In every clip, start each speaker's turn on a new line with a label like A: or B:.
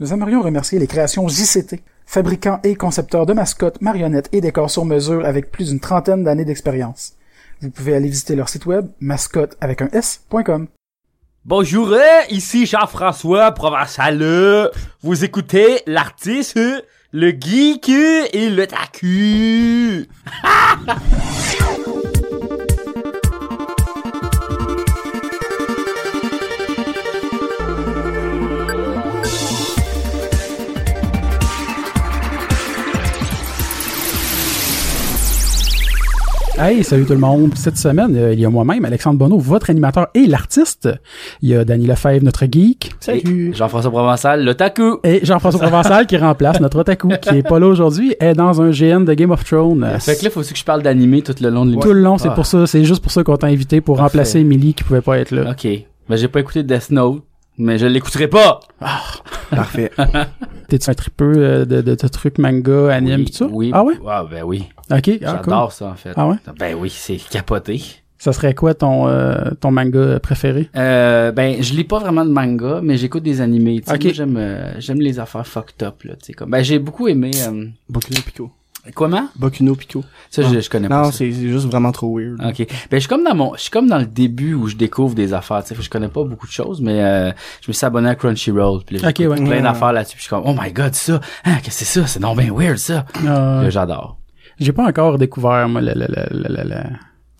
A: Nous aimerions remercier les créations JCT, fabricants et concepteurs de mascottes, marionnettes et décors sur mesure avec plus d'une trentaine d'années d'expérience. Vous pouvez aller visiter leur site web mascotte avec un s.com.
B: Bonjour, euh, ici Jean-François Provençal. Vous écoutez l'artiste, le geek et le tacu.
A: Hey, salut tout le monde. Cette semaine, euh, il y a moi-même, Alexandre Bonneau, votre animateur et l'artiste. Il y a Danny Lefebvre, notre geek.
B: Et Jean-François Provençal, le taku.
A: Et Jean-François Provençal qui remplace notre otaku, qui est pas là aujourd'hui, est dans un GN de Game of Thrones.
B: Fait que là, faut aussi que je parle d'animé tout le long de l'émission.
A: Tout le long, c'est
B: Ah.
A: pour ça, c'est juste pour ça qu'on t'a invité pour
B: Parfait.
A: remplacer Emily qui pouvait pas être là.
B: Ok. Ben, j'ai pas écouté Death Note, mais je l'écouterai pas.
C: Parfait.
A: T'es-tu un tripeux euh, de, de, de trucs manga, anime,
B: oui,
A: pis ça?
B: oui.
A: Ah ouais?
B: Ah, ben oui.
A: Ok, ah, cool.
B: J'adore ça, en fait.
A: Ah ouais?
B: Ben oui, c'est capoté.
A: Ça serait quoi ton, euh, ton manga préféré?
B: Euh, ben, je lis pas vraiment de manga, mais j'écoute des animés. tu sais.
A: Ok.
B: Moi, J'aime, euh, j'aime les affaires fucked up, là, tu sais, comme. Ben, j'ai beaucoup aimé, euh,
C: Bocuno Pico.
B: comment?
C: Bocuno Pico.
B: Ça, je, je connais pas.
C: Non,
B: ça.
C: c'est c'est juste vraiment trop weird.
B: Ok. Ben, je suis comme dans mon, je suis comme dans le début où je découvre des affaires, tu sais. Fait que Je connais pas beaucoup de choses, mais, euh, je me suis abonné à Crunchyroll, puis là,
A: Ok,
B: j'écoute
A: ouais.
B: plein
C: Ouais.
B: d'affaires là-dessus, puis je suis comme, oh my god, ça, hein, qu'est-ce que c'est ça? C'est non ben weird, ça.
A: Euh,
B: Là, J'adore.
A: J'ai pas encore découvert, moi, le, le, le, le, le- le-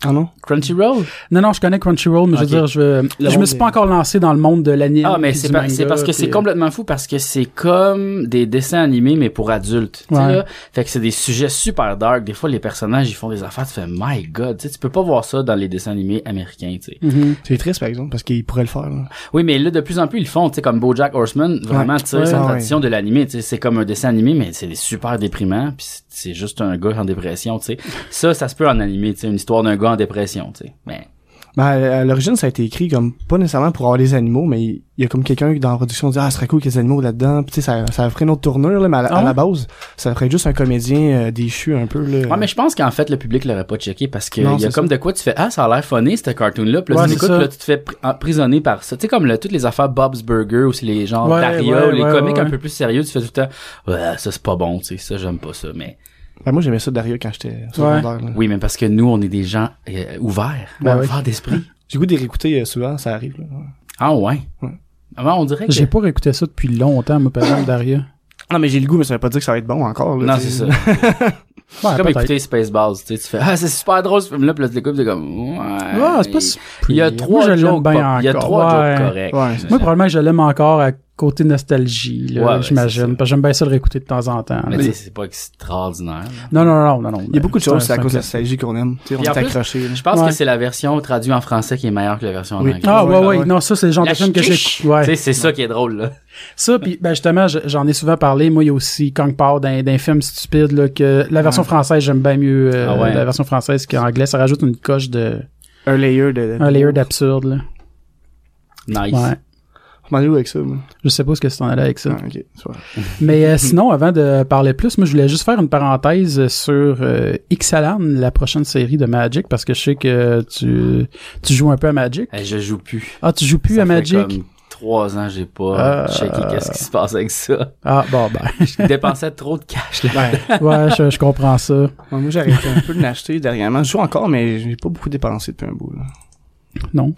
C: Ah non?
B: Crunchyroll?
A: Non, non, je connais Crunchyroll, mais
B: Ok.
A: je veux dire, je,
C: Le
A: je me
C: monde
A: suis
C: est-
A: pas encore lancé dans le monde de l'anime.
B: Ah, mais
A: puis
B: c'est
A: du
B: par-
A: manga,
B: c'est parce que
A: puis,
B: c'est
A: euh,
B: complètement fou parce que c'est comme des dessins animés mais pour adultes. tu sais,
A: Ouais.
B: Là. Fait que c'est des sujets super dark. Des fois les personnages ils font des affaires, tu fais my god, tu sais, tu peux pas voir ça dans les dessins animés américains, tu sais.
A: Mhm.
C: C'est triste, par exemple, parce qu'il pourrait le faire, là.
B: Oui, mais là de plus en plus ils le font, tu sais comme BoJack Horseman, vraiment tu sais
C: Ouais,
B: c'est une
C: ouais.
B: tradition de l'animé, tu sais, c'est comme un dessin animé mais c'est des super déprimant puis c'est- c'est juste un gars en dépression, tu sais. Ça ça se peut en animé, tu sais, une histoire d'un gars en dépression, tu sais. Mais
C: Ben, à à l'origine, ça a été écrit comme, pas nécessairement pour avoir des animaux, mais il y a comme quelqu'un dans la production qui dit, ah, ce serait cool qu'il y ait des animaux là-dedans. Puis, tu sais, ça, ça ferait une autre tournure, là, mais à, la-
A: Ah
C: à
A: ouais?
C: la base, ça ferait juste un comédien euh, déchu, un peu, là.
B: Ouais, mais je pense qu'en fait, le public l'aurait pas checké parce qu'il
C: Non,
B: y a
C: c'est
B: comme
C: ça.
B: de quoi tu fais Ah, ça a l'air funny, ce cartoon-là. Puis là,
A: Ouais,
B: tu
A: c'est
B: l'écoutes,
A: ça.
B: puis là, tu te fais pr- emprisonner par ça. Tu sais, comme le- toutes les affaires Bob's Burger ou c'est les genres
A: Ouais,
B: Daria
A: ouais,
B: ou les
A: ouais,
B: comics
A: ouais.
B: un peu plus sérieux, tu fais tout le temps Ouais, ça c'est pas bon, tu sais, ça j'aime pas ça. Mais
C: Ben, moi, j'aimais ça, Daria, quand j'étais secondaire, là.
B: oui, mais parce que nous, on est des gens euh, ouverts,
C: Ben oui.
B: ouverts d'esprit.
C: J'ai goût de les réécouter euh, souvent, ça arrive, là.
B: ah ouais.
C: Ouais.
B: Ah, ouais, on dirait que.
A: J'ai pas réécouté ça depuis longtemps, moi, par exemple, Daria.
C: Non, mais j'ai le goût, mais ça veut pas dire que ça va être bon encore, là.
B: Non,
C: tu
B: c'est
C: sais.
B: ça.
A: Ouais,
B: C'est comme
A: Ah, peut-être.
B: écouter Spaceballs, tu sais, tu fais Ah, c'est super drôle ce film-là, puis là, tu l'écoutes, t'es comme Ouais.
A: Ah, c'est pas si
B: euh, Il y a
A: pire.
B: trois
A: Moi, je l'aime
B: jokes
A: bien
B: pop- Il y a
A: encore.
B: trois
A: Ouais.
B: jokes corrects.
C: Ouais, c'est
A: Moi, probablement que je l'aime encore à côté nostalgie, là,
B: Ouais, ouais, c'est ça.
A: j'imagine. Parce que j'aime bien ça le réécouter de temps en temps.
B: Mais
A: là.
B: tu sais, c'est pas extraordinaire. là.
A: Non, non, non, non, non.
C: Il y a beaucoup de choses, c'est à cause de la
A: ça.
C: nostalgie qu'on aime. Tu sais, on
B: Puis en
C: est
B: plus,
C: accroché, là.
B: Je pense
A: Ouais.
B: que c'est la version traduite en français qui est meilleure que la version en
C: Oui.
B: anglais.
A: Ah, ouais,
C: Ouais,
A: ouais.
C: ouais.
A: Non, ça, c'est le genre
B: La
A: de film que
B: chiche.
A: j'ai. Ouais.
B: Tu sais, c'est ça qui est drôle, là.
A: Ça, puis ben justement, je- j'en ai souvent parlé. Moi, il y a aussi Kong Pao d'un, d'un film stupide là, que la version française, j'aime bien mieux euh,
B: Ah ouais.
A: la version française qu'en anglais. Ça rajoute une coche de
C: Un layer de...
A: un layer d'absurde. Là.
B: Nice.
A: Ouais.
C: Je m'en ai où avec ça, moi?
A: Je sais pas ce que c'est en allais avec ça.
C: Ah, ok. c'est vrai.
A: Mais euh, sinon, avant de parler plus, moi, je voulais juste faire une parenthèse sur euh, Xalan, la prochaine série de Magic, parce que je sais que tu, tu joues un peu à Magic.
B: Eh, je joue plus.
A: Ah, tu joues plus
B: ça
A: à
B: fait
A: Magic?
B: comme trois ans, j'ai pas
A: Euh,
B: checké qu'est-ce qui se passe avec ça.
A: Ah, bon, ben,
B: Je dépensais trop de cash, là.
A: ouais, je, je comprends ça.
C: Ouais, moi, j'ai arrêté un peu de l'acheter dernièrement. Je joue encore, mais j'ai pas beaucoup dépensé depuis un bout. là.
A: Non.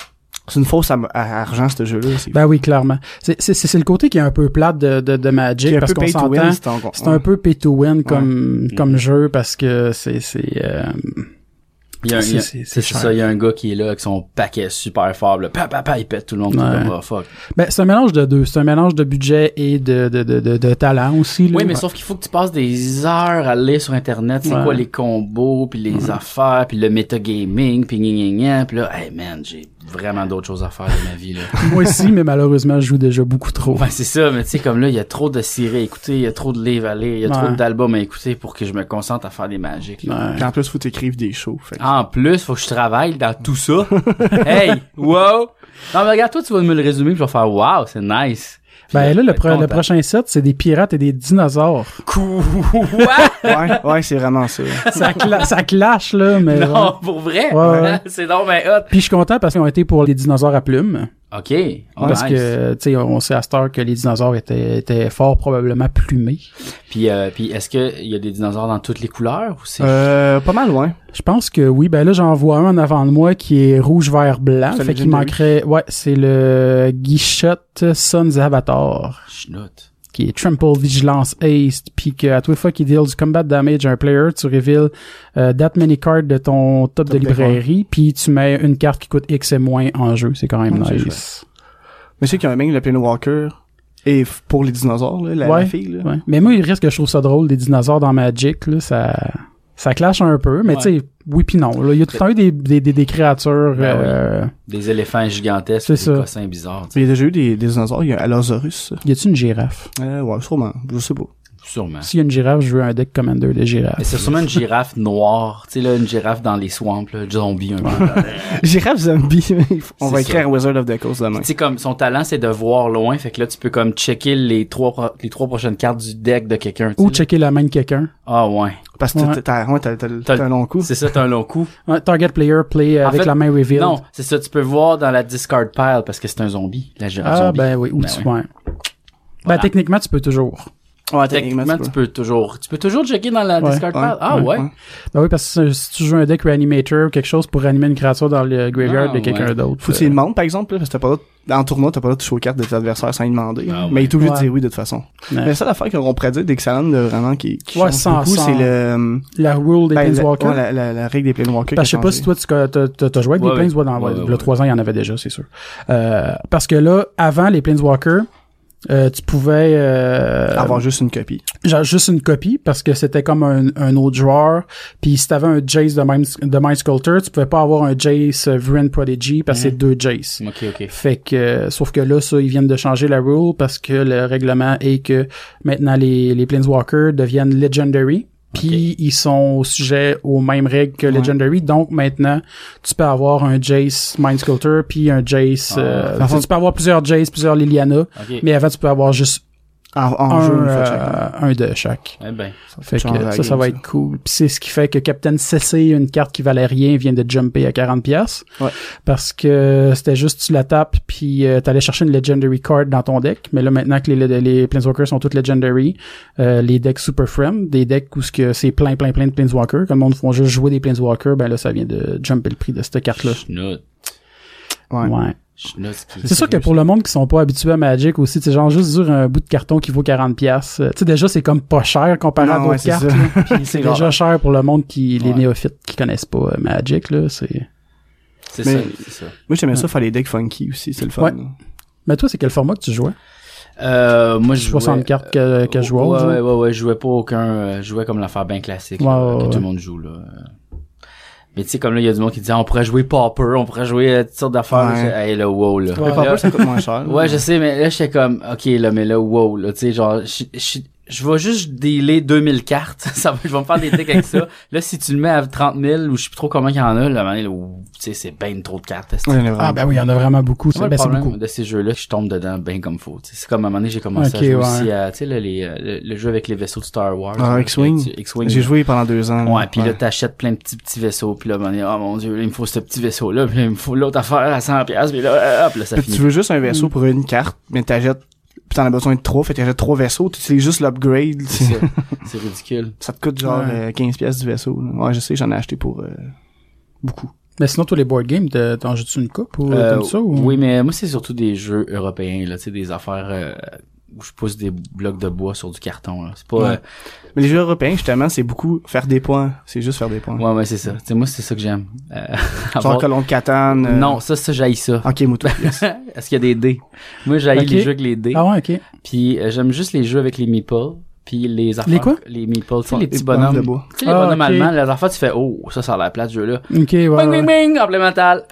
C: C'est une fausse à, à argent, ce jeu-là. C'est
A: Ben oui, clairement. C'est- C'est c'est- c'est le côté qui est un peu plate de, de, de Magic,
C: Puis un
A: parce
C: peu
A: qu'on
C: pay to
A: s'entend...
C: win, c'est en-
A: C'est un peu pay to win comme,
B: Mm-hmm.
A: comme jeu parce que c'est, c'est, euh,
B: Il y a un- il y
A: C'est-
B: a-
A: c'est-
B: C'est
A: c'est
B: ça,
A: cher.
B: il y a un gars qui est là avec son paquet super fort, là. Pa, pa, pa, il pète tout le monde.
A: Ouais.
B: Comme, oh, fuck.
A: ben, c'est un mélange de deux. C'est un mélange de budget et de, de, de, de, de talent aussi, là.
B: Oui, mais sauf qu'il faut que tu passes des heures à aller sur Internet, c'est
A: Ouais. Mm-hmm.
B: quoi les combos, puis les affaires, puis le metagaming, puis gna gna gna, puis là, hey man, j'ai vraiment d'autres choses à faire de ma vie, là.
A: Moi aussi, mais malheureusement, je joue déjà beaucoup trop.
B: Ouais, c'est ça, mais tu sais, comme là, il y a trop de séries à écouter, il y a trop de livres à lire, il y a
A: Ouais.
B: trop d'albums à écouter pour que je me concentre à faire des magiques. là.
A: Ouais.
C: Puis En plus, faut t'écrire des shows. Fait. que-
A: Ah.
B: En plus, faut que je travaille dans tout ça. hey, wow! Non, mais regarde, toi, tu vas me le résumer, puis je vais faire wow, c'est nice. Puis
A: Ben là,
B: je vais
A: le,
B: être
A: pro- le
B: content.
A: prochain set, c'est des pirates et des dinosaures.
B: Quoi?
C: Ouais, ouais, c'est vraiment ça.
A: ça, cla- ça clash, là, mais... ouais.
B: non, pour vrai?
A: Ouais, ouais.
B: c'est non, mais hot.
A: Puis je suis content parce qu'ils ont été pour les dinosaures à plumes.
B: OK.
C: Ah,
B: Oh,
A: Parce
B: nice.
A: que, tu sais, on sait à cette heure que les dinosaures étaient, étaient fort probablement plumés.
B: Puis, euh, puis est-ce qu'il y a des dinosaures dans toutes les couleurs ou c'est
C: Euh, pas mal loin.
A: Je pense que oui. Ben là, j'en vois un en avant de moi qui est rouge, vert, blanc.
C: C'est le
A: Fait qu'il
C: Legendary.
A: manquerait... Ouais, c'est le Guichot Sons Avatar,
B: Chenoute.
A: qui est Trample Vigilance Ace, puis que à toute fois qu'il deal du combat damage à un player, tu reveals euh, that many cards de ton top, de
C: deck,
A: librairie, puis tu mets une carte qui coûte X et moins en jeu. C'est quand même
C: Ouais, c'est
A: nice.
C: Mais c'est qu'il y a même le Planewalker. Et f- pour les dinosaures, là, la, la
A: Ouais,
C: fille, là.
A: Ouais. Mais moi, il risque que je trouve ça drôle, des dinosaures dans Magic, là, ça... Ça clash un peu, mais
B: Ouais.
A: tu sais, oui puis non. là. Il y a tout le temps eu des, des, des, des créatures...
B: Ben oui.
A: euh,
B: Des éléphants gigantesques,
A: C'est
B: des
A: ça.
B: cossins bizarres. tu
C: Il y a déjà eu des, des dinosaures, il y a un Allosaurus.
A: Y a-tu une girafe?
C: Euh, ouais, sûrement. Je sais pas.
B: sais, Sûrement.
A: S'il y a une girafe, je veux un deck commander de
B: Ah. Mais
A: girafe.
B: c'est sûrement une girafe noire. Tu sais, là, une girafe dans les swamps, là, zombie un peu.
C: Girafe zombie. On
B: C'est ça.
C: va écrire Wizard of the Coast demain.
B: Tu sais, comme son talent, c'est de voir loin. Fait que là, tu peux comme checker les trois, pro- les trois prochaines cartes du deck de quelqu'un. tu
A: Ou
B: sais, là.
A: checker la main de quelqu'un.
B: Ah ouais.
C: Parce que
A: Ouais.
C: t'as- t'as ouais, t'as- t'as-
B: T'as-
C: t'as un long coup.
B: C'est ça, t'as un long coup.
A: Un target player play
B: En
A: avec
B: fait,
A: la main revealed.
B: Non, c'est ça, tu peux voir dans la discard pile parce que c'est un zombie, la girafe
A: Ah,
B: zombie.
A: ben oui, ou
B: Ben
A: tu
B: oui.
A: ouais. Ben,
B: Voilà.
A: techniquement, tu peux toujours.
C: Ouais,
B: Techniquement, tu peux toujours, tu peux toujours checker dans la
A: Ouais.
B: discard
C: Ouais,
B: pile. ah ouais.
A: Ben oui, parce que si tu joues un deck reanimator ou quelque chose pour animer une créature dans le graveyard
B: Ah,
A: de quelqu'un
B: ouais.
A: d'autre.
C: Faut que tu
A: euh,
C: les demandes, par exemple, là, parce que t'as pas le droit, dans le tournoi, t'as pas le droit de toucher aux cartes de tes adversaires sans y demander.
B: Ah ouais.
C: Mais il est obligé
A: Ouais.
C: de dire oui, de toute façon.
A: Ouais.
C: Mais ça, l'affaire qu'on prédit d'Excellent, de vraiment, qui, qui
A: Ouais,
C: change
A: sans-
C: beaucoup,
A: sans-
C: c'est le,
A: la rule des
C: ben, la,
A: Planeswalkers.
C: ouais, la, la- la règle des Planeswalkers.
A: Parce que je sais
C: qui a
A: pas
C: changé.
A: si toi, tu co- t'as- t'as t'as joué avec
B: Ouais,
A: des
B: ouais.
A: Planeswalkers.
B: Ouais, ouais,
A: Il y
B: ouais.
A: a trois ans, il y en avait déjà, c'est sûr. Euh, parce que là, avant les Planeswalkers, euh, tu pouvais... euh,
C: Avoir juste une copie.
A: genre juste une copie parce que c'était comme un, un autre joueur puis si t'avais un Jace de Mind, de Mind Sculptor tu pouvais pas avoir un Jace euh, Viren Prodigy parce que
B: Mm.
A: c'est deux Jace
B: Ok, ok.
A: fait que euh, sauf que là ça ils viennent de changer la rule parce que le règlement est que maintenant les les Planeswalkers deviennent legendary puis ils sont sujets aux mêmes règles que Legendary. Donc maintenant, tu peux avoir un Jace Mind Sculptor, puis un Jace...
B: Ah.
A: euh,
C: Par contre-
A: tu peux avoir plusieurs Jace, plusieurs Liliana,
B: Ok.
A: mais avant, tu peux avoir juste
C: En, en
A: un,
C: jeu, une fois
A: euh,
C: chacun.
A: un de chaque.
B: Eh ben,
A: Fait
C: change
A: que
C: la
A: ça, ça
C: game,
A: va
C: ça.
A: être cool. Puis c'est ce qui fait que Captain CC, une carte qui valait rien, vient de jumper à 40$. pièces
C: Ouais.
A: Parce que c'était juste, tu la tapes, puis euh, t'allais chercher une Legendary card dans ton deck. Mais là, maintenant que les, les, les Planeswalkers sont toutes Legendary, euh, les decks Super Frame, des decks où ce que c'est plein, plein, plein de Planeswalkers, comme le monde font juste jouer des Planeswalkers, ben là, ça vient de jumper le prix de cette carte-là.
B: chenoute.
C: Ouais.
A: ouais.
B: Chenoute qui-
A: C'est sûr que pour le monde qui sont pas habitués à Magic aussi, c'est genre juste dire un bout de carton qui vaut 40 pièces. Tu sais déjà c'est comme pas cher comparé à
C: Non,
A: d'autres
C: ouais, c'est
A: cartes.
C: ça.
A: là. Puis c'est
C: grave.
A: déjà cher pour le monde qui les
B: Ouais.
A: néophytes qui connaissent pas euh, Magic là, c'est
B: C'est
C: Mais-
B: ça, c'est ça.
C: Moi, j'aimais ça faire les decks funky aussi, c'est le fun.
A: Ouais.
C: là.
A: Mais toi c'est quel format que tu jouais
B: Euh, moi, je jouais...
A: 60 cartes que que je jouais.
B: Ouais, ouais,
A: genre.
B: ouais, ouais, je jouais pas aucun, euh, je jouais comme l'affaire bien classique,
A: Ouais,
B: là,
A: ouais,
B: que
A: ouais.
B: tout le monde joue, là. Mais tu sais, comme là, il y a du monde qui dit, Ah, on pourrait jouer Popper, on pourrait jouer euh, toutes sortes d'affaires.
C: Ouais.
B: Je fais, Hey, là, wow, là.
A: Ouais.
C: Mais pas
B: Là,
C: plus, ça coûte moins cher.
B: ouais, je sais, mais là, j'étais comme, ok, là, mais là, wow, là, tu sais, genre, je, je, je vais juste dealer 2000 cartes, ça va, je vais me faire des decks avec ça. Là, si tu le mets à 30 000, ou je sais plus trop combien il y en a, là, man, là, ou, tu sais, c'est ben trop de cartes. est-ce que-
C: Ouais, j'en ai
A: Ah
C: vraiment.
A: ben oui, il y en a vraiment beaucoup,
B: c'est
A: ça.
B: moi
A: ben
B: le
A: c'est
B: problème
A: beaucoup.
B: de ces jeux-là que je tombe dedans ben comme faut. tu sais. C'est comme à un moment donné, j'ai commencé
A: Ok,
B: à jouer
A: ouais.
B: aussi à, tu sais, là, les, euh, le, le jeu avec les vaisseaux de Star Wars.
C: Ah,
B: là,
C: X-Wing.
B: avec- X-Wing.
C: J'ai joué pendant deux ans.
B: Ouais, puis là, t'achètes plein de petits, petits vaisseaux, puis là, à un moment donné, oh mon dieu, là, il me faut ce petit vaisseau-là, puis là, il me faut l'autre affaire à 100$, piastres, puis là, hop, là, ça
C: Puis tu
B: finit.
C: veux juste un
A: Mm.
C: vaisseau pour une carte, mais t'achètes, pis t'en as besoin de trois, fait que t'achètes trois vaisseaux, tu utilises juste l'upgrade, tu-
B: C'est ça. C'est ridicule.
C: ça te coûte genre
A: Ouais.
C: euh, 15 pièces du vaisseau. là. Ouais, je sais, j'en ai acheté pour euh, beaucoup.
A: Mais sinon tous les board games, t'en t'en joues-tu une coupe ou
B: Euh,
A: comme ça ou
B: Oui, mais moi, c'est surtout des jeux européens, là, tu sais, des affaires euh, où je pousse des blocs de bois sur du carton, là. C'est pas...
C: Ouais.
B: euh,
C: Mais les jeux européens, justement, c'est beaucoup faire des points. C'est juste faire des points.
B: euh, Ouais, ouais, c'est ça. Tu sais, moi, c'est ça que j'aime. Euh,
C: Genre
B: avoir-
C: colon de Catane. euh,
B: Non, Ben. ça, ça, j'haïs ça.
C: Ok, Moutou. yes.
B: Est-ce qu'il y a des dés? Moi, j'haïs
A: Ok.
B: les jeux avec les dés.
A: Ah ouais, OK.
B: Puis euh, j'aime juste les jeux avec les meeples. Puis les affaires.
A: Les quoi?
B: Les meeples. Tu sais, les
C: Les
B: petits
C: bonhommes
B: bonhommes.
C: de bois.
B: Tu sais, les
A: Ah,
B: bonhommes
A: ok.
B: allemands, les affaires, tu fais, oh, ça, ça a l'air plate, ce jeu-là.
A: OK, ouais.
B: Bing, bing,
A: ouais.
B: bing, complémental.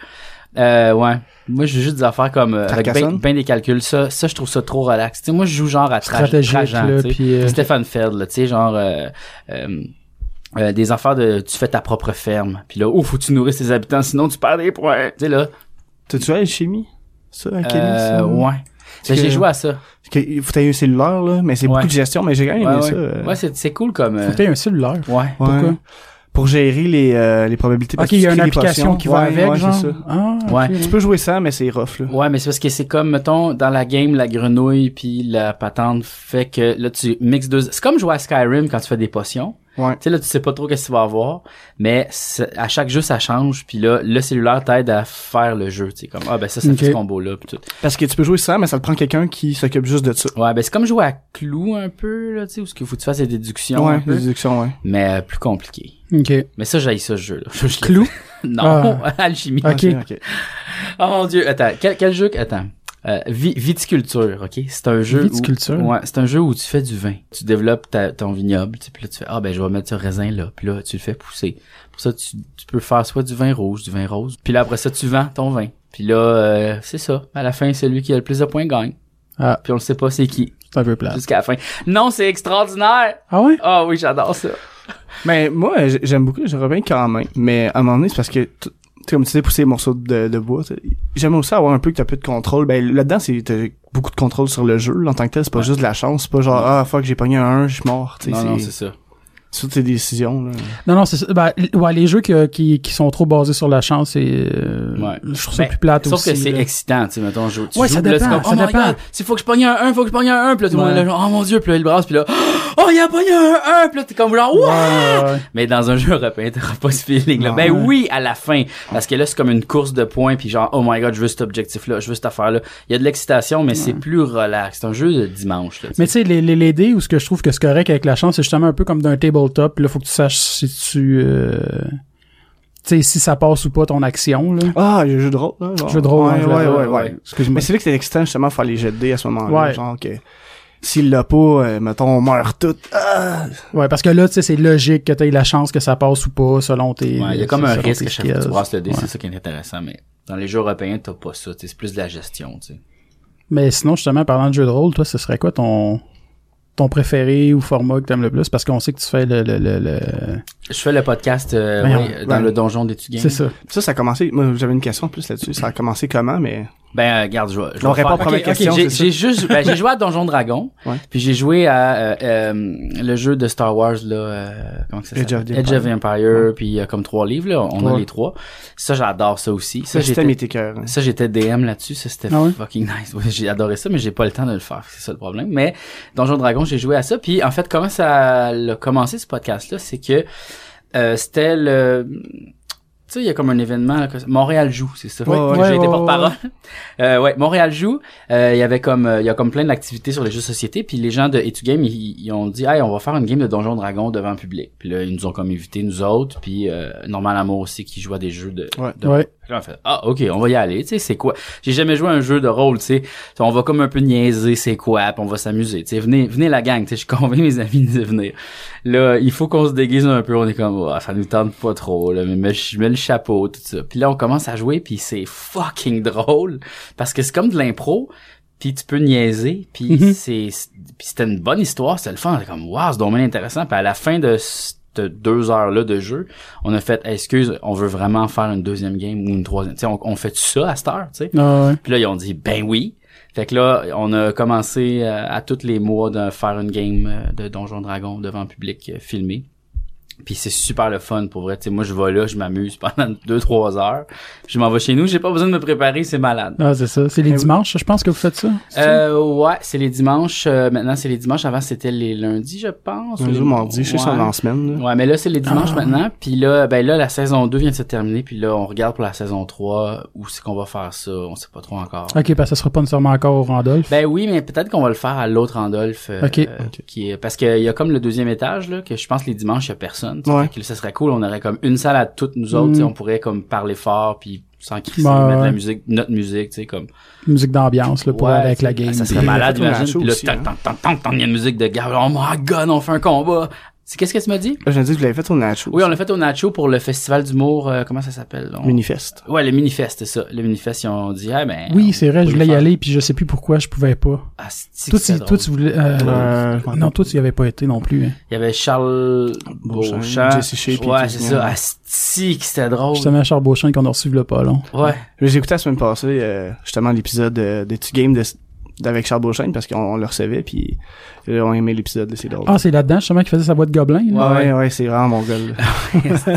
B: Euh, ouais. Moi, je joue juste des affaires comme, euh, avec ben,
C: Carcassonne?
B: ben des calculs. Ça, ça, je trouve ça trop relax. Tu sais, moi, je joue genre à tra-
A: Stratégique
B: Trajan,
A: là
B: tu sais.
A: puis euh,
B: Stéphane Feld, là, tu sais, genre, euh, euh, euh, des affaires de, tu fais ta propre ferme. Puis là, oh, faut que tu nourris tes habitants, sinon tu perds des points. Tu sais, là.
C: T'as-tu joué à chimie? Ça, à Kenny,
B: Euh,
C: ça?
B: ouais.
C: Parce
B: Ben,
C: que-
B: J'ai joué à ça.
C: parce que il faut que t'aies un cellulaire, là, mais c'est
B: Ouais.
C: beaucoup de gestion, mais j'ai quand même
B: Ouais,
C: aimé
B: ouais.
C: ça. euh.
B: Ouais, c'est c'est cool comme. euh,
A: faut que t'aies un cellulaire.
B: ouais.
C: Ouais.
A: Pourquoi?
C: pour gérer les, euh, les probabilités.
A: Ok,
C: parce que
A: il y a une
C: tu crées des
A: application
C: potions.
A: qui va
C: Ouais,
A: avec,
C: ouais,
A: genre.
C: c'est ça.
A: Ah, ok,
B: Ouais.
C: Tu peux jouer ça, mais c'est rough, là.
B: Ouais, mais c'est parce que c'est comme, mettons, dans la game, la grenouille puis la patente fait que là, tu mixes deux... C'est comme jouer à Skyrim quand tu fais des potions.
C: Ouais.
B: Tu sais, là, tu sais pas trop qu'est-ce que tu vas avoir, mais c'est- à chaque jeu, ça change, puis là, le cellulaire t'aide à faire le jeu, tu sais, comme, ah, ben ça, ça
A: Ok.
B: fait ce combo-là, puis tout.
C: Parce que tu peux jouer ça, mais ça te prend quelqu'un qui s'occupe juste de ça.
B: Ouais, ben c'est comme jouer à Clou un peu, là, tu sais, où ce qu'il faut que tu fasses des déductions, un
C: Ouais,
B: peu,
C: les déductions, ouais.
B: mais euh, plus compliqué.
A: ok.
B: Mais ça, j'aille ça, ce jeu-là. Je- je-
A: Clou?
B: Non, alchimie.
A: Ok.
C: ok.
B: Oh mon dieu, attends, quel, quel jeu que- attends. Euh, vi- viticulture, OK, c'est un jeu
A: Viticulture?
B: Où, ouais, c'est un jeu où tu fais du vin. Tu développes ta- ton vignoble, tu sais, puis là tu fais ah ben je vais mettre ce raisin là, puis là tu le fais pousser. Pour ça tu, tu peux faire soit du vin rouge, du vin rose, puis là après ça tu vends ton vin. Puis là euh, c'est ça, à la fin celui qui a le plus de points gagne.
A: Ah.
B: Puis on ne sait pas c'est qui
A: C'est un peu plat.
B: jusqu'à la fin. Non, c'est extraordinaire.
A: Ah ouais?
B: Ah oui, j'adore ça.
C: Mais moi, j'ai- j'aime beaucoup, je reviens quand même. Mais à un moment donné, c'est parce que, tu tu sais, comme tu disais, pousser les morceaux de, de bois, tu sais, j'aime aussi avoir un peu que t'as peu de contrôle. Ben, là-dedans, c'est, t'as beaucoup de contrôle sur le jeu, là, en tant que tel. C'est pas juste de la chance. C'est pas genre, ah, fuck, j'ai pogné un, je suis mort, tu sais.
B: Non non,
C: c'est-
B: c'est ça.
C: c'est toutes tes décisions, là.
A: Non, non, c'est ça. Ben, l- ouais, les jeux que- qui, qui sont trop basés sur la chance, c'est, euh,
B: Ouais.
A: je trouve ça
B: Ben,
A: plus plate
B: Sauf
A: aussi.
B: que c'est
A: là.
B: excitant, tu sais, mettons, je, tu
A: Ouais,
B: joues,
A: ça
B: puis là,
A: dépend,
B: c'est comme,
A: ça
B: oh my
A: dépend.
B: God, s'il faut que je pogne un 1, faut que je pogne un 1, puis là, tout le monde
A: Ouais.
B: est là, genre, oh mon Dieu, puis là, il brasse, puis là, oh, il a pogné un 1, puis là, t'es comme, genre,
A: Ouais,
B: ouais!
A: ouais, ouais.
B: Mais dans un jeu européen, t'auras pas ce feeling, là.
C: Non.
B: Ben oui, à la fin, parce que là, c'est comme une course de points, puis genre, oh my God, je veux cet objectif-là, je veux cette affaire-là. Il y a de l'excitation, mais c'est plus relax. C'est un jeu de dimanche, là, tu sais.
A: Mais tu sais, les, les, les dés, où ce que je trouve que c'est correct avec la chance, c'est justement un peu comme d'un tabletop. Là, faut que tu saches si tu, euh, tu sais, si ça passe ou pas ton action, là.
C: Ah, le jeu de rôle, là. genre.
A: Jeu de rôle, hein,
C: ouais,
A: jeu de
C: ouais,
B: rôle,
C: ouais, ouais.
B: ouais.
A: Excuse-moi.
C: Mais c'est là que c'est excitant, justement, de faire les jets de dés à ce moment-là.
A: Ouais.
C: Genre que, s'il l'a pas, euh, mettons, on meurt tout. Ah!
A: Ouais, parce que là, tu sais, c'est logique que tu aies la chance que ça passe ou pas selon tes.
B: Ouais, il y a comme un
A: selon
B: risque
A: tes
B: à chaque fois que tu
A: skills.
B: brasses le dé,
A: Ouais.
B: c'est ça qui est intéressant, mais dans les jeux européens, t'as pas ça, tu sais, c'est plus de la gestion, tu sais.
A: Mais sinon, justement, parlant de jeu de rôle, toi, ce serait quoi ton ton préféré ou format que t'aimes le plus? Parce qu'on sait que tu fais le... le, le, le-
B: Je fais le podcast euh,
A: Voyons.
B: oui, dans
C: Ouais.
B: le donjon des Tugames.
A: Ben, C'est ça.
C: Ça, ça a commencé, moi, j'avais une question en plus là-dessus. Ça a commencé comment, mais.
B: Ben, euh, regarde, je vais. Je
C: On
B: vais
C: répond
B: faire-
C: à la première
B: Ok, ok,
C: question,
B: j'ai-
C: c'est ça.
B: J'ai juste, ben, j'ai joué à Donjon Dragon.
C: Ouais.
B: Puis j'ai joué à euh, euh, le jeu de Star Wars là, euh, comment que ça
C: Edge
B: s'appelle?
C: of the Empire.
B: Empire. Puis euh, comme trois livres là, on a
C: Ouais.
B: les trois. Ça, j'adore ça aussi. Ça,
C: Le système
B: j'étais,
C: était cœur. hein.
B: ça, j'étais DM là-dessus. Ça, c'était
A: Euh, Ah ouais?
B: fucking nice. Ouais, j'ai adoré ça, mais j'ai pas le temps de le faire. C'est ça le problème. Mais Donjon Dragon, j'ai joué à ça. Puis en fait, comment ça a commencé ce podcast là, c'est que euh, c'était le tu sais, il y a comme un événement, là, que- Montréal joue, c'est ça.
C: Ouais, ouais,
B: j'ai
A: ouais,
B: été
A: ouais,
B: porte-parole. Euh, ouais, Montréal joue. Euh, Il y avait comme, euh, il y a comme plein d'activités sur les jeux de société. Puis les gens de Etu Game, ils, ils ont dit, hey, on va faire une game de Donjon Dragon devant le public. Puis là, ils nous ont comme invités nous autres. Puis euh, Normal Amour aussi qui joue à des jeux de.
C: Ouais.
B: de-
A: Ouais.
B: Fait que là, on fait, ah, ok, on va y aller. Tu sais, c'est quoi J'ai jamais joué à un jeu de rôle. Tu sais, on va comme un peu niaiser, c'est quoi Puis on va s'amuser. Tu sais, venez, venez la gang. Tu sais, je convainc mes amis de venir. Là, il faut qu'on se déguise un peu. On est comme, Ah, ça nous tente pas trop. Là, mais mais je mets le chapeau, tout ça. Puis là, on commence à jouer, puis c'est fucking drôle parce que c'est comme de l'impro. Puis tu peux niaiser. Puis
A: Mhm.
B: c'est, c'est- puis c'était une bonne histoire, c'était le fun. C'était comme, waouh, c'est domaine intéressant. Puis à la fin de cette deux heures là de jeu, on a fait, Hey, excuse, on veut vraiment faire une deuxième game ou une troisième. Tu sais, on, on fait ça à cette heure, tu sais.
A: Ah ouais.
B: Puis là, ils ont dit, ben oui. Fait que là, on a commencé euh, à tous les mois de faire une game euh, de Donjon Dragon devant le public euh, filmé. Puis c'est super le fun pour vrai. Tu sais, moi, je vais là, je m'amuse pendant deux trois heures. Je m'en vais chez nous, j'ai pas besoin de me préparer, c'est malade.
A: Ah, c'est ça. C'est les
C: Mais oui.
A: dimanches, je pense que vous faites ça.
B: Euh, ouais, c'est les dimanches. euh, maintenant, c'est les dimanches. Avant, c'était les lundis, je pense.
C: Un
B: Les-
C: jour mardi, je sais,
B: Ouais.
C: c'est en semaine, là.
B: Ouais, mais là, c'est les dimanches
A: Ah.
B: maintenant. Puis là, ben là, la saison 2 vient de se terminer. Puis là, on regarde pour la saison 3 où c'est qu'on va faire ça. On sait pas trop encore.
A: Ok, parce que ça sera pas nécessairement encore au Randolph.
B: Ben oui, mais peut-être qu'on va le faire à l'autre Randolph. euh,
A: Ok.
B: euh,
C: Ok.
B: Qui est, parce qu'il y a comme le deuxième étage, là, que je pense les dimanches, il y a personne. tu sais.
C: Ouais.
B: Fait que ça serait cool, on aurait comme une salle à toutes nous autres,
A: Mm.
B: tu sais, on pourrait comme parler fort, puis sans crisser,
A: Ben,
B: mettre
A: ouais.
B: la musique, notre musique, tu sais, comme.
A: Musique d'ambiance, là, pour
B: Ouais,
A: avec la
B: tu sais,
A: game.
B: Ça serait
A: puis-
B: malade,
C: Surtout dans la
B: imagine.
C: show
B: Puis là,
C: aussi,
B: tant,
C: hein.
B: tant, tant, tant, tant, il y a une musique de gars, oh my god, on fait un combat. C'est qu'est-ce que tu m'as dit?
C: Je me dis que vous l'avez fait au Nacho.
B: Oui, on l'a fait au Nacho pour le festival d'humour, euh, comment ça s'appelle? donc?
C: Manifeste.
B: Ouais, le Minifest, c'est ça. Le Minifest, ils ont dit, ah, ben.
A: Oui,
B: on
A: c'est vrai, je
B: peut le
A: voulais y
B: faire.
A: aller, puis je sais plus pourquoi je pouvais pas.
B: Ah, c'est-tu que
A: Toi,
B: c'est
A: tu,
B: drôle.
A: toi, tu voulais... euh,
C: Euh, je m'en
A: non, toi, tu y avais pas été non plus. hein.
B: Il y avait Charles
C: Beauchamp,
B: Beauchamp.
C: Jesse Shea, puis
B: Ouais,
C: Keith
B: c'est
C: Miller.
B: ça. Asti, que c'était drôle.
A: Justement, à Charles Beauchamp qu'on a reçu le pas long.
B: Ouais.
C: J'ai écouté la semaine passée, euh, justement, l'épisode euh, des Two Games de, avec Charles Beauchesne parce qu'on on le recevait puis euh, on aimait l'épisode là, c'est
B: Oh.
C: drôle.
A: Ah, c'est là-dedans, justement, qu'il faisait sa boîte gobelin. là.
C: ouais, ouais, ouais, c'est vraiment mon gars. là.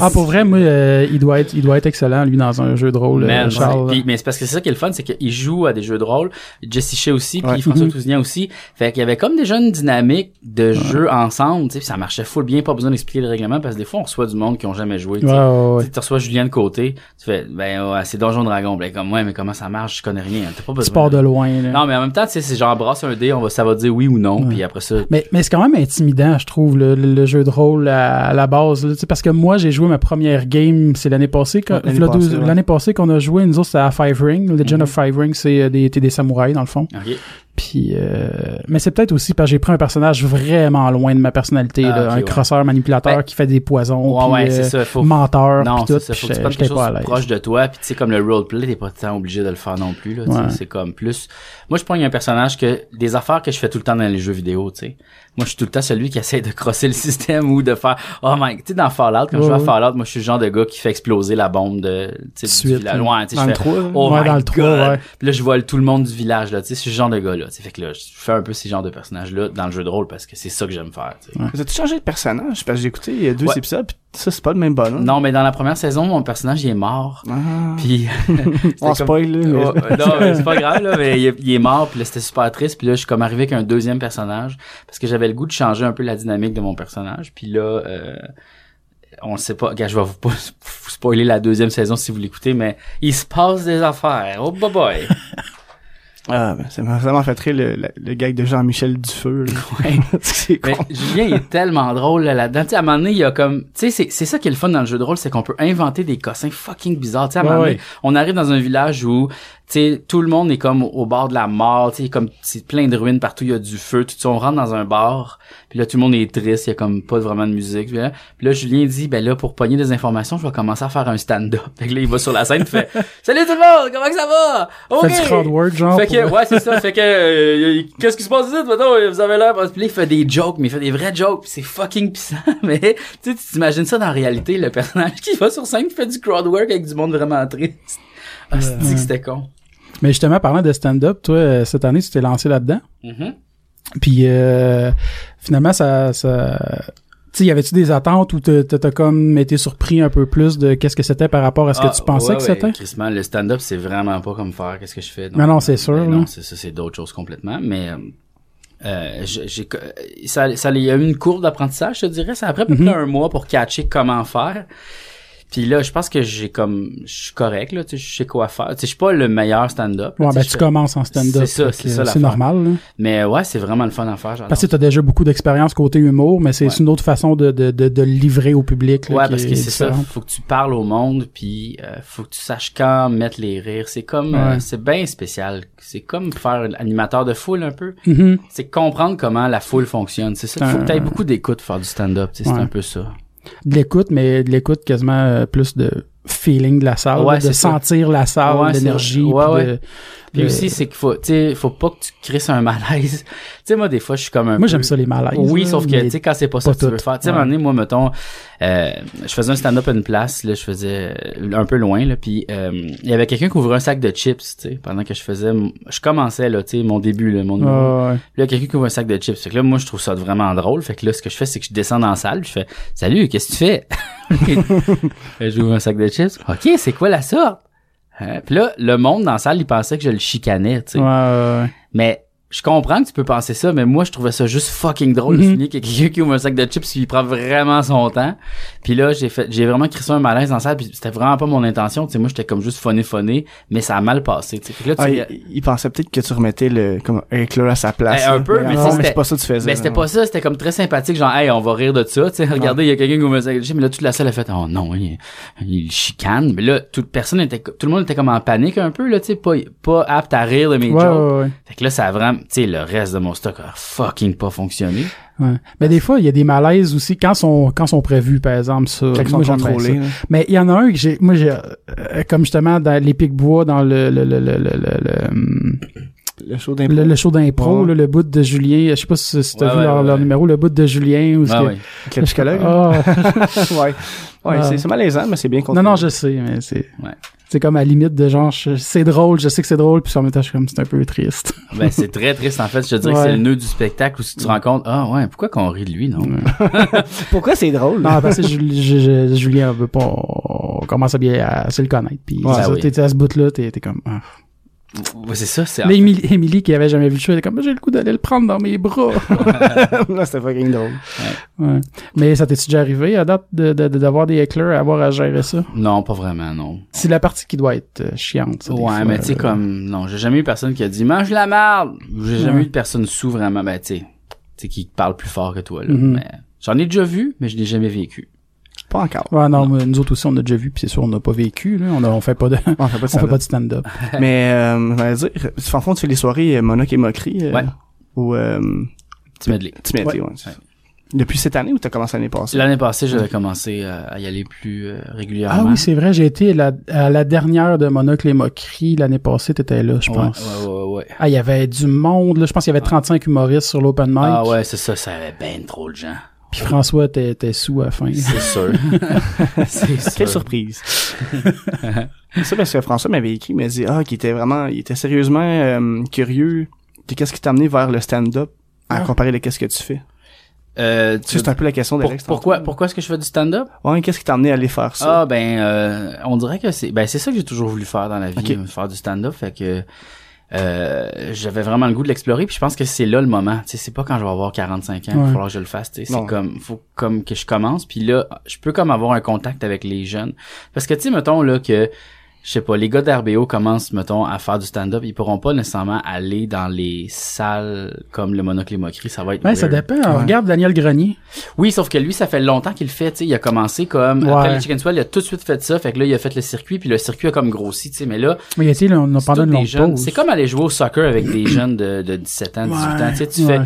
A: Ah, pour vrai, moi, euh, il, doit être, il doit être excellent, lui, dans un jeu de rôle. euh,
B: Man,
A: Charles.
B: ouais. Puis- mais c'est parce que c'est ça qui est le fun, c'est qu'il joue à des jeux de rôle. Jesse Shea aussi, puis
C: Ouais.
B: François
A: Mhm.
B: Tousignan aussi. Fait qu'il y avait comme déjà une dynamique de jeu ensemble, tu sais, puis ça marchait full bien, pas besoin d'expliquer le règlement, parce que des fois, on reçoit du monde qui ont jamais joué, tu
A: Ouais,
B: sais.
A: ouais, ouais.
B: Tu sais, Tu reçois Julien de côté, tu fais, ben, ouais, c'est Donjon Dragon. Ben, comme, ouais, mais comment ça marche? Je connais rien. T'as pas besoin.
A: Tu pars de loin. là.
B: Non, mais en même temps, tu sais, c'est genre, brasse un dé, on va, ça va dire oui ou non, puis après ça.
A: Mais, mais c'est quand même intimidant, je trouve, le, le- le jeu de rôle à, à la base. là. Tu sais, parce que moi, j'ai joué ma première game, c'est l'année passée. quand-
C: Ouais, l'année
A: le
C: passée,
A: douze-
C: ouais.
A: L'année passée qu'on a joué, nous autres, c'était à Five Ring. Legend
B: Mhm.
A: of Five Ring, c'est euh, des, t'es des samouraïs, dans le fond.
B: Ok.
A: Puis, euh, mais c'est peut-être aussi parce que j'ai pris un personnage vraiment loin de ma personnalité,
B: Ah,
A: là,
B: ok,
A: un
B: ouais.
A: crosseur manipulateur
B: Ben,
A: qui fait des poisons, puis,
B: Ouais, ouais, c'est
A: euh,
B: ça, faut-
A: menteur,
B: Non,
A: puis tout.
B: c'est ça.
A: puis
B: Faut que tu
A: j'étais-
B: prennes quelque
A: j'étais
B: chose
A: pas à l'aise.
B: proche de toi. Puis tu sais, comme le roleplay, t'es pas tant obligé de le faire non plus. Là, tu sais.
A: Ouais.
B: C'est comme plus. Moi, je prends un personnage que des affaires que je fais tout le temps dans les jeux vidéo. Tu sais, moi, je suis tout le temps celui qui essaie de crosser le système ou de faire. Oh my, tu sais, dans Fallout, quand je
A: Ouais,
B: joue à
A: ouais.
B: Fallout, moi, je suis le genre de gars qui fait exploser la bombe de. Tu sais,
A: Suite,
B: du
A: hein.
B: village. Ouais, tu sais,
C: Dans
B: je fais,
C: le 3, là.
B: Oh
A: Ouais,
B: my
A: dans le 3,
B: God.
A: ouais.
B: Puis là, je vois le- tout le monde du village, là. Tu sais, je suis ce genre de gars-là. Tu sais, fait que là, je fais un peu ces genres de personnages-là dans le jeu de rôle parce que c'est ça que j'aime faire. tu sais.
C: Vous avez changé de personnage parce que j'ai écouté euh, deux
B: Ouais.
C: épisodes puis ça c'est pas le même bonhomme.
B: Non, mais dans la première saison, mon personnage, il est mort.
C: Ah.
B: Puis.
C: On
B: c'était
C: spoil là. mais-
B: Ouais, ouais, non, mais c'est pas grave, là, mais il, est- il est mort, puis là, c'était super triste, puis là, je suis comme arrivé avec un deuxième personnage, parce que j'avais le goût de changer un peu la dynamique de mon personnage, puis là, euh, on le sait pas, gars, je vais vous, pas- vous spoiler la deuxième saison si vous l'écoutez, mais il se passe des affaires, oh boy boy!
C: Ah, ben, ça m'a ça m'a fait rire le, le, le gag de Jean-Michel Dufeu. Là.
B: Ouais.
C: c'est con.
B: Mais Julien, il est tellement drôle là, là-dedans. Tu sais, à un moment donné, il y a comme... Tu sais, c'est, c'est ça qui est le fun dans le jeu de rôle, c'est qu'on peut inventer des cossins fucking bizarres. Tu sais, à un
A: Ouais,
B: moment donné,
A: ouais.
B: on arrive dans un village où, tu sais, tout le monde est comme au bord de la mort, tu sais, comme c'est plein de ruines partout, il y a du feu, tout ça. On rentre dans un bar, puis là, tout le monde est triste, il y a comme pas vraiment de musique. Puis là, puis là, Julien dit, ben là, pour pogner des informations, je vais commencer à faire un stand-up. Fait que là, il va sur la scène, il fait « Salut tout le monde, comment que ça va?
A: Fait
B: OK! »
A: du crowd work, genre.
B: Fait
A: pour-
B: que, ouais, c'est ça. Fait que, euh, qu'est-ce qui se passe ici, mettons, vous avez l'air, puis là, il fait des jokes, mais il fait des vrais jokes, puis c'est fucking pissant, mais, tu sais, tu t'imagines ça dans la réalité, le personnage qui va sur scène, qui fait du crowd work avec du monde vraiment triste. Ah, c'est dit que c'était con.
A: Mais justement, parlant de stand-up, toi, euh, cette année, tu t'es lancé là-dedans.
B: Mhm.
A: Puis euh, finalement, ça, ça... Tu sais, y avait-tu des attentes ou t'as t'as- t'as comme été surpris un peu plus de qu'est-ce que c'était par rapport à ce
B: Ah,
A: que tu pensais
B: ouais,
A: que
B: ouais,
A: c'était?
B: crissement, le stand-up, c'est vraiment pas comme faire qu'est-ce que je fais.
A: Non, non, c'est sûr,
B: mais Non,
A: là.
B: c'est ça, c'est d'autres choses complètement. Mais euh, euh, j'ai- j'ai, co- ça, ça, il y a eu une courbe d'apprentissage, je te dirais. Ça a pris à peu près
A: Mhm.
B: un mois pour catcher comment faire. Puis là, je pense que j'ai comme, je suis correct là. Tu sais, je sais quoi faire. Tu sais, je suis pas le meilleur stand-up. là,
A: Ouais,
B: tu sais,
A: ben
B: je
A: tu
B: fais-
A: commences en stand-up.
B: C'est ça,
A: fait
B: c'est
A: que
B: ça,
A: C'est
B: l'affaire.
A: normal, là.
B: Mais ouais, c'est vraiment le fun à faire. j'adore
A: Parce que t'as déjà beaucoup d'expérience côté humour, mais c'est
B: Ouais.
A: une autre façon de, de, de, de le livrer au public. Là,
B: ouais,
A: qui
B: parce que
A: est
B: c'est ça.
A: différente.
B: Faut que tu parles au monde, puis euh, faut que tu saches quand mettre les rires. C'est comme,
A: Ouais.
B: euh, c'est bien spécial. C'est comme faire un animateur de foule un peu.
A: Mhm.
B: C'est comprendre comment la foule fonctionne. C'est ça. Faut que t'aies beaucoup d'écoute pour faire du stand-up. tu sais, C'est
A: Ouais.
B: un peu ça.
A: De l'écoute, mais de l'écoute quasiment euh, plus de feeling de la salle,
B: Ouais,
A: là, de
B: c'est ça.
A: sentir la salle,
B: Ouais, c'est
A: l'énergie.
B: vrai. Ouais,
A: puis
B: ouais.
A: de-
B: Puis
A: de-
B: aussi, c'est qu'il faut, tu sais, faut pas que tu crisses un malaise. Tu sais, moi, des fois, je suis comme un
A: Moi,
B: peu-
A: j'aime ça, les malaises.
B: Oui,
A: là,
B: sauf que,
A: mais-
B: tu sais, quand c'est pas ça
A: pas
B: que tu veux
A: toutes.
B: faire. Tu sais, à un
A: Ouais.
B: moment donné, moi, mettons, euh, je faisais un stand-up à une place, là, je faisais euh, un peu loin, là, puis euh, il y avait quelqu'un qui ouvrait un sac de chips, tu sais, pendant que je faisais, m- je commençais, là, tu sais, mon début, là, mon
A: Ouais,
B: numéro.
A: ouais.
B: Puis là, quelqu'un qui ouvre un sac de chips. Fait que là, moi, je trouve ça vraiment drôle. Fait que là, ce que je fais, c'est que je descends dans la salle, puis je fais « Salut, qu'est-ce que tu fais? » Fait que J'ouvre un sac de chips. « OK, c'est quoi la sorte? Hein? Puis là, le monde dans la salle, il pensait que je le chicanais, tu sais.
A: Ouais, ouais, ouais.
B: Mais je comprends que tu peux penser ça, mais moi, je trouvais ça juste fucking drôle de
A: Mhm.
B: souligner qu'il y a quelqu'un qui ouvre un sac de chips il prend vraiment son temps. Puis là, j'ai fait, j'ai vraiment créé ça un malaise dans ça, puis c'était vraiment pas mon intention. Tu sais, moi, j'étais comme juste phoné phoné, mais ça a mal passé. Tu sais. Fait que là, tu
C: Ah,
B: ré-
C: il, il pensait peut-être que tu remettais le comme un éclat à sa place.
B: Eh, un
C: là.
B: peu, mais
C: en
B: ça,
C: fond,
B: c'était-
C: c'est pas ça que tu faisais.
B: Mais Ben, c'était
C: là.
B: pas ça, c'était comme très sympathique, genre, hey, on va rire de ça, tu sais, regardez, il y a quelqu'un qui ouvre un sac de chips, mais là, toute la salle a fait, oh non, il, il chicane, mais là, toute personne était, co- tout le monde était comme en panique un peu, là, tu sais, pas, pas apte à rire de mes
A: Ouais,
B: jokes.
A: ouais, ouais.
B: Fait que là, ça a vraiment, tu sais, le reste de mon stock a fucking pas fonctionné.
A: Ouais. Mais des fois, il y a des malaises aussi quand sont quand sont prévus, par exemple, ça.
C: Quand ils sont
A: Moi, j'aime bien ça.
C: contrôlés. là.
A: Mais il y en a un que j'ai, moi j'ai, euh, comme justement dans les pics bois, dans le le le le le le, le, hum,
C: Le show d'impro.
A: le- le show d'impro,
C: Ouais.
A: là, le bout de Julien, je sais pas si, si t'as
B: Ouais,
A: vu
B: ouais,
A: leur,
B: ouais,
A: leur
B: ouais.
A: numéro, le bout de Julien ou ce
B: Ah
A: que-
B: oui.
C: Avec le psychologue.
A: Ah,
C: ouais. Ouais,
A: Ah.
C: c'est c'est malaisant, mais c'est bien contrôlé.
A: non non je sais, mais c'est.
B: Ouais.
A: C'est comme à la limite de genre, je- c'est drôle, je sais que c'est drôle, puis en même temps, je suis comme, c'est un peu triste.
B: Ben, c'est très triste, en fait. Je te dirais que
A: Ouais.
B: c'est le nœud du spectacle où si tu te rends compte, ah ouais, pourquoi qu'on rit de lui, non?
C: Pourquoi c'est drôle?
A: Non, parce que Juli- je- je- Julien, on veut pas, on commence à bien à se le connaître, puis
B: Ouais,
A: c'est ça,
B: oui.
A: t'es t'es à ce bout-là, t'es t'es comme, ah.
B: Ouais, c'est ça, c'est.
A: Mais Émilie, Émilie, qui avait jamais vu le show, elle était comme, j'ai le goût d'aller le prendre dans mes bras. ben.
C: non, c'était fucking drôle.
A: Ouais. Mais ça t'est-tu déjà arrivé à date de- de- de- d'avoir des éclairs à avoir à gérer ça?
B: Non, pas vraiment, non.
A: C'est la partie qui doit être euh, chiante. ça, des
B: ouais,
A: fois,
B: mais tu sais,
A: euh,
B: comme, non, j'ai jamais eu personne qui a dit, mange la merde! J'ai jamais
A: Ouais.
B: eu de personne sous vraiment, ben, tu sais, tu sais, qui parle plus fort que toi, là.
A: Mhm.
B: Mais J'en ai déjà vu, mais je l'ai jamais vécu.
C: Pas encore.
A: Ouais, non, mais nous autres aussi, on a déjà vu, puis c'est sûr, on n'a pas vécu, là. On, a, on fait pas de,
C: On fait
A: on fait
C: pas de stand-up.
A: pas de stand-up.
C: Mais, euh, j'allais dire, en fond, tu fais les soirées euh, Monoc et Moquerie. euh,
B: Ouais.
C: Ou, euh,
B: Tu me dis.
C: tu m'as dit, ouais.
B: Ouais.
C: Depuis cette année ou t'as commencé l'année passée?
B: L'année passée, j'avais commencé euh, à y aller plus euh,
A: Ah
B: régulièrement.
A: oui, c'est vrai, j'ai été la- à la dernière de Monocle et Moquerie l'année passée, t'étais là, je
B: Ouais,
A: pense.
B: Ouais, ouais, ouais.
A: Ah, il y avait du monde, là. Je pense qu'il y avait 35 humoristes sur l'open mic.
B: Ah ouais, c'est ça, ça avait ben trop de gens.
A: Puis François, t'es t'es sous à la fin.
B: C'est sûr. c'est sûr.
C: Quelle surprise. ça, parce que François m'avait écrit, il m'a dit, ah, qu'il était vraiment, il était sérieusement euh, curieux de qu'est-ce qui t'a amené vers le stand-up à
A: Ah.
C: comparer de qu'est-ce que tu fais.
B: Euh, tu-
C: Ça, C'est un peu la question
B: pour-
C: d'Alex.
B: pourquoi
C: tantôt.
B: pourquoi est-ce que je fais du stand-up
C: Ouais, qu'est-ce qui t'a amené à aller faire ça?
B: Ah ben euh, on dirait que c'est ben c'est ça que j'ai toujours voulu faire dans la vie, euh,
C: Ok.
B: faire du stand-up fait que euh, j'avais vraiment le goût de l'explorer puis je pense que c'est là le moment, tu sais c'est pas quand je vais avoir 45 ans, il va
A: Ouais.
B: falloir que je le fasse, tu sais
C: Non.
B: c'est comme faut comme que je commence puis là je peux comme avoir un contact avec les jeunes parce que tu sais mettons là que je sais pas, les gars d'RBO commencent, mettons, à faire du stand-up, ils pourront pas nécessairement aller dans les salles comme le monocle et moquerie, ça va être
A: Ouais, ça
B: weird.
A: dépend.
C: Ouais.
A: Regarde Daniel Grenier.
B: Oui, sauf que lui, ça fait longtemps qu'il le fait. tu sais, Il a commencé comme...
A: Ouais.
B: Après le Chicken Swell, il a tout de suite fait ça. Fait que là, il a fait le circuit, puis le circuit a comme grossi. tu sais, Mais là,
A: Mais il a été, là, on a
B: c'est
A: pendant
B: tous
A: une
B: des
A: longue
B: jeunes.
A: pause.
B: C'est comme aller jouer au soccer avec des jeunes de, de 17 ans, 18 ans. tu sais, Tu fais...
A: ouais.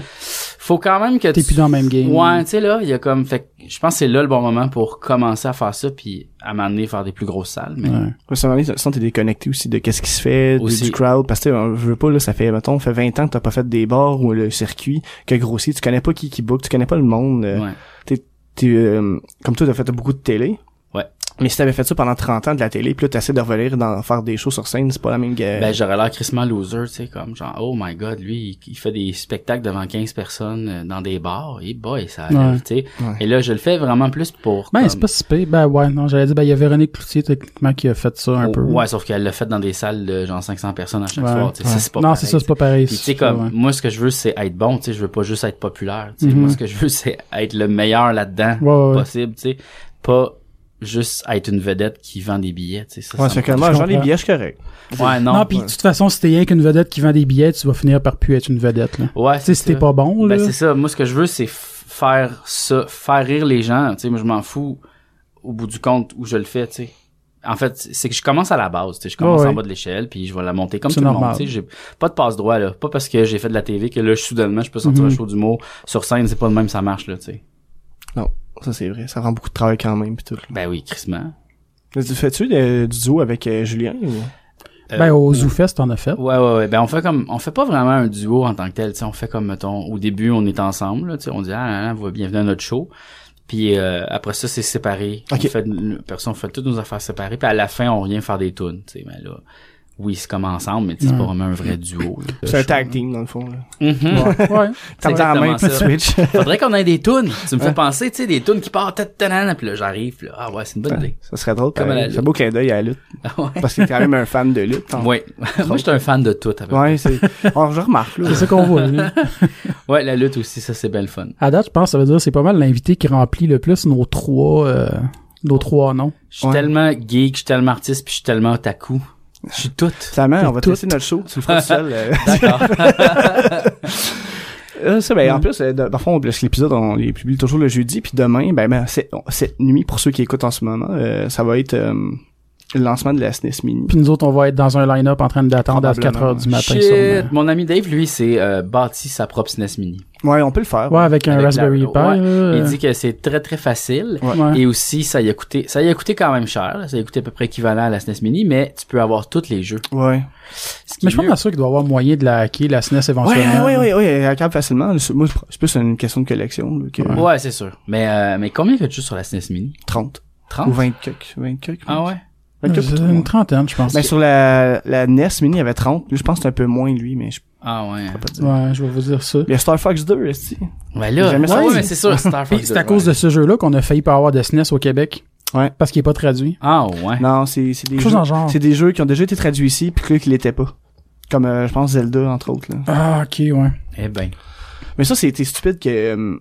B: Faut quand même que
A: T'es
B: tu...
A: plus dans le même game.
B: Ouais, tu sais, là, il y a comme... Fait que je pense que c'est là le bon moment pour commencer à faire ça, puis à m'amener vers des plus grosses salles. Mais...
A: Ouais.
C: Parce que, à un moment donné, sinon, t'es déconnecté aussi de qu'est-ce qui se fait, du-
B: Aussi.
C: du crowd, parce que, tu sais, je veux pas, là, ça fait, mettons, fait 20 ans que t'as pas fait des bars ou le circuit, que grossi, tu connais pas qui qui book, tu connais pas le monde, euh,
B: Ouais.
C: t'es, euh, comme toi, t'as fait beaucoup de télé.
B: Ouais.
C: Mais si t'avais fait ça pendant 30 ans de la télé, puis là, t'essaies de revenir dans, faire des shows sur scène, c'est pas la même guerre.
B: Ben, j'aurais l'air crissement loser, tu sais, comme genre, oh my god, lui, il, il fait des spectacles devant 15 personnes euh, dans des bars, et boy, ça arrive,
A: Ouais.
B: tu sais.
C: Ouais.
B: Et là, je le fais vraiment plus pour...
A: Ben,
B: comme-
A: c'est pas si pire. Ben, ouais, non, j'allais dire, ben, il y a Véronique Cloutier, techniquement, qui a fait ça un
B: Oh,
A: peu.
B: Ouais, sauf qu'elle l'a fait dans des salles de genre 500 personnes à chaque
A: Ouais,
B: soir. tu sais, Ça,
C: ouais.
B: c'est pas
A: Non,
B: pareil,
A: c'est ça, c'est
B: tu
A: pas pareil.
B: sais. Puis, tu sais,
A: c'est
B: comme,
A: ça, ouais.
B: moi, ce que je veux, c'est être bon, tu sais, je veux pas juste être populaire, tu sais.
A: Mhm.
B: Moi, ce que je veux, c'est être le meilleur là-dedans
A: Ouais, ouais, ouais.
B: possible, tu sais. Pas juste être une vedette qui vend des billets, tu sais. Ça,
C: ouais,
B: ça
C: c'est
B: me-
C: comme, ah,
A: je
C: genre, les
A: comprends.
C: billets, je suis correct.
B: Ouais, non.
A: Non, puis
C: ouais.
A: de toute façon, si t'es rien qu'une vedette qui vend des billets, tu vas finir par plus être une vedette. Là.
B: ouais,
A: Tu sais, si
B: c'était
A: t'es pas bon, là.
B: Ben, c'est ça. Moi, ce que je veux, c'est f- faire ça, faire rire les gens. Tu sais, moi, je m'en fous au bout du compte où je le fais, tu sais. En fait, c'est que je commence à la base, tu sais. Je commence
A: Ouais,
B: en
A: ouais.
B: bas de l'échelle, puis je vais la monter comme
A: C'est
B: tout le monde,
A: normal.
B: tu sais. J'ai pas de passe droit, là. Pas parce que j'ai fait de la TV que là, je- soudainement, je peux sortir un
A: Mhm.
B: show d'humour. Sur scène, c'est pas de même, ça marche, là, tu sais.
C: Ça, c'est vrai. Ça rend beaucoup de travail quand même, pis tout.
B: Ben oui, crissement.
C: Là, tu fais-tu euh, du duo avec euh, Julien ou?
B: Euh,
A: Ben, au ZooFest, t'en as fait.
B: Ouais, ouais, ouais. Ben, on fait comme, on fait pas vraiment un duo en tant que tel. tu sais on fait comme, mettons, au début, on est ensemble. Là, tu sais, on dit, ah, là, là, vous- bienvenue à notre show. Puis euh, après ça, c'est séparé.
C: Ok.
B: On fait, une- personne, on fait toutes nos affaires séparées. Puis à la fin, on vient faire des tunes. Tu sais, ben là, oui, c'est comme ensemble, mais tu sais, c'est pas vraiment un vrai duo. là.
C: Mm. C'est un tag team, dans le fond, là.
B: Mhm.
A: ouais.
C: T'as la
B: exactement
C: main, puis tu
B: ça.
C: switch.
B: Faudrait qu'on ait des tunes. Tu me fais penser, tu sais, des tunes qui partent, ta- ta- ta- ta- puis là, j'arrive, puis là, ah ouais, c'est une bonne idée.
C: ça serait drôle,
B: Comme à la
C: pareil.
B: lutte.
C: C'est un beau clin d'œil à la lutte.
B: Ah ouais.
C: Parce que t'es quand même un fan de lutte. hein.
B: Ouais. Moi, j'étais un fan de tout. à peu près.
C: Ouais, c'est, on, je remarque, là.
A: C'est ça qu'on voit. là.
B: Ouais, la lutte aussi, ça, c'est belle fun.
A: À date, je pense que ça veut dire que c'est pas mal l'invité qui remplit le plus nos trois, euh,
B: Oh.
A: nos trois noms.
B: Je suis
C: Ouais.
B: tellement geek, je suis tellement artiste, puis je suis tellement otaku. Je suis tout.
C: Finalement, on va
A: Tout.
C: tester notre show. Tu le feras tout seul. euh.
B: D'accord.
C: Euh, ça, ben,
A: Mm.
C: en plus, euh, de- parfois, on, parce que l'épisode, on les publie toujours le jeudi, puis demain, ben, ben, c'est- on- cette nuit, pour ceux qui écoutent en ce moment, euh, ça va être euh, le lancement de la SNES Mini.
A: Puis nous autres, on va être dans un line-up en train d'attendre à 4 heures du matin.
B: Shit,
A: sûrement.
B: mon ami Dave, lui, s'est euh, bâti sa propre SNES Mini.
C: Ouais, on peut le faire.
A: Ouais, avec un
B: Avec la-
A: Raspberry Pi.
B: ouais.
A: là, euh,
B: Il dit que c'est très, très facile.
A: ouais.
B: Et aussi, ça y a coûté, ça y a coûté quand même cher. là. Ça y a coûté à peu près équivalent à la SNES Mini, mais tu peux avoir tous les jeux.
C: Ouais.
B: Ce qui
A: Mais
B: est
A: je pense
B: mieux.
A: pas sûr qu'il doit y avoir moyen de la hacker, la SNES
C: Ouais, ouais,
A: éventuellement.
C: ouais, ouais, ouais, elle capte facilement. C'est- Moi, c'est plus une question de collection, là, que
B: Ouais, c'est sûr. Mais, euh, mais combien que tu joues sur la SNES Mini?
C: 30
B: 30?
C: ou 20 quelques, 20 quelques.
B: Ah ouais?
C: Fait que tout-
A: C'est Une trentaine, je pense.
C: Ben, sur la, la NES Mini, il y avait 30. Lui, je pense que c'est un peu moins, lui, mais je
B: Ah ouais.
C: peux pas te dire.
A: Ouais, je vais vous dire ça.
C: Il y a Star Fox 2, aussi.
B: Ouais, Ben là,
C: J'aimais ça.
B: ouais, mais c'est sûr, Star
A: Puis
B: Fox.
A: c'est à cause de ce jeu-là qu'on a failli pas avoir de SNES au Québec.
C: Ouais.
A: Parce qu'il est pas traduit.
B: Ah ouais.
C: Non, c'est c'est des,
A: Quelque chose
C: jeux-
A: en genre.
C: c'est des jeux qui ont déjà été traduits ici, puis que là, qui l'étaient pas. Comme, euh, je pense, Zelda, entre autres. Là.
A: Ah, ok, ouais.
B: Eh ben.
C: Mais ça, c'était stupide que... euh,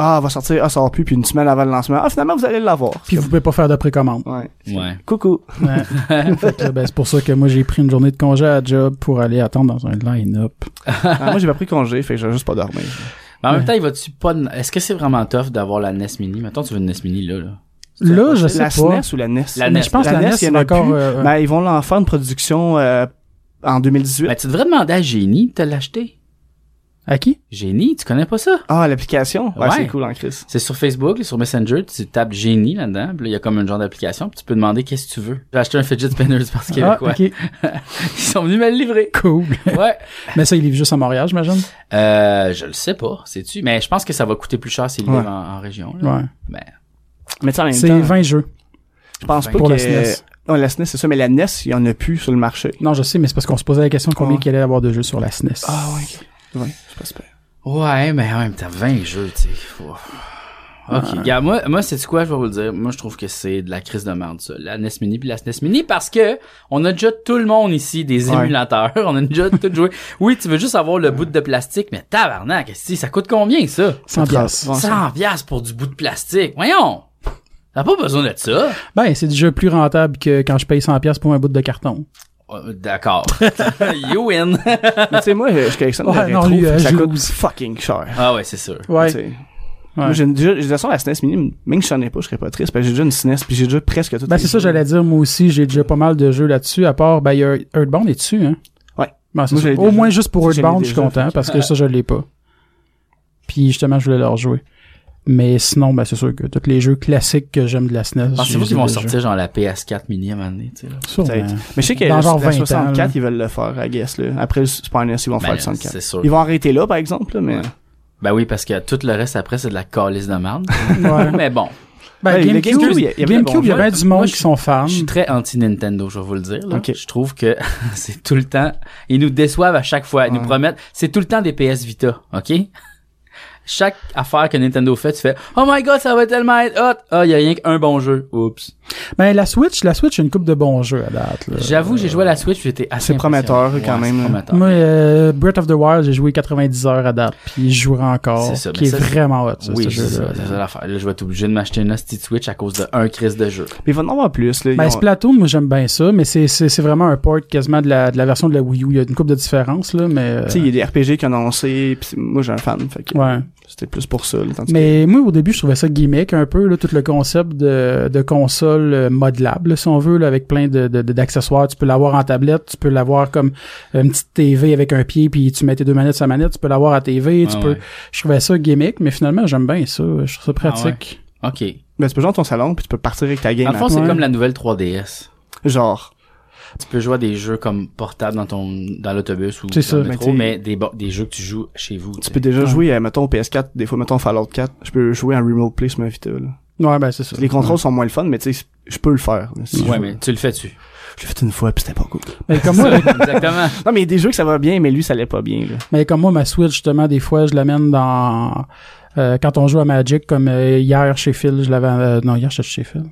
C: ah, va sortir, ah, ça sort plus, puis une semaine avant le lancement. Ah, finalement, vous allez l'avoir.
A: Puis vous pouvez pas faire de précommande.
C: Ouais.
B: Ouais.
C: Coucou.
A: Ouais. Fait que là, ben, c'est pour ça que moi, j'ai pris une journée de congé à job pour aller attendre dans un line-up.
C: Ah, moi, j'ai pas pris congé, fait que j'ai juste pas dormi.
B: Mais Ben, en même temps, il va-tu pas. de- Est-ce que c'est vraiment tough d'avoir la NES Mini? Mettons, tu veux une NES Mini, là, là.
A: Là, je sais
C: La
A: pas.
C: SNES ou la E NES?
B: La
A: Mais
B: NES.
A: je pense que
C: La
A: la
C: NES,
A: NES,
C: il y
A: c'est
C: en a
A: encore...
C: plus.
A: euh,
C: Ben, ils vont l'en faire une production euh, en 2018.
B: Ben, tu devrais demander à Génie de te l'acheter.
A: À qui?
B: Génie, tu connais pas ça?
C: Ah, l'application? Ouais,
B: Ouais.
C: c'est cool en crise.
B: C'est sur Facebook, là, sur Messenger, tu tapes Génie là-dedans, puis là, il y a comme un genre d'application, puis tu peux demander qu'est-ce que tu veux. J'ai acheté un fidget spinner du Parti
A: Ah,
B: québécois.
A: ok.
B: Ils sont venus me le livrer.
A: Cool.
B: Ouais.
A: Mais ça, il livre juste à Montréal, j'imagine.
B: Euh, je le sais pas, sais-tu? Mais je pense que ça va coûter plus cher s'ils le
C: Ouais.
B: livrent en, en région. là.
A: Ouais.
B: Ben,
C: Mais tu sais, en même
A: C'est
C: temps,
A: 20 jeux
C: je pense pas
A: pour
C: que...
A: la SNES.
C: Non, la SNES, c'est ça, mais la NES, il y en a plus sur le marché.
A: Non, je sais, mais c'est parce qu'on se posait la question combien
C: Ouais.
A: qu'il allait y avoir de jeux sur la E SNES.
C: Ah. ouais. Ouais, c'est pas super.
B: Ouais, mais en même temps, 20 jeux, tu sais. Ouf. Ok, gars, moi, moi c'est quoi, je vais vous le dire. Moi, je trouve que c'est de la crise de merde, ça. La NES Mini puis la SNES Mini, parce que on a déjà tout le monde ici des
C: Ouais.
B: émulateurs. On a déjà tout joué. Oui, tu veux juste avoir le bout de plastique, mais tabarnak, si, ça coûte combien, ça?
A: 100 piastres.
B: 100 piastres pour du bout de plastique. Voyons! T'as pas besoin de ça.
A: Ben, c'est déjà plus rentable que quand je paye 100 piastres pour un bout de carton.
B: Euh, D'accord. you win.
C: Mais tu sais, moi, je je collectionne le
A: Ouais,
C: rétro,
A: non, lui,
C: fait que
A: euh,
C: ça
A: je
C: coûte
A: l'ose.
C: fucking cher.
B: Ah ouais, c'est sûr.
A: Ouais.
C: Tu sais. Moi, j'ai déjà, de toute façon, la SNES mini, même si j'en ai pas, je serais pas triste, parce que j'ai déjà une SNES, puis j'ai déjà presque tout.
A: Ben, c'est ça, j'allais dire, moi aussi, j'ai déjà pas mal de jeux là-dessus, à part, ben, il y a Earthbound est dessus, hein?
C: Ouais.
A: Ben, c'est
C: Moi,
A: ça.
C: j'ai
A: Au
C: déjà-
A: moins juste pour
C: j'ai
A: Earthbound, je
C: déjà,
A: suis content,
C: fait que-
A: parce que ça, je l'ai pas. Puis, justement, je voulais leur jouer. Mais sinon, ben, c'est sûr que tous les jeux classiques que j'aime de la SNES.
B: Pensez-vous
A: je les
B: qu'ils
A: ai
B: vont
A: déjà.
B: sortir genre la PS4 Mini à un moment donné, tu sais, là?
A: Sûrement.
C: Peut-être. Mais je sais que
A: Dans
C: la,
A: genre
C: la
A: 20 ans,
C: 64,
A: là.
C: ils veulent le faire, I guess, là. Après le Super NES, ils vont faire
B: Ben,
C: le 64.
B: c'est sûr.
C: Ils vont arrêter là, par exemple, là, mais.
B: Ouais. Ben oui, parce que tout le reste après, c'est de la calice de merde.
A: Ouais.
B: Mais bon,
A: Ben,
C: Ouais, le
A: GameCube,
C: GameCube, il y a- il y avait de
A: GameCube, il y a
C: bons
A: bien
B: jeux.
A: du monde
B: Moi, je-
A: qui sont fans.
B: je suis très anti-Nintendo, je vais vous le dire. là.
C: Hmm. Ok.
B: Je trouve que c'est tout le temps... Ils nous déçoivent à chaque fois. Ils nous
C: Ouais.
B: promettent... C'est tout le temps des PS Vita, OK? Chaque affaire que Nintendo fait, tu fais « Oh my God, ça va tellement être hot! » Ah, il y a rien qu'un bon jeu. Oups.
A: Ben, la Switch, la Switch, a une coupe de bons jeux à date, là.
B: J'avoue, j'ai joué à la Switch, j'étais assez
C: Euh, C'est prometteur,
B: impressionné.
C: quand
B: Ouais,
C: même,
B: c'est
C: là.
B: prometteur.
A: Moi, euh, Breath of the Wild, j'ai joué 90 heures à date, puis je jouerai encore,
B: C'est ça, mais
A: qui est
B: ça, c'est-
A: vraiment hot, ça,
B: Oui,
A: ce
B: c'est ça,
A: jeu-là.
B: c'est ça l'affaire. Là, je vais être obligé de m'acheter une hostie de Switch à cause de un crise de jeu.
C: Mais ils vont en avoir plus, là. Ils
A: Ben,
C: ont-
A: Splatoon, moi j'aime bien ça, mais c'est, c'est, c'est vraiment un port quasiment de la, de la version de la Wii U. Il y a une coupe de différence, là, mais. euh,
C: Tu sais, il y a des RPG qui ont annoncé, pis c'est- moi, j'ai un fan, fait que
A: Ouais.
C: c'était plus pour ça, là. tandis que-
A: Mais moi, au début, je trouvais ça gimmick un peu, là, tout le concept de, de console euh, modelable, là, si on veut, là, avec plein de, de- de- d'accessoires. Tu peux l'avoir en tablette, tu peux l'avoir comme une petite TV avec un pied, puis tu mets tes deux manettes sur la manette, tu peux l'avoir à TV, tu
B: Ah
A: peux.
B: ouais. Ah
A: Je trouvais ça gimmick, mais finalement, j'aime bien ça. Je trouve ça pratique.
B: OK.
C: Ben, tu peux jouer dans ton salon, puis tu peux partir avec ta game.
B: Dans le fond,
C: après.
B: c'est
A: Ouais.
B: comme la nouvelle 3DS.
C: Genre.
B: Tu peux jouer à des jeux comme portable dans ton dans l'autobus ou dans
A: C'est ça,
B: le
C: mais
B: métro,
C: t'sais-
B: mais des, bo- des jeux que tu joues chez vous.
C: Tu
B: t'sais.
C: peux déjà
A: Ouais.
C: jouer, euh, mettons, au PS4, des fois, mettons, Fallout 4. Je peux jouer en Remote Play sur ma Vita, là.
A: Ouais, ben c'est ça.
C: Les contrôles sont moins le fun, mais tu sais, je peux le faire. Si je
B: Ouais,
C: veux.
B: mais tu le fais tu.
C: Je l'ai fait une fois, puis c'était pas cool.
A: Mais comme moi,
B: Exactement.
C: Non, mais il y a des jeux que ça va bien, mais lui, ça allait pas bien, là.
A: Mais comme moi, ma Switch, justement, des fois, je l'amène dans... euh, quand on joue à Magic, comme euh, hier chez Phil, je l'avais... euh, non, hier, j'étais chez Phil.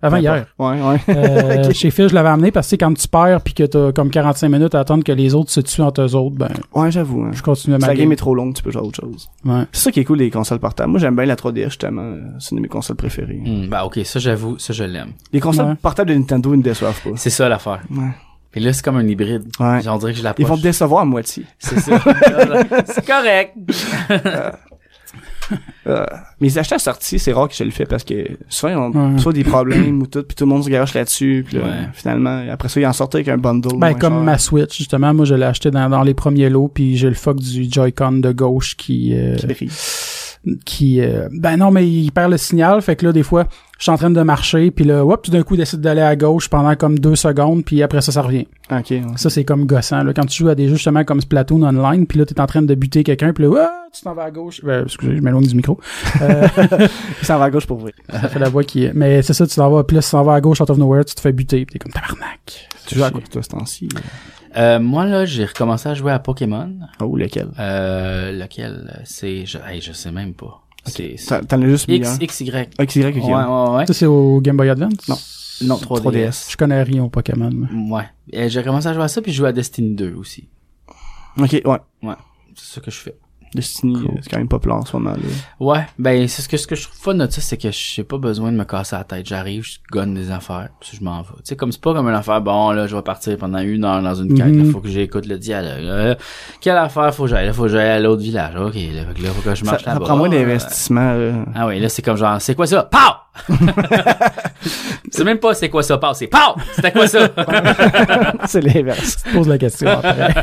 A: Avant hier.
C: Ouais, ouais.
A: Euh, Chez Phil, je l'avais amené parce que tu sais, quand tu perds puis que t'as comme 45 minutes à attendre que les autres se tuent entre eux autres, ben,
C: Ouais, j'avoue. hein.
A: je continue
C: Si
A: ma
C: la game
A: game.
C: est trop longue, tu peux jouer à autre chose.
A: Ouais.
C: C'est ça qui est cool des consoles portables. Moi, j'aime bien la 3DS, justement. euh, C'est une de mes consoles préférées.
B: Hmm, bah ok, ça j'avoue, ça je l'aime.
C: Les consoles
A: Ouais.
C: portables de Nintendo, ils ne déçoivent pas.
B: C'est ça l'affaire.
C: Ouais.
B: Et là c'est comme un hybride.
C: Ouais.
B: On dirait que je
C: Ils vont
B: l'approche.
C: te décevoir à moitié.
B: C'est ça. c'est correct.
C: Euh, mais les acheter à sortie, c'est rare que je le fais parce que souvent, ils ont
A: Ouais.
C: soit des problèmes ou tout, puis tout le monde se garoche là-dessus. Puis là,
B: Ouais.
C: finalement, après ça, ils en sortent avec un bundle.
A: Ben,
C: moins
A: comme
C: cher.
A: ma Switch, justement, moi, je l'ai acheté dans, dans les premiers lots puis j'ai le fuck du Joy-Con de gauche qui... euh,
C: Qui brille.
A: qui euh, ben non mais il perd le signal fait que là des fois je suis en train de marcher puis là hop tout d'un coup il décide d'aller à gauche pendant comme deux secondes puis après ça ça revient
C: Ah, Ok. ouais.
A: ça c'est comme gossant là quand tu joues à des jeux justement comme Splatoon online puis là t'es en train de buter quelqu'un puis là Ah, tu t'en vas à gauche Ben, excusez je m'éloigne du micro Euh,
C: Il s'en va à gauche pour vrai.
A: ça fait la voix qui mais c'est ça tu t'en vas puis là tu t'en vas à gauche out of nowhere tu te fais buter puis t'es comme tabarnak
C: Tu joues à quoi toi ce temps-ci?
B: Euh, moi, là, j'ai recommencé à jouer à Pokémon.
C: Oh, lequel?
B: Euh, lequel? C'est... Je, hey, je sais même pas. C'est... c'est
C: T'en t'en as juste mis
B: X,
C: un.
B: X, Y.
C: XY, ok.
B: Ouais, ouais, ouais.
A: ça c'est au Game Boy Advance
C: Non.
B: Non, 3DS.
C: 3DS.
A: je connais rien au Pokémon mais-
B: Ouais. Et j'ai commencé à jouer à ça, puis je joue à Destiny 2 aussi.
C: Ok, ouais.
B: Ouais. C'est ça que je fais.
C: Destiny, euh, c'est quand même populaire en ce moment, là.
B: Ouais, ben c'est ce que ce que je trouve fun de ça, c'est que j'ai pas besoin de me casser la tête. J'arrive, je gonne des affaires, puis je m'en vais. Tu sais, comme c'est pas comme une affaire, bon là, je vais partir pendant une heure dans une quête, là,
A: Mhm.
B: faut que j'écoute le dialogue. là. quelle affaire faut que j'aille? Là, faut que j'aille à l'autre village. Ok, là, fait que là, faut que je
C: Ça,
B: marche
C: ça
B: là-bas. euh.
C: prend moins d'investissement, là.
B: Ah oui, là c'est comme genre c'est quoi ça? Pow! c'est même pas c'est quoi ça, pow, c'est pow! C'était quoi ça?
C: c'est l'inverse.
A: Tu te poses la question après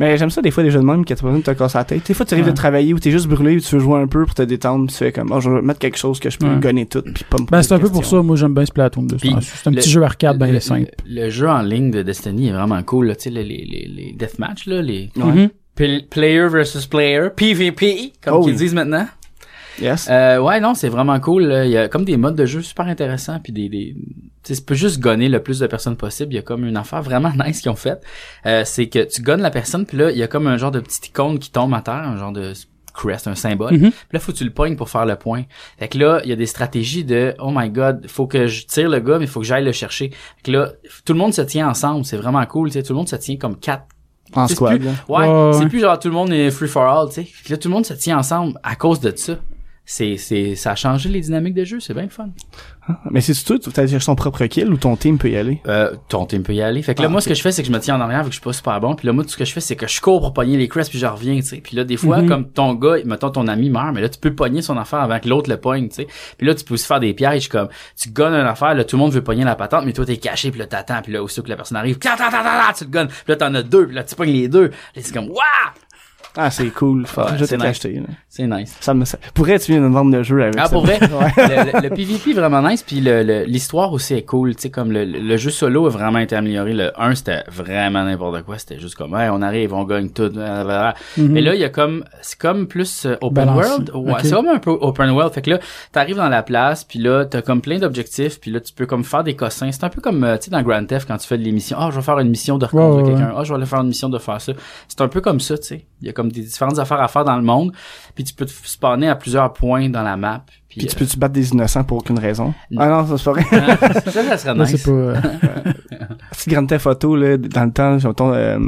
C: Mais j'aime ça des fois des jeux de même qui t'as besoin de te casser la tête. Des fois tu arrives de travailler ou t'es juste brûlé ou tu veux jouer un peu pour te détendre, puis tu fais comme oh, je vais mettre quelque chose que je peux
A: Ouais.
C: gonner tout puis pas me
A: Ben,
C: poser
A: c'est un
C: de
A: peu pour
C: questions.
A: ça, moi, j'aime bien Splatoon 2.
B: Puis,
A: C'est un
B: le-
A: petit jeu arcade bien
B: le,
A: simple.
B: le- le jeu en ligne de Destiny est vraiment cool, là. tu sais, les, les, les, les deathmatch, là, les.
C: Ouais.
A: Mhm.
B: Pl- player versus player, PvP, comme
C: Oh
B: qu'ils
C: oui.
B: disent maintenant.
C: Yes.
B: Euh, ouais, non, c'est vraiment cool. là. Il y a comme des modes de jeu super intéressants, puis des, des... tu sais, tu peux juste gonner le plus de personnes possible. Il y a comme une affaire vraiment nice qu'ils ont faite. Euh, c'est que tu gonnes la personne, puis là, il y a comme un genre de petite icône qui tombe à terre, un genre de crest, un symbole.
C: Mm-hmm.
A: Mhm.
B: Puis là, faut que tu le pognes pour faire le point. Fait que là, il y a des stratégies de Oh my god, faut que je tire le gars, mais faut que j'aille le chercher. Fait que là, tout le monde se tient ensemble, c'est vraiment cool. tu sais, Tout le monde se tient comme quatre
C: en
B: c'est
C: squad.
B: plus-
C: là.
B: Ouais,
A: Ouais,
B: c'est
A: ouais.
B: plus genre tout le monde est free for all, tu sais. Fait que Là, tout le monde se tient ensemble à cause de ça. C'est, c'est, ça a changé les dynamiques de jeu, c'est bien le fun.
C: Mais c'est toi, tu as son propre kill ou ton team peut y aller.
B: Euh, ton team peut y aller. Fait que là,
C: Ah,
B: moi, ce que je fais, c'est que je me tiens en arrière vu que je suis pas super bon. Puis là, moi, tout ce que je fais, c'est que je cours pour pogner les crests puis je reviens, tu sais. Puis là, des fois,
A: Mhm.
B: comme ton gars, mettons, ton ami meurt, mais là, tu peux pogner son affaire avant que l'autre le pogne, tu sais. Puis là, tu peux aussi faire des pièges comme, tu gonnes une affaire, là, tout le monde veut pogner la patente, mais toi, t'es caché puis là, t'attends. Puis là, aussitôt que la personne arrive, ta, ta, ta, ta, ta, tu le gonnes. Puis là, t'en as deux. Puis là, tu pognes les deux. Là, c'est comme, waouh!
C: Ah, c'est cool. Faut-
B: Ouais,
C: je
B: c'est
C: vais
B: nice.
C: l'acheter. là.
B: C'est nice.
C: Ça me ça- pourrait tu viens de me vendre le jeu avec
B: Ah,
C: ça.
B: pour vrai?
C: Ouais.
B: le, le- le PvP est vraiment nice, puis le- le- l'histoire aussi est cool. Tu sais, comme le, le- le jeu solo a vraiment été amélioré. Le 1, c'était vraiment n'importe quoi. C'était juste comme, hey, on arrive, on gagne tout. blablabla.
A: Mhm.
B: Mais là, il y a comme, c'est comme plus euh, open
A: Balancé.
B: world. Ouais,
A: Ok.
B: c'est comme un peu open world. Fait que là, t'arrives dans la place, puis là, t'as comme plein d'objectifs, puis là, tu peux comme faire des cossins. C'est un peu comme, euh, tu sais, dans Grand Theft, quand tu fais de l'émission, ah, je vais faire une mission de reconduire
A: Ouais, ouais,
B: quelqu'un. Ah, je vais aller faire une mission de faire ça. C'est un peu comme ça, tu sais. Il y a comme des différentes affaires à faire dans le monde, puis tu peux te spawner à plusieurs points dans la map.
C: Puis
B: euh,
C: tu peux-tu battre des innocents pour aucune raison?
B: Non.
C: Ah non, ça c'est pas vrai.
B: Hein? ça, ça serait
A: Là,
B: nice.
A: c'est pas. euh,
C: Petite grande telle photo, là, dans le temps, j'entends euh,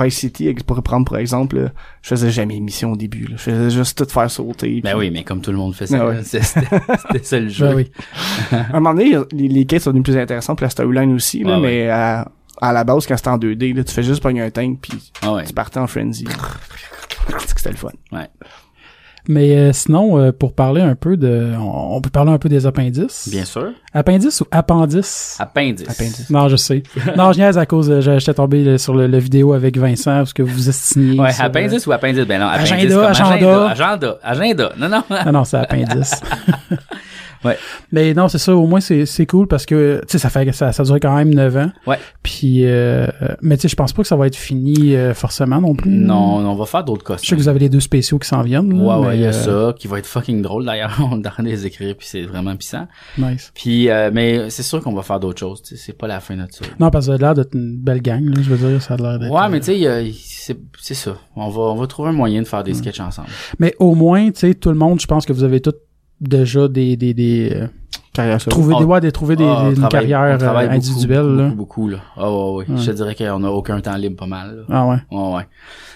C: Vice City, ex- pour reprendre pour exemple, là, je faisais jamais mission au début. là. Je faisais juste tout faire sauter.
B: Ben
C: puis-
B: oui, mais comme tout le monde fait ça,
C: Ah ouais.
B: là, c'est- c'était c'était ça le jeu.
A: ben oui.
C: À un moment donné, les, les quêtes sont devenues plus intéressantes, puis la storyline aussi,
B: Ouais,
C: là, mais À, à la base, quand c'était en 2D, là, tu fais juste pogner un tank, puis
B: Ah ouais.
C: tu partais en frenzy. C'était le fun.
A: Mais euh, sinon, euh, pour parler un peu de. On, on peut parler un peu des appendices.
B: Bien sûr.
A: Appendices ou appendices?
B: Appendice.
C: Appendice.
A: Non, je sais. non, je niaise à cause. euh, je- J'étais tombé euh, sur le, le vidéo avec Vincent parce que vous vous estimez.
B: Ouais,
A: sur, euh,
B: appendice ou appendice? Ben non, appendice
A: Agenda,
B: comme
A: agenda.
B: agenda. Agenda, agenda. Non, non.
A: Ah non, c'est appendice.
B: Ouais.
A: Mais non, c'est ça. Au moins, c'est c'est cool parce que, tu sais, ça fait ça, ça durait quand même 9 ans.
B: Ouais.
A: Puis, euh, mais tu sais, je pense pas que ça va être fini euh, forcément non plus.
B: Non, non, on va faire d'autres
A: Je sais
B: costumes.
A: que vous avez les deux spéciaux qui s'en viennent.
B: Ouais,
A: là, mais,
B: ouais, il y a
A: euh,
B: ça, qui va être fucking drôle d'ailleurs, on est en train de les écrire, puis c'est vraiment puissant.
A: Nice.
B: Puis, euh, mais c'est sûr qu'on va faire d'autres choses, tu sais, c'est pas la fin de ça.
A: Non, parce que ça a l'air d'être une belle gang, là, je veux dire, ça a l'air d'être.
B: Ouais,
A: euh, Hmm.
B: mais tu sais, il y a- c'est c'est ça. On va, on va trouver un moyen de faire des sketchs ensemble.
A: mais au moins, tu sais, tout le monde, je pense que vous avez tous déjà des. des, des euh,
C: Carrière sur
A: trouvé,
B: On-
A: des, ouais, des, trouvé des,
B: Ah, on
A: des- une
B: travaille- on
A: carrière euh,
B: travaille beaucoup,
A: individuelle.
B: Beaucoup,
A: là.
B: beaucoup, là. Ah ouais, ouais,
A: Ouais.
B: Je te dirais qu'on a aucun temps libre pas mal, là.
A: Ah ouais.
B: Ouais, ouais.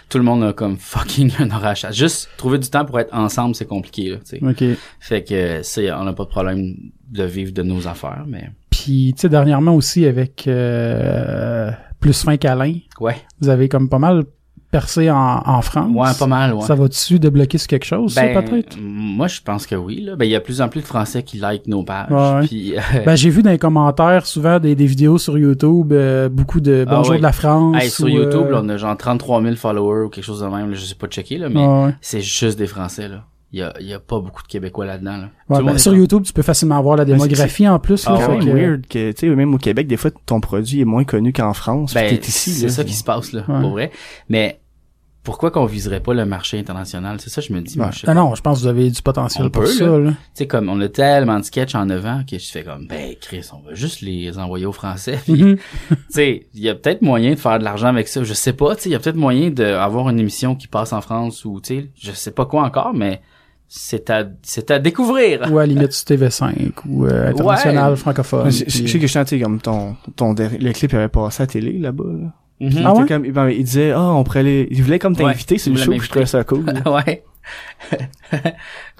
B: Tout le monde a comme fucking un orage. Juste trouver du temps pour être ensemble, c'est compliqué, là, tu sais.
A: OK.
B: Fait que, euh, ça, on n'a pas de problème de vivre de nos affaires, mais.
A: Puis, tu sais, dernièrement aussi avec euh, Plus Fin Câlin,
B: Ouais.
A: vous avez comme pas mal percé en, en France.
B: Ouais, pas mal, ouais.
A: Ça va-tu débloquer sur quelque chose, ça,
B: Ben,
A: peut-être?
B: m- moi, je pense que oui, là. Ben, il y a de plus en plus de Français qui like nos pages.
A: Ouais, ouais.
B: Puis, euh,
A: Ben, j'ai vu dans les commentaires souvent des, des vidéos sur YouTube, euh, beaucoup de
B: Ah
A: Bonjour
B: oui.
A: de la France.
B: hey, sur
A: ou,
B: YouTube,
A: euh,
B: là, on a genre 33 000 followers ou quelque chose de même, là, je sais pas checker, là, mais
A: ah ouais.
B: c'est juste des Français, là. il y a, il y a pas beaucoup de Québécois là-dedans. Là.
A: Ouais,
B: Tout le
A: ben,
B: monde est
A: sur
B: comme-
A: YouTube, tu peux facilement voir la
C: Ben, c'est-
A: démographie en plus.
B: Ah
A: là,
C: C'est
A: fait
C: quand
A: que-
C: même weird que, tu sais, même au Québec, des fois, ton produit est moins connu qu'en France.
B: Ben,
C: puis t'es ici,
B: c'est
C: là.
B: ça qui se passe là,
A: Ouais.
B: pour vrai. Mais pourquoi qu'on viserait pas le marché international C'est ça je me dis. moi,
C: Ouais.
B: je sais
A: Ah
B: pas.
A: non, je pense que vous avez du potentiel
B: On
A: pour
B: peut,
A: ça.
B: là.
A: là.
B: Tu sais, comme on a tellement de sketchs en 9 ans que je fais comme, ben, Chris, on va juste les envoyer aux Français. Puis,
A: Mhm.
B: tu sais, il y a peut-être moyen de faire de l'argent avec ça. Je sais pas, tu sais, il y a peut-être moyen d'avoir une émission qui passe en France ou, tu sais, je sais pas quoi encore, mais c'est à, c'est à découvrir.
A: Ou à la limite sur TV5 ou euh, international
B: Ouais.
A: francophone.
C: Ouais, Je je- je
A: puis-
C: sais que je suis tu sais, comme ton, ton, derri- le clip avait passé à la télé, là-bas, là.
A: Ah
B: Mhm.
C: T'sais,
A: ouais?
C: comme, il- ben, il disait, ah, on pourrait aller, il voulait comme t'inviter
B: Ouais,
C: sur
B: il
C: le
B: voulait
C: show, puis je trouvais ça cool.
B: ouais.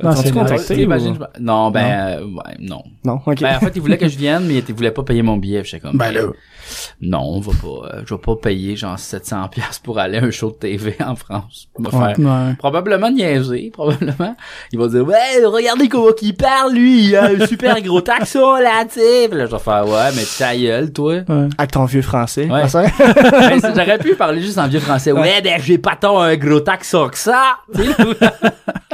A: Non,
C: T'as-tu
A: c'est
C: contacté
B: Ouais,
C: ou-
B: t'imagines, je- Non, ben, euh, ouais, non.
C: Non, ok.
B: Ben, en fait, il voulait que je vienne, mais il voulait pas payer mon billet. J'étais comme,
A: Ben là.
B: non, on va pas, euh, je vais pas payer genre 700 pièces pour aller à un show de TV en France. On va faire
A: Ouais.
B: probablement niaiser, probablement. Ils vont dire, ouais, regardez comment il parle, lui, il a un super gros taxon, là, tu sais. Puis là, je vais faire, ouais, mais ta gueule, toi.
A: Ouais.
C: Avec ton vieux français.
B: Ouais.
C: Ah, ça?
B: Ben, c'est- J'aurais pu parler juste en vieux français. Ouais, ben, j'ai pas tant un gros taxon que ça. Tu sais,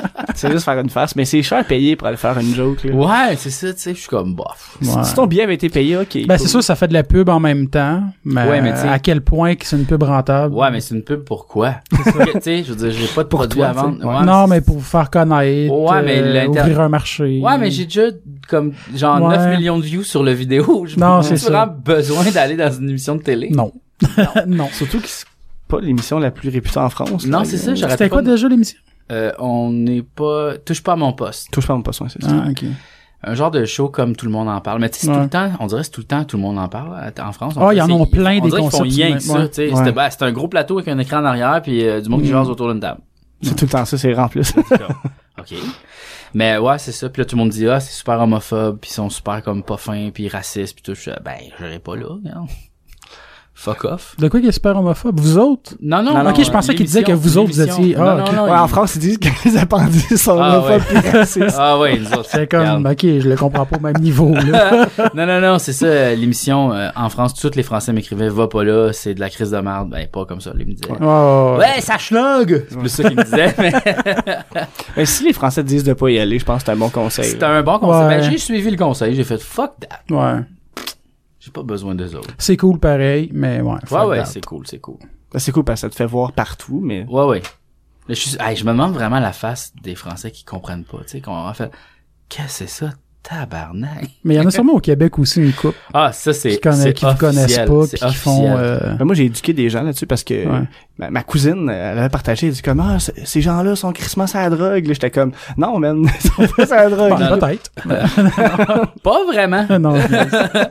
C: c'est juste faire une face, mais c'est cher payé pour aller faire une joke, là.
B: ouais, c'est ça, tu sais, je suis comme, bof.
C: Si-
A: Ouais.
C: Si ton billet avait été payé, ok.
A: Ben, c'est sûr, ça fait de la pub en même temps, mais,
B: Ouais, mais tu sais-
A: à quel point que c'est une pub rentable?
B: Ouais, mais c'est une pub pourquoi? Tu sais, je veux dire, j'ai pas de
C: Pour
B: produit
C: toi,
B: à vendre.
C: tu sais. Ouais,
A: non, mais pour vous faire connaître,
B: Ouais, mais
A: euh,
B: l'inter-
A: ouvrir un marché.
B: Ouais, mais j'ai déjà comme genre
A: Ouais.
B: 9 millions de views sur le vidéo. J'ai
A: Non,
B: pas
A: c'est ça.
B: vraiment besoin d'aller dans une émission de télé.
A: Non. non.
C: Surtout que c'est pas l'émission la plus réputée en France.
B: Non,
C: là.
B: c'est ça, j'aurais
A: C'était
B: pas
A: quoi
B: de-
A: déjà l'émission?
B: Euh, on n'est pas touche pas à mon poste.
C: Touche pas à mon poisson, c'est ça.
A: Ah, ok.
B: Un genre de show comme tout le monde en parle, mais tu sais c'est
A: Ouais.
B: tout le temps, on dirait que c'est tout le temps tout le monde en parle euh, en France.
A: Ah,
B: on
A: ils en
B: dirait,
A: ont
B: c'est-
A: plein
B: on
A: des
B: dirait qu'ils font
A: concepts
B: rien que
A: humains,
B: ça,
A: ouais. Mm.
B: tu sais,
C: Ouais.
B: c'était ben, c'est un gros plateau avec un écran en arrière puis euh, du monde qui jase autour d'une table.
C: C'est tout le temps ça, c'est rare en plus.
B: C'est comme, OK. Mais ouais, c'est ça. Puis là, tout le monde dit, ah, c'est super homophobe, puis ils sont super comme pas fins, puis racistes, puis tout. Je suis, ben, j'irai pas là, non. Fuck off.
A: De quoi qui est super homophobe? Vous autres?
B: Non, non,
C: Non,
B: non.
C: non, ok, je
A: pensais qu'il disait que vous autres, vous
B: l'émission.
A: étiez-
B: Non,
A: ah,
B: non,
A: ok.
B: non,
C: Ouais,
B: il-
C: en France, ils disent que les appendices sont
B: Ah,
C: homophobes pis racistes.
B: Ah ouais, nous autres.
A: C'est comme,
B: regarde.
A: ok, je le comprends pas au même niveau, là.
B: non, non, non, c'est ça, euh, l'émission, euh, en France, tous les Français m'écrivaient, va pas là, c'est de la crise de merde. Ben, pas comme ça, là, ils me disaient. Ouais,
A: Oh,
B: ça schlingue! C'est plus ça qu'ils me disaient, mais
C: Mais Euh, si les Français disent de pas y aller, je pense que c'est un bon conseil.
B: c'était un bon conseil.
A: Ouais.
B: Ben, j'ai suivi le conseil, j'ai fait fuck that.
A: ouais.
B: J'ai pas besoin d'eux autres.
A: C'est cool pareil, mais ouais. fuck
B: Ouais, ouais,
A: that.
B: c'est cool, c'est cool.
C: Ben, C'est cool parce que ça te fait voir partout, mais
B: Ouais, ouais. Là, je, suis- hey, je me demande vraiment la face des Français qui comprennent pas, tu sais, qu'on en fait, qu'est-ce que c'est ça? Tabarnak.
A: Mais il y en a sûrement au Québec aussi une coupe
B: Ah, ça, c'est,
A: qui, conna-
B: c'est
A: qui vous connaissent
B: officiel,
A: pas,
B: c'est
A: puis qui font,
B: officiel.
A: euh,
C: Ben, moi, j'ai éduqué des gens là-dessus parce que
A: Ouais.
C: ma, ma cousine, elle avait partagé, elle dit comme, ah, c- ces gens-là sont crissement à la drogue. Là, J'étais comme, non, man, ils sont pas à la drogue.
A: Bon, Ben, peut-être.
B: Pas vraiment.
A: non, je-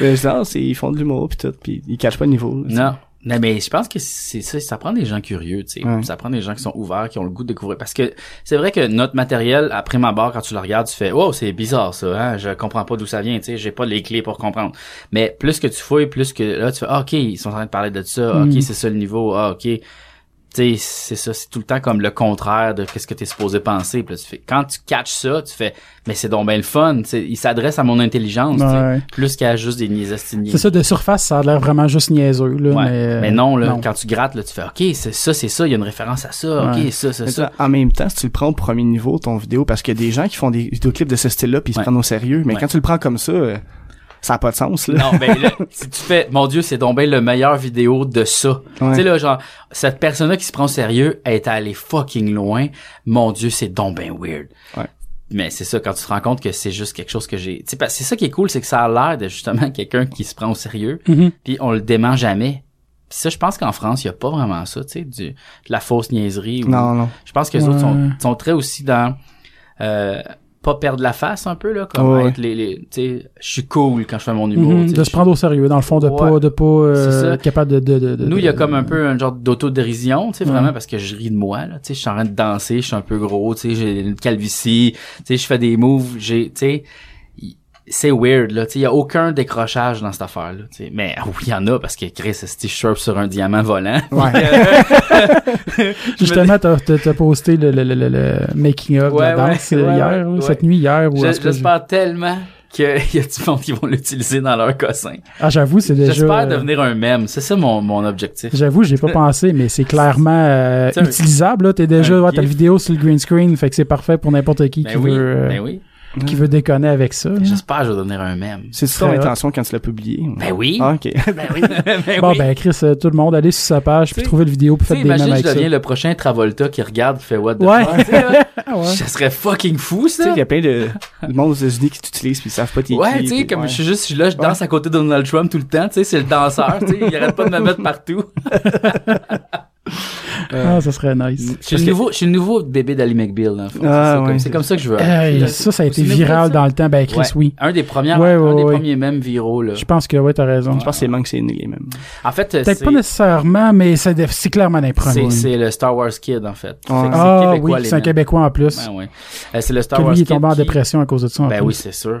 C: Mais je dis, Ah, c'est- ils font de l'humour pis tout, pis ils cachent pas le niveau. là.
B: Non. Non, mais je pense que c'est ça, ça prend des gens curieux, tu sais.
C: Ouais.
B: Ça prend des gens qui sont ouverts, qui ont le goût de découvrir. Parce que c'est vrai que notre matériel, après ma barre, quand tu le regardes, tu fais, oh, c'est bizarre ça, hein, je comprends pas d'où ça vient, tu sais, j'ai pas les clés pour comprendre. Mais plus que tu fouilles, plus que là, tu fais, ah, ok, ils sont en train de parler de ça,
A: Mm.
B: ok, c'est ça le niveau, ah, ok. Tu sais, c'est ça, c'est tout le temps comme le contraire de qu'est-ce que t'es supposé penser. Puis là, tu fais, quand tu catches ça, tu fais, mais c'est donc bien le fun, tu sais, il s'adresse à mon intelligence, tu sais,
A: Ouais.
B: plus qu'à juste des niaises
A: C'est ça, de surface, ça a l'air vraiment juste niaiseux, là.
B: Ouais.
A: Mais, euh,
B: Mais non, là,
A: non.
B: quand tu grattes, là, tu fais OK, c'est ça, c'est ça, il y a une référence à ça,
A: Ouais.
B: OK, ça, c'est
C: Mais
B: ça.
C: tu vois, en même temps, si tu le prends au premier niveau, ton vidéo, parce qu'il y a des gens qui font des vidéoclips de ce style-là pis ils
B: Ouais.
C: se prennent au sérieux, mais
B: Ouais.
C: quand tu le prends comme ça, euh, ça a pas de sens, là.
B: Non, mais là, si tu fais, mon Dieu, c'est donc ben le meilleur vidéo de ça. Tu sais, là, genre, cette personne-là qui se prend au sérieux, elle est allée fucking loin. Mon Dieu, c'est donc ben weird.
C: Ouais.
B: Mais c'est ça, quand tu te rends compte que c'est juste quelque chose que j'ai... Tu sais, parce que c'est ça qui est cool, c'est que ça a l'air de, justement, quelqu'un qui se prend au sérieux,
A: Mhm.
B: puis on le dément jamais. Puis ça, je pense qu'en France, il y a pas vraiment ça, tu sais, du- de la fausse niaiserie. ou-
C: Non, non.
B: Je pense que les
A: Ouais.
B: autres sont, sont très aussi dans euh, pas perdre la face un peu là, comme
C: Ouais.
B: être les, les tu sais, je suis cool quand je fais mon
A: Mhm,
B: humour. tu
A: de
B: sais, je
A: se
B: suis-
A: prendre au sérieux, dans le fond, de
B: Ouais.
A: pas, de pas euh,
B: C'est ça.
A: être capable de, de, de, de-
B: Nous, il y a comme un peu un genre d'autodérision, tu sais,
A: Ouais.
B: vraiment parce que je ris de moi là, tu sais, je suis en train de danser, je suis un peu gros, tu sais, j'ai une calvitie, tu sais, je fais des moves, j'ai, tu sais, y- c'est weird là, tu sais, il y a aucun décrochage dans cette affaire là, tu sais. Mais oui, il y en a parce que Chris, c'est sharp sur un diamant volant.
C: Ouais.
A: Justement, t'as, t'as, t'as posté le, le, le, le, making of de
B: Ouais,
A: la
B: ouais,
A: danse euh,
B: ouais,
A: hier,
B: ouais,
A: cette nuit, hier, ou
B: Je-
A: est-ce que
B: J'espère tellement qu'il y a du monde qui vont l'utiliser dans leur cossin.
A: Ah, j'avoue, c'est déjà.
B: J'espère
A: euh,
B: devenir un mème. C'est ça mon, mon objectif.
A: J'avoue, j'ai pas pensé, mais c'est clairement euh,
B: C'est un-
A: utilisable. là. T'es déjà,
B: un
A: ouais, t'as la
B: gif.
A: vidéo sur le green screen, fait que c'est parfait pour n'importe qui qui,
B: Ben oui,
A: veut, euh,
B: ben oui.
A: qui veut déconner avec ça. hein. là.
B: J'espère que je vais devenir un mème.
C: C'est ça ton
A: Très hot.
C: intention quand tu l'as publié?
B: Ben oui.
C: Ah, ok.
B: Ben oui. ben
A: Bon,
B: oui.
A: ben, Chris, euh, tout le monde, allez sur sa page, puis
B: T'sais,
A: trouvez le vidéo, puis
B: Tu sais,
A: faites des mèmes
B: imagine,
A: avec
B: je
A: ça.
B: deviens le prochain Travolta qui regarde, qui fait what the
A: Ouais.
B: fuck. Tu sais, là,
A: Ah ouais.
B: Ça serait fucking fou,
C: Tu sais,
B: ça.
C: il y a plein de de monde aux États-Unis qui t'utilisent puis ils savent pas t'es
B: Ouais,
C: qui,
B: tu sais,
C: puis-
B: comme
C: ouais.
B: je suis juste, je suis là, je danse à côté de Donald Trump tout le temps, tu sais, c'est le danseur, tu sais, il arrête pas de me mettre partout.
A: Ah, ça serait nice.
B: Je suis, le nouveau, je suis le nouveau bébé d'Ali McBeal, dans le fond.
C: Ah,
B: c'est, comme,
C: ouais.
B: c'est comme ça que je veux.
A: Hey, Euh, ça, ça a été
B: souvenez-vous de
A: viral
B: Euh, ça?
A: dans le temps. Ben, Chris,
B: Ouais.
A: oui.
B: Un des premiers,
A: Ouais, ouais,
B: un des
A: ouais.
B: premiers mêmes viraux, là.
A: Je pense que, ouais, t'as raison.
C: Je pense que c'est les mêmes que c'est né, les mêmes.
B: En fait,
A: Peut-être
B: c'est,
A: pas nécessairement, mais c'est de- c'est clairement d'un
B: c'est,
A: premier.
B: c'est le Star Wars Kid, en fait.
C: Ouais.
B: Fait que
A: Ah
B: c'est québécois,
A: oui,
B: les
A: c'est un
B: mêmes.
A: Québécois en plus.
B: Ouais, ouais. Euh, c'est le Star
A: que
B: Wars
A: lui, il est
B: Kid
A: tombé en
B: qui-
A: dépression à cause de ça. en
B: Ben
A: plus.
B: oui, c'est sûr.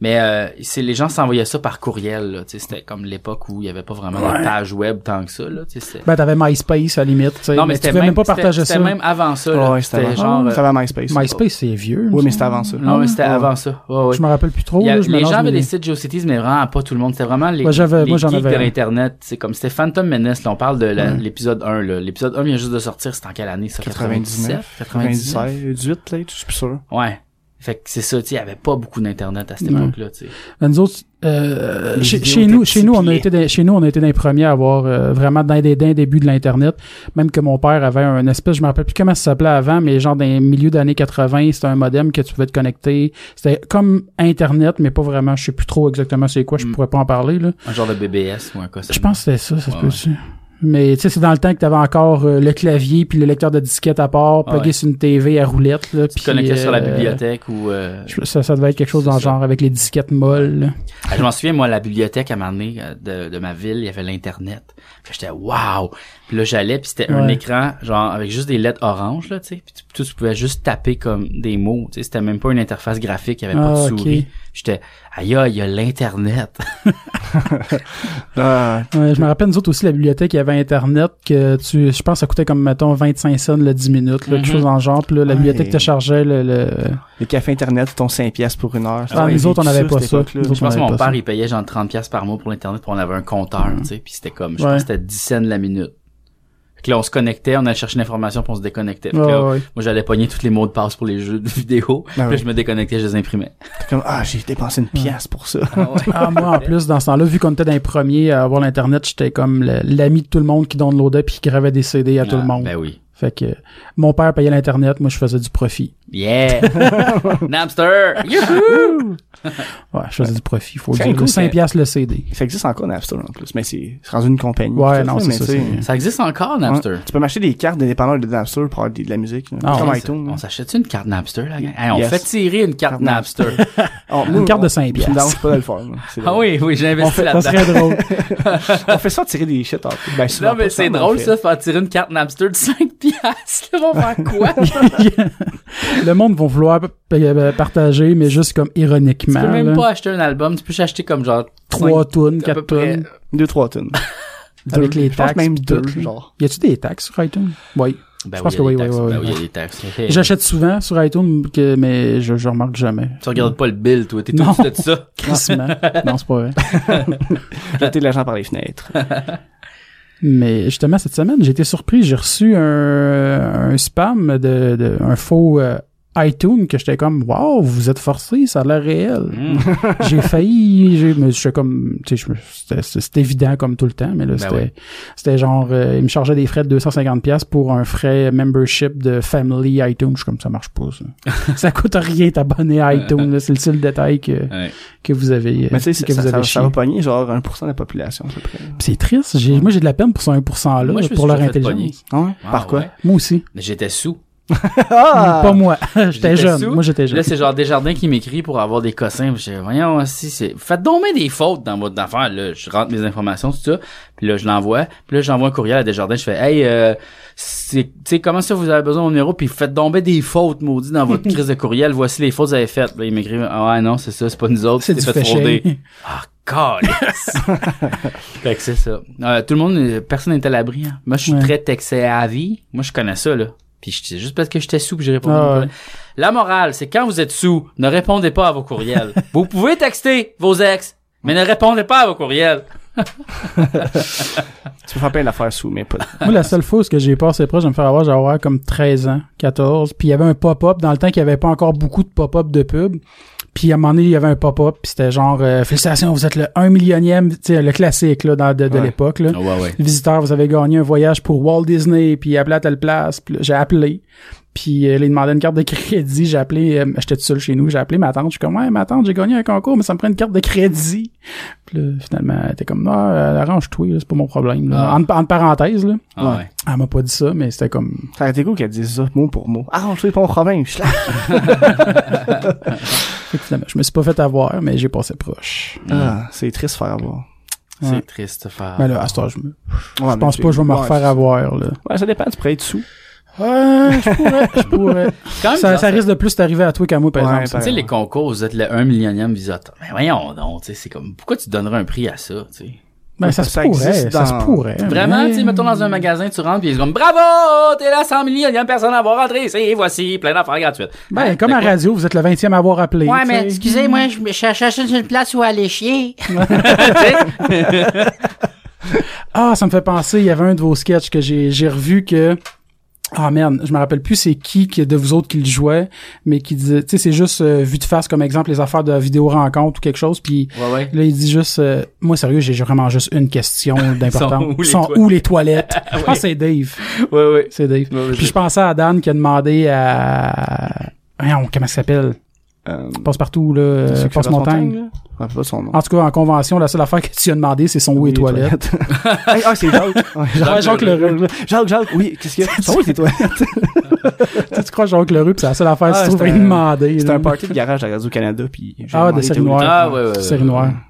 B: Mais euh, c'est les gens s'envoyaient ça par courriel. Là, tu sais, c'était comme l'époque où il n'y avait pas vraiment de page web tant que ça. Là, tu sais, c'était-
A: Ben, t'avais MySpace, à la limite. tu sais,
B: non, mais,
A: mais tu
B: c'était
A: pouvais
B: même,
A: même pas
B: c'était-
A: partager ça.
B: C'était même avant ça. là.
C: Ouais,
B: c'était
C: c'était
B: genre.
A: Ah avant.
B: euh,
C: Ça va à MySpace.
A: MySpace, Ah c'est vieux.
C: Oui,
A: me
C: mais c'était
A: semble.
C: avant ça.
B: non, mais c'était
C: Ouais.
B: avant ça. Ouais, ouais.
A: Je me rappelle plus trop.
B: Il y a-
A: là, je
B: les
A: mélange
B: gens
A: mes-
B: avaient des sites GeoCities, mais vraiment pas tout le monde. C'était vraiment les,
A: Ouais, j'avais-
B: les
A: moi, j'en
B: geeks
A: avais
B: de
A: un.
B: l'Internet. C'est comme c'était Phantom Menace. Là, on parle de la- l'épisode 1. là. L'épisode 1 vient juste de sortir. C'était en quelle année, ça?
C: 99,
B: 97?
C: 97, 18, peut-être, je suis plus sûr.
B: Ouais. Fait que c'est ça, tu sais, il n'y avait pas beaucoup d'Internet à cette
A: Ouais.
B: époque-là, tu sais.
A: Ben, nous autres, euh,
C: Les
A: chez,
C: vidéos
A: chez nous,
C: étaient
A: chez nous, on a
C: multipliées.
A: été, dans- chez nous, on a été dans les premiers à avoir euh, vraiment dans des d'un début de l'internet. Même que mon père avait un espèce, je me rappelle plus comment ça s'appelait avant, mais genre dans les milieux d'années 80, c'était un modem que tu pouvais te connecter. C'était comme internet, mais pas vraiment. Je sais plus trop exactement c'est quoi. Je
B: Mm.
A: pourrais pas en parler là.
B: Un genre de BBS ou un cas
A: Je pense que c'était ça, ça se
B: Ouais,
A: peut-tu. Mais tu sais, c'est dans le temps que t'avais encore euh, le clavier puis le lecteur de disquette à part,
B: Ah
A: plugué
B: ouais.
A: sur une TV à roulette là.
B: Tu
A: puis,
B: te connectais sur la
A: euh,
B: bibliothèque ou... euh,
A: je- Ça, ça devait être quelque chose dans le
B: C'est ça.
A: genre avec les disquettes molles. là.
B: Ah, je m'en souviens, moi, à la bibliothèque, à un moment donné, euh, de, de ma ville, il y avait l'Internet. Puis j'étais, waouh! Puis là, j'allais, puis c'était un
A: Ouais.
B: écran, genre, avec juste des lettres oranges, là, tu sais. Puis tu, tu pouvais juste taper comme des mots, tu sais. C'était même pas une interface graphique, il y avait Ben, pas
A: Ah,
B: de
A: ok.
B: souris. J'étais, aïe, aïe, il y a l'Internet.
C: Ah,
A: Ouais, je me rappelle, nous autres aussi, la bibliothèque, il y avait Internet, que tu, je pense, que ça coûtait comme, mettons, 25 cents, le 10 minutes,
B: Mhm.
A: là, quelque chose dans le genre. Puis là, la
C: Ouais.
A: bibliothèque te chargeait le, le-
C: les cafés internet, ton 5 piastres pour une heure.
A: Ah,
C: ouais,
A: nous autres, on
C: tout
A: n'avait pas
C: cette
A: ça.
C: époque-là.
A: Nous autres,
B: je pense que
A: on avait
B: mon
A: pas
B: père,
A: ça.
B: il payait genre 30$ piastres par mois pour l'Internet, puis on avait un compteur, tu sais. Puis c'était comme, je
A: Ouais.
B: pense que c'était 10 cents la minute. Fait que là, on se connectait, on allait chercher l'information, puis on se déconnectait. Fait que
A: Ouais,
B: là,
A: ouais.
B: moi, j'allais pogner tous les mots de passe pour les jeux de vidéo.
C: Ah
B: puis
C: ouais.
B: je me déconnectais, je les imprimais.
C: T'es comme, ah, j'ai dépensé une pièce pour ça.
A: Ah, moi, en plus, dans ce temps-là, vu qu'on était dans les premiers à avoir l'Internet, j'étais comme le- l'ami de tout le monde qui downloadait puis qui gravait des CD à tout le
B: Ah,
A: monde.
B: Ben oui.
A: Fait que euh, mon père payait l'Internet, moi, je faisais du profit.
B: Yeah! Napster!
A: Ouais, je faisais du profit, faut le
C: C'est
A: dire.
C: cool,
A: 5
B: hein.
C: c'est-
A: piastres le CD.
C: Ça existe encore Napster en plus, mais c'est c'est rendu une compagnie.
A: Ouais,
C: tout
A: non, c'est
C: mais
A: ça,
C: tu sais,
A: c'est-
B: Ça existe encore,
C: ouais.
B: Napster?
C: Tu peux m'acheter des cartes d'indépendants de Napster pour avoir des- de la musique. là.
A: Ah,
C: Comme
B: On s-
C: iTunes.
B: On
C: là.
B: s'achète une carte Napster, la gang? Hey, on
C: Yes.
B: fait tirer une carte
C: Carte
B: Napster.
C: Ah, moi,
A: Une carte
C: on-
A: de 5
C: Je me dérange
A: piastres.
C: pas de le faire. là. C'est
B: ah
C: vrai.
B: oui, oui, j'ai
A: On
B: investi
A: fait- ça
B: là-dedans.
A: serait drôle.
C: On fait ça tirer des shit. en fait. Ben, souvent
B: Non, mais
C: pas
B: c'est
C: on
B: drôle,
C: le fait.
B: ça, faire tirer une carte Napster de 5 piastres. Ils vont faire quoi? tu
A: le monde va vouloir p- p- partager, mais juste comme ironiquement.
B: peux même
A: là.
B: pas acheter un album. Tu peux acheter comme genre...
A: Trois
B: cinq-
A: tonnes,
B: à peu
A: quatre
B: près. euh,
A: tonnes.
C: Deux, trois tonnes.
A: Avec les
C: Je pense
A: taxes.
C: même
A: pis
C: deux,
A: tout, là.
C: genre.
A: Y a-tu des taxes sur iTunes? Oui.
B: Ben
A: Je pense
B: il y a
A: que oui,
B: des taxes.
A: oui, oui,
B: Ben
A: oui.
B: il y a des taxes. Hey,
A: J'achète souvent sur iTunes, que- mais je, je remarque jamais.
B: Tu regardes pas le bill, toi. T'es tout
A: Non.
B: au-dessus de ça.
A: Crissement. non, c'est pas vrai.
C: Jeter de l'argent par les fenêtres.
A: Mais justement, cette semaine, j'ai été surpris. J'ai reçu un, un spam de, de- un faux euh, iTunes que j'étais comme, wow, vous êtes forcé, ça a l'air réel.
B: Mm.
A: j'ai failli, j'ai, mais j'étais comme, tu sais, je me- c'était- c'était évident comme tout le temps, mais là,
B: Ben
A: c'était,
B: ouais.
A: c'était genre, euh, il me chargeait des frais de 250$ piastres pour un frais membership de Family iTunes. Je suis comme, ça marche pas, ça. ça coûte rien t'abonner à iTunes, là. C'est le seul détail que,
B: Ouais.
A: que vous avez, euh,
C: Mais tu sais,
A: que
C: ça,
A: vous
C: ça, ça,
A: avez chié.
C: ça va pogner genre 1% de la population à peu près.
A: Puis c'est triste. J'ai, moi, j'ai de la peine pour ce 1%-là,
B: Moi, je me
A: pour
B: suis
A: leur
B: déjà fait pogner.
A: intelligence.
C: Ah ouais? par
B: Ah,
C: quoi?
B: ouais.
A: Moi aussi.
B: Mais J'étais sous.
A: Pas moi. Ah. j'étais
B: J'étais
A: jeune.
B: sous.
A: Moi, j'étais jeune.
B: Là, c'est genre Desjardins qui m'écrit pour avoir des cossins. Puis j'ai voyons, si c'est... Faites donc bien des fautes dans votre affaire. Là, je rentre mes informations, tout ça. Puis là, je l'envoie. Puis là, j'envoie un courriel à Desjardins. Je fais, hey, euh, c'est- tu sais, comment ça vous avez besoin de mon numéro? Puis faites donc bien des fautes, maudit, dans votre crise de courriel. Voici les fautes que vous avez faites. Là, il m'écrit, ah ouais, non, c'est ça, c'est pas nous autres.
A: C'est
B: tu t'es
A: du phishing.
B: Ah, calice! fait que c'est ça. Euh, tout le monde, euh, personne n'est à l'abri. hein. Moi, je suis
A: Ouais.
B: très texé à vie. Moi, je connais ça, là. Puis je- c'est juste parce que j'étais sous, puis j'ai répondu.
A: Ah ouais.
B: La morale, c'est quand vous êtes sous, ne répondez pas à vos courriels. vous pouvez texter vos ex, mais ne répondez pas à vos courriels.
C: Tu peux faire plein d'affaires sous, mais pas.
A: Moi, la seule fois où ce que j'ai passé proche de me faire avoir, j'avais avoir comme 13 ans, 14. Puis il y avait un pop-up dans le temps qu'il n'y avait pas encore beaucoup de pop-up de pub. Puis à un moment donné, il y avait un pop-up, puis c'était genre euh, Félicitations, vous êtes le 1 millionième, tu sais, le classique là, dans- de, de
C: Ouais.
A: l'époque. là.
B: ouais, Ah ouais.
A: Visiteur, vous avez gagné un voyage pour Walt Disney, puis appelez à telle place. Puis là, j'ai appelé. Puis euh, là, il demandait une carte de crédit. J'ai appelé, euh, j'étais tout seul chez nous, j'ai appelé ma tante. Je suis comme, ouais, ma tante, j'ai gagné un concours, mais ça me prend une carte de crédit. Puis là, finalement, elle était comme, ah, euh, arrange-toi, là, c'est pas mon problème. là.
B: Ah.
A: Entre, entre parenthèses, là.
B: Ah ouais.
A: Elle m'a pas dit ça, mais c'était comme.
C: Ça aurait été cool qu'elle dise ça, mot pour mot. Ah, on fait pas mon problème, je l'ai.
A: Fait que finalement, je me suis pas fait avoir, mais j'ai passé proche.
B: Mm.
C: Ah, c'est triste faire avoir.
B: C'est
A: Ouais.
B: triste, faire.
A: Mais là, à ce temps, je, me...
C: Ouais,
A: je pense pas que je vais me refaire avoir, là.
C: Ouais, ça dépend, tu pourrais être sous.
A: Ouais, je pourrais, je pourrais.
B: Quand même,
A: Ça,
B: bizarre,
A: ça risque de plus t'arriver à toi qu'à moi, par
C: Ouais,
A: exemple. ça.
B: Tu sais,
C: Ouais.
B: les concours, vous êtes le 1 millionième visoteur. Mais voyons donc, tu sais, c'est comme, pourquoi tu donnerais un prix à ça, tu sais?
A: Ben, ça,
C: ça
A: se pourrait,
C: existe
A: ça se
C: dans-
A: pourrait. hein.
B: Vraiment,
A: mais-
B: tu sais, mettons dans un magasin, tu rentres, puis ils sont comme, bravo, t'es là 100 millionième personne à avoir rentré, c'est, voici, plein d'affaires gratuites. Hein?
A: Ben, comme à
B: D'accord.
A: radio, vous êtes le 20e à avoir appelé.
D: Ouais,
A: tu
D: mais
A: sais.
D: excusez-moi, je cherche une place où aller chier.
A: Ah, ça me fait penser, il y avait un de vos sketchs que j'ai, j'ai revu que... Ah merde, je me rappelle plus c'est qui qui- de vous autres qui le jouait, mais qui disait, tu sais, c'est juste euh, vu de face comme exemple les affaires de vidéo rencontre ou quelque chose, puis
B: Ouais, ouais.
A: Là, il dit juste, euh, moi sérieux, j'ai vraiment juste une question d'importance.
B: Sont où les
A: Sont
B: toilettes?
A: où les toilettes? Je pense que c'est Dave.
B: Ouais, ouais.
A: C'est Dave.
B: Ouais, ouais,
A: Puis
B: c'est-
A: je pensais à Dan qui a demandé à... Voyons, comment ça s'appelle?
C: Euh,
A: Passe-partout, là.
C: ceux
A: euh,
C: qui font la
A: Passe-montagne.
C: montagne, là. Je me rappelle pas son nom.
A: En tout cas, en convention, la seule affaire que tu as demandé, c'est son où les toilettes.
C: Ah, ah, c'est Jacques. Ouais,
A: Ouais, Jacques Leroux.
C: Jacques, Jacques, Jacques, oui, qu'est-ce qu'il y a? Sont où les toilettes?
A: tu sais, tu crois Jacques Leroux, pis c'est la seule affaire que
C: Ah,
A: tu trouves
C: c'est
A: à lui
C: un-
A: demander.
C: C'est
A: là.
C: un party de garage à Radio-Canada, puis j'ai
A: Ah,
C: demandé
A: de série
C: t'es où les
A: noire.
B: Ah, ouais, ouais. ouais.
A: Série noire.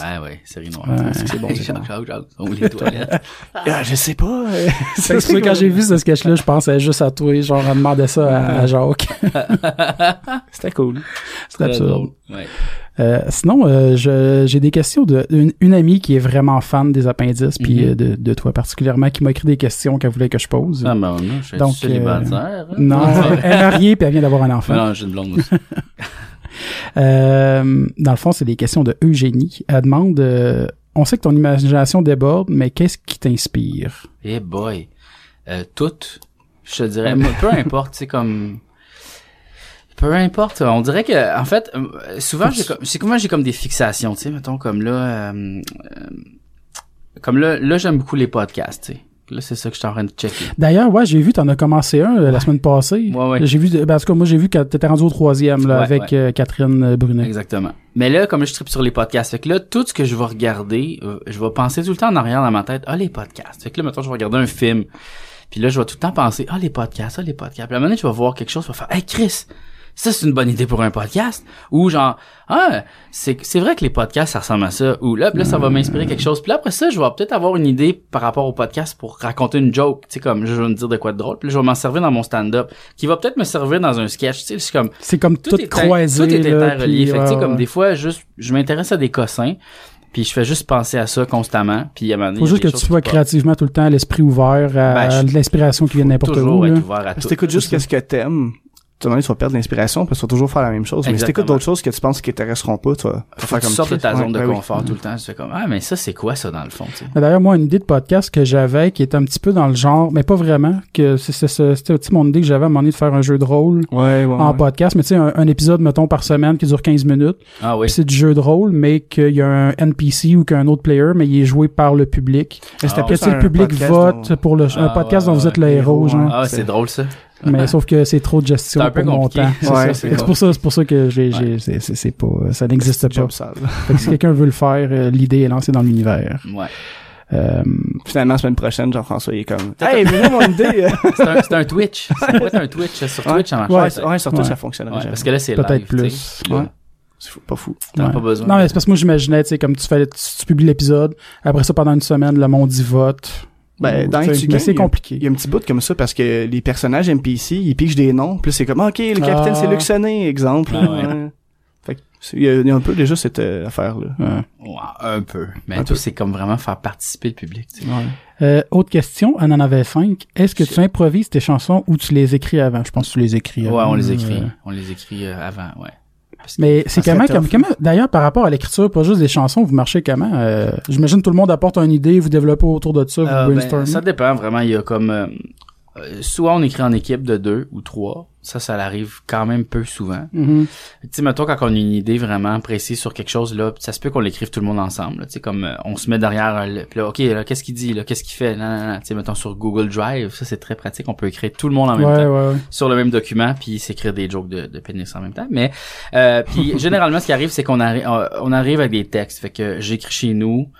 B: Ouais, ouais, série noire.
A: Ouais.
C: C'est bon, c'est bon.
B: Jacques, Jacques, Jacques, on les toilettes.
C: Ah, je sais pas. euh,
A: Fait que c'est pour ça que quand j'ai vu ce sketch-là, je pensais juste à toi, genre, à demander ça à, à Jacques.
C: C'était cool.
A: C'était absurde.
B: Ouais.
A: Euh, sinon, euh, je- j'ai des questions de une, une amie qui est vraiment fan des appendices, puis
B: Mhm.
A: euh, de, de toi particulièrement, qui m'a écrit des questions qu'elle voulait que je pose.
B: Ah, ben, non, je suis
A: Donc, euh,
B: célibataire. hein?
A: Non, elle est mariée, puis elle vient d'avoir un enfant.
B: Mais non, j'ai une blonde aussi.
A: Euh, dans le fond, c'est des questions de Eugénie. Elle demande, euh, on sait que ton imagination déborde, mais qu'est-ce qui t'inspire?
B: Eh boy. Euh, toutes, je te dirais, moi, peu importe, c'est comme... Peu importe, on dirait que, en fait, euh, souvent, j'ai comme- c'est comment j'ai comme des fixations, tu sais, mettons, comme là, euh, euh, comme là, là, j'aime beaucoup les podcasts, tu sais. Là, c'est ça que je suis en train de checker.
A: D'ailleurs, ouais, j'ai vu, t'en as commencé un euh, la semaine passée.
B: Ouais, ouais.
A: J'ai vu, de- ben, en tout cas, moi, j'ai vu que t'étais rendu au troisième, là,
B: Ouais,
A: avec
B: ouais.
A: euh, Catherine Brunet.
B: Exactement. Mais là, comme je tripe sur les podcasts, fait que là, tout ce que je vais regarder, euh, je vais penser tout le temps en arrière dans ma tête, ah, les podcasts. Fait que là, mettons, je vais regarder un film. Puis là, je vais tout le temps penser, ah, les podcasts, ah, les podcasts. Puis à un moment donné, je vais voir quelque chose, je vais faire, hey, Chris, ça, c'est une bonne idée pour un podcast. Ou genre, ah, c'est, c'est vrai que les podcasts, ça ressemble à ça. Ou là, puis là, ça va m'inspirer quelque chose. Puis là, après ça, je vais peut-être avoir une idée par rapport au podcast pour raconter une joke. Tu sais, comme, je vais me dire de quoi de drôle. Puis là, je vais m'en servir dans mon stand-up, qui va peut-être me servir dans un sketch. Tu sais, c'est comme,
A: C'est comme tout,
B: est in-
A: croisé.
B: Tout est
A: là,
B: interrelié.
A: puis, euh,
B: Fait que, tu sais,
A: ouais,
B: comme
A: ouais.
B: des fois, juste, je m'intéresse à des cossins, puis je fais juste penser à ça constamment. Puis à un moment donné,
A: Faut
B: il y a
A: juste que
B: des
A: tu
B: choses qui
A: sois
B: passent.
A: créativement tout le temps l'esprit ouvert à
B: Ben, je-
A: de l'inspiration qui vient de n'importe
B: Toujours
A: où.
B: être
A: là.
B: ouvert à
C: Si
B: tout.
C: t'écoutes juste qu'est-ce que t'aimes, tu vas tu vas perdre l'inspiration parce que tu vas toujours faire la même chose. Mais si
B: Exactement.
C: t'écoutes d'autres choses que tu penses qui t'intéresseront pas, tu vas tu vas
B: Faut
C: faire
B: que tu
C: comme
B: sortes de ta
C: Chris.
B: zone de
C: Ouais, ben oui.
B: confort tout le temps. Tu fais comme, ah, mais ça, c'est quoi ça dans le fond, tu sais?
A: Mais D'ailleurs, moi, une idée de podcast que j'avais qui est un petit peu dans le genre, mais pas vraiment, que c'est- c'est- c'est- c'était aussi mon idée que j'avais à un moment donné de faire un jeu de rôle
C: Ouais, ouais.
A: en
C: ouais.
A: podcast, mais tu sais, un, un épisode, mettons, par semaine qui dure 15 minutes.
B: Ah oui.
A: Puis C'est du jeu de rôle, mais qu'il y a un NPC ou qu'un autre player, mais il est joué par le public.
C: Mais c'était
B: Ah,
A: Que
C: plus
A: tu sais, le
C: un
A: public
C: podcast
A: vote
C: dont-
A: pour le, un
B: Ah,
A: podcast
B: ouais,
A: dont vous
B: ouais,
A: êtes le héros,
C: héros,
A: genre.
B: Ah, c'est
C: c'est-
B: drôle, ça.
A: Mais sauf que c'est trop de gestion
B: C'est un peu
A: pour mon
B: compliqué.
A: temps. C'est
C: Ouais,
A: ça.
C: c'est
A: Fait que c'est pour ça, c'est pour ça que j'ai, j'ai, c'est, c'est- c'est pas, ça n'existe pas.
C: Job sale.
A: Fait que si quelqu'un veut le faire, euh, l'idée est lancée dans l'univers.
B: Ouais.
A: Euh,
C: Finalement, la semaine prochaine, Jean-François, il est comme. Hey, mais là, mon idée. euh.
B: C'est un, c'est un Twitch. Ça pourrait être un Twitch. Sur Twitch, ça marche.
C: Ouais,
B: pas,
C: c'est-
B: peut-être.
C: ouais, surtout,
A: Ouais.
C: ça fonctionnerait.
B: Ouais,
C: jamais.
B: parce que là, c'est live.
A: Peut-être
B: tu sais.
A: plus.
B: Puis là,
C: Ouais. C'est fou- pas fou.
B: T'en as
A: ouais.
B: pas besoin.
A: Non, mais c'est parce que moi, j'imaginais, tu sais, comme tu fais, tu, tu publies l'épisode, après ça, pendant une semaine, le monde y vote.
C: Ben,
A: Ou,
C: dans
A: tu sais,
C: Into
A: mais
C: Game,
A: c'est
C: il y a-
A: compliqué.
C: Il y a un petit bout comme ça parce que les personnages NPC, ils pichent des noms. Puis là, c'est comme, OK, le capitaine,
A: Ah.
C: c'est Luxonné, exemple.
B: Ah ouais.
C: Ouais. Fait que c'est- il y, a- il y a un peu déjà cette euh, affaire-là.
A: Ouais.
B: Ouais, un peu. Mais
C: Un
B: tout,
C: peu.
B: c'est comme vraiment faire participer le public, tu sais.
A: Euh, autre question, on en avait cinq. Est-ce que tu improvises tes chansons ou tu les écris avant? Je pense que tu les écris
B: Ouais,
A: avant.
B: on les écrit.
A: euh,
B: On les écrit euh, avant, ouais. Parce que-
A: Mais c'est
C: serait
A: comment,
C: tough.
A: comme, comment, d'ailleurs, par rapport à l'écriture, pas juste des chansons, vous marchez comment? Euh, J'imagine tout le monde apporte une idée, vous développez autour de ça, vous
B: Euh, ben,
A: brainstormez.
B: ça dépend vraiment. Il y a comme euh, euh, soit on écrit en équipe de deux ou trois. Ça, ça arrive quand même peu souvent.
A: Mhm.
B: Tu sais, mettons, quand on a une idée vraiment précise sur quelque chose, là, ça se peut qu'on l'écrive tout le monde ensemble. là. Tu sais, comme euh, on se met derrière, euh, le- puis là, OK, là, qu'est-ce qu'il dit, là, qu'est-ce qu'il fait, nan, nan, nan. Tu sais, mettons, sur Google Drive, ça, c'est très pratique. On peut écrire tout le monde en même
A: Ouais,
B: temps
A: ouais, ouais.
B: sur le même document puis s'écrire des jokes de, de pénis en même temps mais euh, puis généralement ce qui arrive c'est qu'on arrive on arrive avec des textes fait que j'écris chez nous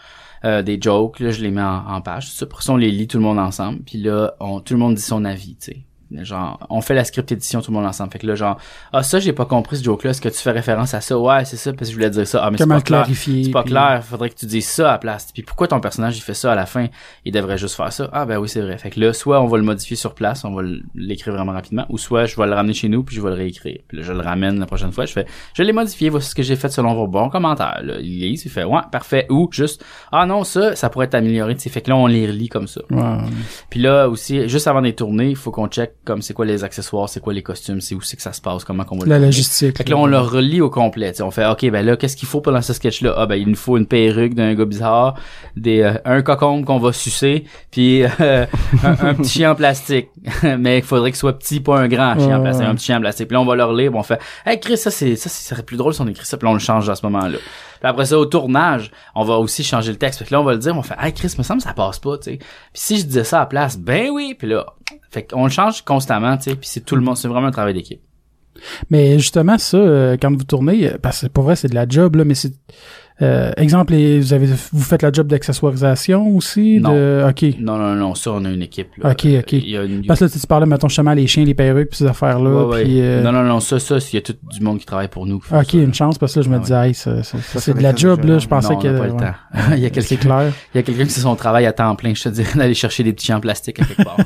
B: euh, des jokes là je les mets en, en page ça pour ça on les lit tout le monde ensemble puis là on, tout le monde dit son avis tu sais genre on fait la script édition tout le monde ensemble fait que là genre ah ça j'ai pas compris ce joke là est-ce que tu fais référence à ça ouais c'est ça parce que je voulais dire ça ah mais c'est
A: Comment
B: pas clair
A: clarifier?
B: c'est pas
A: puis-
B: clair, faudrait que tu dises ça à la place. Puis pourquoi ton personnage il fait ça à la fin Il devrait juste faire ça. Ah ben oui, c'est vrai. Fait que là, soit on va le modifier sur place, on va l'écrire vraiment rapidement, ou soit je vais le ramener chez nous puis je vais le réécrire. Puis là, je le ramène la prochaine fois, je fais je l'ai modifié, voici ce que j'ai fait selon vos bons commentaires. Là, il lise, il fait ouais, parfait ou juste ah non, ça ça pourrait être amélioré. Tu sais, fait que là on les relit comme ça.
A: Ouais.
B: Puis là aussi, juste avant des tournées, il faut qu'on check comme c'est quoi les accessoires, c'est quoi les costumes, c'est où c'est que ça se passe, comment qu'on va le
A: La
B: tourner.
A: logistique.
B: Fait que là, on le relie au complet. tu sais. On fait, OK, ben là, qu'est-ce qu'il faut pendant ce sketch-là? Ah, ben, il nous faut une perruque d'un gars bizarre, des, euh, un cocombe qu'on va sucer, puis euh, un, un petit chien en plastique. Mais il faudrait qu'il soit petit, pas un grand chien en
A: Ouais,
B: plastique,
A: ouais.
B: un petit chien en plastique. Puis là, on va le relire, puis on fait, hey, Chris, ça, c'est, ça, c'est- ça serait plus drôle si on écrit ça, puis là, on le change à ce moment-là. Puis après ça, au tournage, on va aussi changer le texte. Fait que là, on va le dire, on fait, hey, Chris, me semble, que ça passe pas, tu sais. Puis si je disais ça à la place, ben oui, puis là, fait qu'on le change constamment, tu sais, puis c'est tout le monde, c'est vraiment un travail d'équipe.
A: Mais justement, ça, euh, quand vous tournez, euh, parce que pour vrai, c'est de la job, là, mais c'est. euh, exemple, les- vous avez vous faites la job d'accessoirisation aussi?
B: Non.
A: De... OK.
B: Non, non, non, ça, on a une équipe. Là.
A: Ok, ok.
B: Il y a une...
A: Parce que là, tu tu parlais, mettons, justement, les chiens, les perruques, puis ces affaires-là.
B: Ouais, ouais.
A: puis, euh,
B: Non, non, non, ça, ça, il y a tout du monde qui travaille pour nous. qui fait
A: OK,
B: ça.
A: une chance, parce que là, je me
B: Ah,
A: disais, hey, ça- ça- c'est
C: Ça, ça
A: de la
C: m'étonne
A: job,
C: déjà.
A: là, je pensais
B: Non, on
A: que...
B: n'a pas le
A: ouais.
B: temps. il y a
A: C'est
B: quelqu'un
A: clair.
B: il y a quelqu'un qui fait son travail à temps plein, je te dirais, d'aller chercher des petits chiens en plastique à quelque part.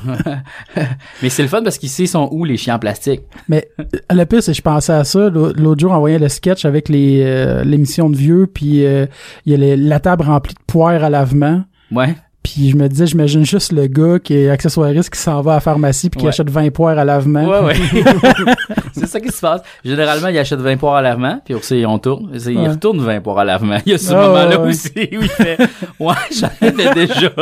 B: Mais c'est le fun parce qu'ici, ils sont où les chiens en plastique?
A: Mais euh, le pire, c'est que je pensais à ça l'au- l'autre jour en voyant le sketch avec les euh, l'émission de vieux, puis euh, il y a les- la table remplie de poires à lavement.
B: Ouais.
A: Puis je me disais, j'imagine juste le gars qui est accessoiriste qui s'en va à la pharmacie puis qui
B: Ouais.
A: achète 20 poires à lavement.
B: Ouais, ouais. c'est ça qui se passe. Généralement, ils achètent 20 poires à lavement, puis aussi, on tourne. C'est-
A: Ouais.
B: Ils retournent 20 poires à lavement. Il y a ce
A: Ah,
B: moment-là
A: ouais, ouais.
B: aussi où il fait, ouais, j'en avais déjà.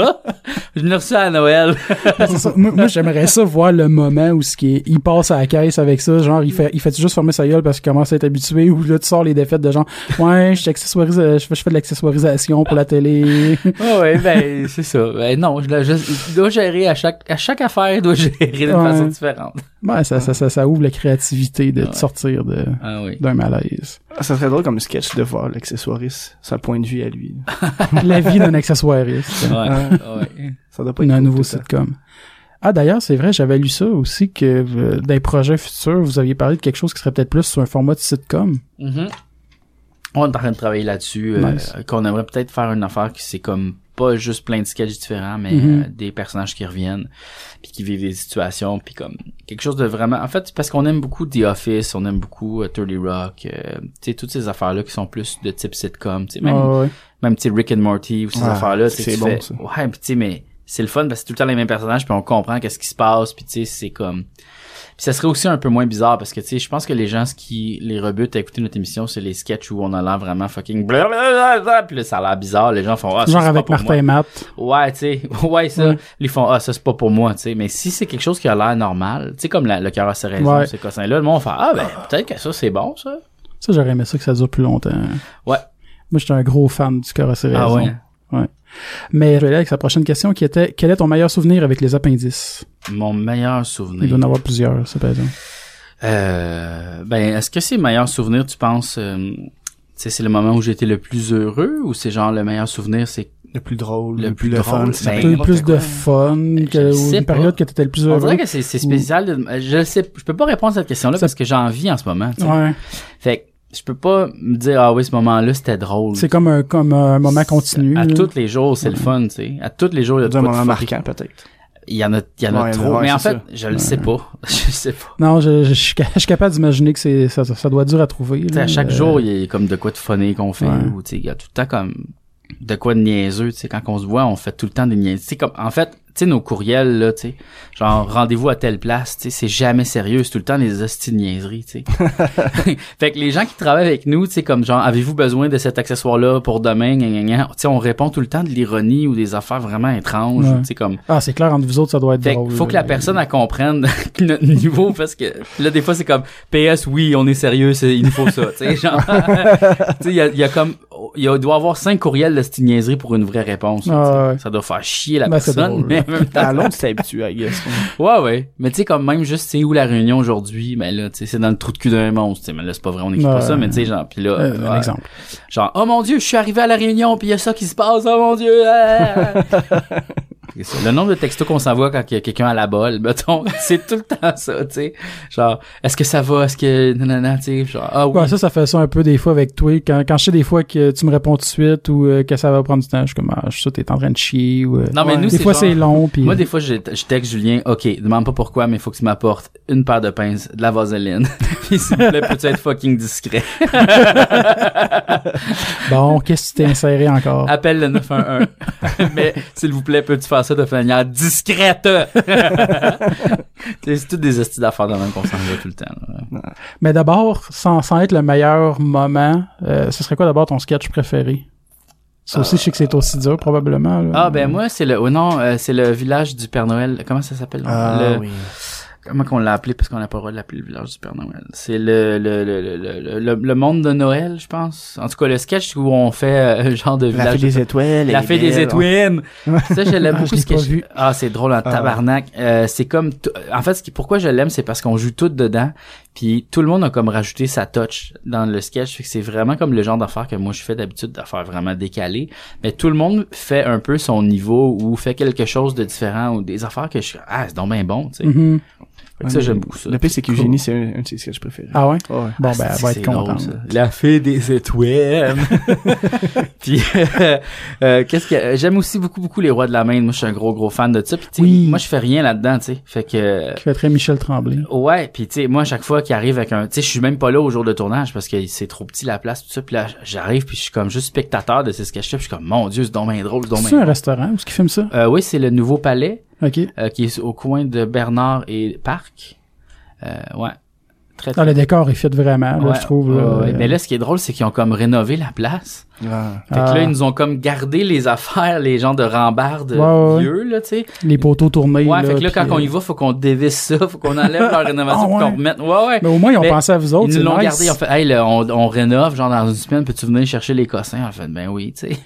B: Je l'ai reçu à Noël.
A: C'est ça. Moi, moi, j'aimerais ça voir le moment où ce qui est- il passe à la caisse avec ça, genre il fait il fait juste fermer sa gueule parce qu'il commence à être habitué ou là tu sors les défaites de genre ouais, je t'accessoirise, euh, je fais, je fais de l'accessoirisation pour la télé.
B: Ouais, ouais, ben, c'est ça. Ben, non, je, dois juste- il doit gérer à chaque, à chaque affaire, il doit gérer d'une
A: Ouais.
B: façon différente.
A: Ouais, ça ça ça, ça ouvre la créativité de te
B: Ouais.
A: sortir de
B: Ah oui.
A: d'un malaise.
C: Ah, Ça serait drôle comme sketch de voir l'accessoiriste, sa point de vue à lui. là.
A: La vie d'un accessoiriste.
B: Ouais, ouais.
C: Ça doit pas
A: Une-
C: être
A: un
C: cool
A: nouveau
C: tout le temps.
A: sitcom. Ah d'ailleurs, c'est vrai, j'avais lu ça aussi que euh, dans les projets futurs, vous aviez parlé de quelque chose qui serait peut-être plus sur un format de sitcom.
B: Mhm. On est en train de travailler là-dessus, euh,
A: Nice.
B: qu'on aimerait peut-être faire une affaire qui c'est comme pas juste plein de sketchs différents, mais
A: Mhm.
B: euh, des personnages qui reviennent, puis qui vivent des situations, puis comme quelque chose de vraiment. En fait, c'est parce qu'on aime beaucoup The Office, on aime beaucoup euh, 30 Rock, euh, tu sais toutes ces affaires là qui sont plus de type sitcom, tu sais même
A: Ah ouais.
B: même tu sais, Rick and Morty ou ces
C: Ouais,
B: affaires-là. tu sais,
C: c'est
B: tu
C: bon,
B: fais-
C: ça.
B: Ouais, puis tu sais, mais c'est le fun parce que c'est tout le temps les mêmes personnages, puis on comprend qu'est-ce qui se passe, puis tu sais, c'est comme... Puis ça serait aussi un peu moins bizarre parce que tu sais, je pense que les gens, ce qui les rebutent à écouter notre émission, c'est les sketchs où on a l'air vraiment fucking blablabla, puis là, ça a l'air bizarre. Les gens font ah, ça,
A: Genre
B: c'est pas
A: avec
B: pour
A: Martin
B: moi.
A: et Matt.
B: Ouais, tu sais, ouais ça. Ils font ah, ça c'est pas pour moi, tu sais. Mais si c'est quelque chose qui a l'air normal, tu sais comme la- le cœur à ses raisons,
A: Ouais.
B: ces cossins-là, le monde fait ah ben peut-être que ça c'est bon ça.
A: Ça, j'aurais aimé ça que ça dure plus longtemps.
B: Ouais.
A: Moi, j'étais un gros fan du carrosserie.
B: Ah ouais.
A: Mais je vais aller avec sa prochaine question qui était quel est ton meilleur souvenir avec les appendices
B: Mon meilleur
A: Il
B: souvenir.
A: doit en avoir plusieurs, ça, par exemple.
B: Euh, ben, est-ce que c'est le meilleur souvenir, tu penses, euh, tu sais, c'est le moment où j'étais le plus heureux ou c'est genre le meilleur souvenir, c'est...
C: Le plus drôle,
B: Le
C: le,
B: plus
C: plus, le fun.
B: drôle,
C: ça
B: ben,
A: T'as
B: Euh,
C: peut
A: eu
C: être
A: plus
C: n'importe quoi.
A: de fun
B: Je
A: que, ou
B: sais
A: une période que
B: pas.
A: t'étais le plus
B: On dirait
A: heureux.
B: que c'est c'est spécial, de- euh, je le sais, je peux pas répondre à cette question-là parce que j'ai envie en ce moment, tu sais.
A: Ouais.
B: Fait que je peux pas me dire, ah oui, ce moment-là, c'était drôle.
A: C'est comme un, comme un moment continu.
B: À
A: là.
B: tous les jours, c'est le fun, tu sais. À tous les jours, il y a de
C: un
B: quoi de
C: moment
B: fucké.
C: marquant, peut-être.
B: Il y en a, il y en a
C: Ouais,
B: trop.
C: ouais,
B: Mais en
C: c'est
B: fait,
C: ça.
B: je le sais pas. Je sais pas.
A: Non, je, je, je suis ca- je suis capable d'imaginer que c'est ça, ça doit être dur à trouver.
B: Tu sais,
A: là.
B: à chaque
A: Euh,
B: jour, il y a comme de quoi de funny qu'on fait,
A: Ouais.
B: ou tu sais, il y a tout le temps comme de quoi de niaiseux, tu sais, quand on se voit, on fait tout le temps des niaiseries. Tu sais, comme, en fait, tu sais, nos courriels, là, tu sais, genre, rendez-vous à telle place, tu sais, c'est jamais sérieux, c'est tout le temps des hosties de niaiseries, tu sais. fait que les gens qui travaillent avec nous, tu sais, comme, genre, avez-vous besoin de cet accessoire-là pour demain, gna, gna, gna? tu sais, on répond tout le temps de l'ironie ou des affaires vraiment étranges,
A: Ouais.
B: tu sais, comme,
A: Ah, c'est clair, entre vous autres, ça doit être
B: fait
A: drôle.
B: qu'il faut
A: là.
B: que la personne elle comprenne notre niveau parce que là des fois c'est comme PS oui on est sérieux c'est- il nous faut ça tu sais genre tu sais il y a, il y a comme il y a- doit avoir cinq courriels de cette niaiserie pour une vraie réponse là, tu sais.
A: Ah, ouais.
B: ça doit faire chier la
A: Ben, c'est
B: personne
A: drôle,
B: mais en même temps,
C: À Londres, t'es habitué, I guess.
B: ouais ouais mais tu sais comme même juste c'est où la réunion aujourd'hui mais là tu sais c'est dans le trou de cul d'un monstre tu sais mais là c'est pas vrai on écrit pas
A: Ouais.
B: ça mais tu sais genre puis là
A: Euh,
B: ouais.
A: Un exemple.
B: genre oh mon dieu je suis arrivé à la réunion puis il y a ça qui se passe oh mon dieu ah! C'est ça. le nombre de textos qu'on s'envoie quand il y a quelqu'un à la bolle mettons c'est tout le temps ça tu sais genre est-ce que ça va est-ce que non non non tu sais genre ah oui
A: Ouais, ça, ça fait ça un peu des fois avec toi. Quand, quand je sais des fois que tu me réponds tout de suite ou euh, que ça va prendre du temps, je suis comme, ah, je suis sûr que t'es en train de chier. Ou, euh,
B: non mais
C: Ouais.
B: nous
A: des
B: c'est
A: fois,
B: genre-
A: c'est long. Puis,
B: moi des fois je, je texte Julien ok demande pas pourquoi mais faut que tu m'apportes une paire de pinces de la vaseline puis s'il te plaît peux-tu être fucking discret
A: euh, bon, qu'est-ce que tu t'es inséré encore?
B: appelle le 911 mais s'il vous plaît peux-tu faire ça de manière discrète c'est toutes des hosties d'affaires de même qu'on s'envoie tout le temps là.
A: Mais d'abord, sans, sans être le meilleur moment, euh, ce serait quoi d'abord ton sketch préféré? Ça aussi, je sais que c'est aussi dur, probablement. là.
B: Ah ben moi c'est le oh non euh, c'est le village du Père Noël comment ça s'appelle le,
C: Ah, oui.
B: comment qu'on l'a appelé parce qu'on n'a pas le droit de l'appeler le village du Père Noël c'est le le, le, le, le le le monde de Noël je pense en tout cas le sketch où on fait euh, genre de
C: La
B: village
C: fée des étoiles.
B: la
C: elle est
B: fée des
C: belle. hein.
B: étoiles ça je l'aime
A: Ah, je
B: beaucoup
A: l'ai
B: ce sketch
A: pas vu.
B: ah c'est drôle en tabarnak Euh, c'est comme t- en fait ce qui pourquoi je l'aime c'est parce qu'on joue tout dedans puis tout le monde a comme rajouté sa touch dans le sketch fait que c'est vraiment comme le genre d'affaire que moi je fais d'habitude d'affaires vraiment décalées mais tout le monde fait un peu son niveau ou fait quelque chose de différent ou des affaires que je suis ah c'est donc bien bon tu sais
A: Mhm.
B: Fait que ça j'aime beaucoup ça
C: Le pire, c'est qu'Eugénie, c'est un, un de ses sketchs préférés.
A: Ah ouais?
C: Ouais.
A: Bon, ben,
B: Ah,
A: elle
B: c'est-
A: va
B: c'est
A: être
B: drôle,
A: contente.
B: ça. La fée des étoiles. Puis euh, euh, qu'est-ce que euh, j'aime aussi beaucoup beaucoup les rois de la Maine. Moi je suis un gros gros fan de ça. Puis, tu sais,
A: Oui.
B: moi je fais rien là-dedans, tu sais. Fait que euh,
A: Qui fait très Michel Tremblay.
B: Ouais, puis tu sais, moi, à chaque fois qu'il arrive avec un... Tu sais, je suis même pas là au jour de tournage parce que c'est trop petit la place, tout ça. Puis là, j'arrive, puis je suis comme juste spectateur de ces sketchs-là. Puis je suis comme, mon Dieu, c'est donc bien drôle, c'est donc
A: C'est
B: bien
A: un
B: drôle.
A: restaurant où ce qu'ils filment ça?
B: Euh, oui, c'est le Nouveau Palais
A: OK.
B: euh, qui est au coin de Bernard et Parc. Euh, ouais. Très,
A: Dans Ah, le décor est fait vraiment, là,
B: Ouais,
A: je trouve. là. euh,
B: ouais, ouais. Mais là, ce qui est drôle, c'est qu'ils ont comme rénové la place.
C: Ah.
B: Fait que là,
A: Ah.
B: ils nous ont comme gardé les affaires, les gens de rambarde
A: Ouais, ouais, ouais.
B: vieux, là, tu sais.
A: les poteaux tournés.
B: Ouais, fait que là,
A: puis,
B: quand on y
A: euh,
B: va, faut qu'on dévisse ça, faut qu'on enlève leur rénovation,
A: Ah,
B: faut
A: ouais.
B: qu'on remette. Ouais, ouais.
A: Mais au moins, ils ont
B: Mais
A: pensé à vous autres.
B: Ils
A: c'est
B: nous l'ont
A: nice.
B: gardé, ils ont fait, hey, là, on, on rénove, genre, dans une semaine, peux-tu venir chercher les cossins? En fait, ben oui, tu sais.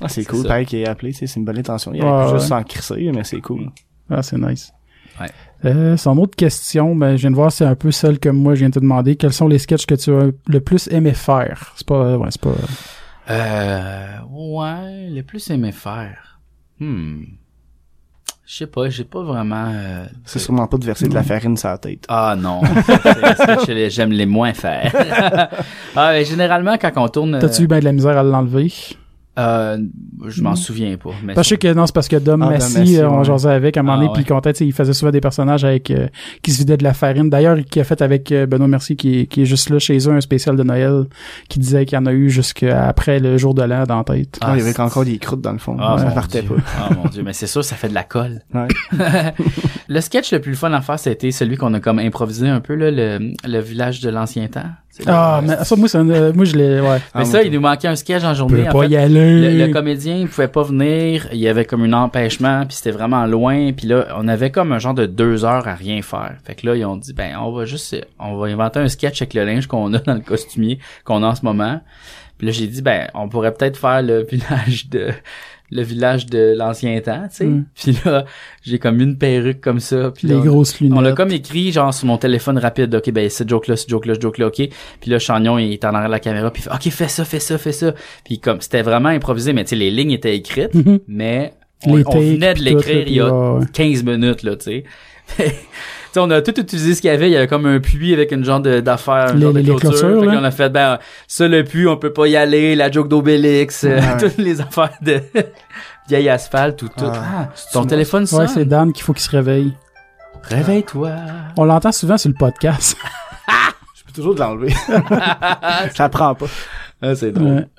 C: Ah, c'est
B: C'est
C: cool.
B: ça.
C: Pareil qu'il ait appelé, tu sais, c'est une bonne intention. Il
A: Ouais,
C: a
A: ouais.
C: juste s'en crisser, mais c'est cool.
A: Ah, c'est nice.
B: Ouais.
A: Euh, son autre question, ben, je viens de voir, c'est un peu celle que moi, je viens de te demander. Quels sont les sketchs que tu as le plus aimé faire? C'est pas, ouais, c'est pas,
B: Euh, ouais, le plus aimé faire. Hmm. Je sais pas, j'ai pas vraiment, euh,
C: C'est sûrement pas de verser de la farine sur la tête.
B: Ah non, c'est- c'est- je les- j'aime les moins faire. ah, mais généralement, quand on tourne... euh,
A: t'as-tu eu ben de la misère à l'enlever?
B: euh, je m'en souviens pas. Mais
A: Parce que je sais que, non, c'est parce que Dom
C: Ah, Dom
A: Massy,
C: Massy,
A: euh, on
C: ouais.
A: jasait avec à un moment
B: Ah,
A: donné,
B: ouais.
A: puis il comptait, tu sais, il faisait souvent des personnages avec, euh, qui se vidaient de la farine. D'ailleurs, qui a fait avec euh, Benoît Mercier, qui, est- qui est juste là chez eux, un spécial de Noël, qui disait qu'il y en a eu jusqu'après le jour de l'an dans la tête.
C: Ah, il y avait
B: c'est-
C: encore des croûtes dans le fond.
B: Ah,
C: ça
B: mon
C: partait
B: Dieu. Ah, mon Dieu, mais c'est sûr, ça fait de la colle.
C: pas. Ouais.
B: Le sketch le plus fun à faire, c'était celui qu'on a comme improvisé un peu, là, le, le village de l'ancien temps. C'est-
A: Ah, mais ça, moi, ça, euh, moi, je l'ai, ouais.
B: Mais
C: Ah,
B: ça,
C: mon
B: il nous manquait un sketch en
A: On peut
B: journée. en
A: pas
B: fait.
A: y aller.
B: le, le comédien il pouvait pas venir, il y avait comme un empêchement, puis c'était vraiment loin, puis là on avait comme un genre de deux heures à rien faire. Fait que là ils ont dit ben on va juste euh, on va inventer un sketch avec le linge qu'on a dans le costumier qu'on a en ce moment. Puis là j'ai dit ben on pourrait peut-être faire le village de le village de l'ancien temps, tu sais.
A: Mm.
B: Puis là j'ai comme une perruque comme ça, puis
A: les
B: là, on-
A: grosses lunettes.
B: on l'a comme écrit, genre, sur mon téléphone rapide. OK, ben, ce joke-là, ce joke-là, ce joke-là, OK. Puis là, Chagnon, il est en arrière de la caméra, puis il fait, OK, fais ça, fais ça, fais ça. Puis comme, c'était vraiment improvisé, mais tu sais, les lignes étaient écrites,
A: Mhm.
B: mais on,
A: Les
B: on
A: takes,
B: venait de
A: puis tout, là,
B: l'écrire il y a
A: puis, ouais.
B: 15 minutes, là, tu sais. Tu sais, on a tout utilisé ce qu'il y avait. Il y avait comme un puits avec une genre de- d'affaire, une
A: Les-
B: genre de
A: les
B: clôture.
A: clôtures,
B: Fait
A: là.
B: qu'on a fait, ben, ça, le puits, on peut pas y aller, la joke d'Obélix, euh,
C: Ouais.
B: toutes les affaires de vieille asphalte ou tout. Ah,
C: Ah.
B: ton téléphone sonne.
A: Ouais, c'est Dan qu'il faut qu'il se réveille.
B: Réveille-toi.
A: On l'entend souvent sur le podcast.
C: Je peux toujours de l'enlever. ça prend pas.
B: Ah, c'est drôle.
A: Ouais.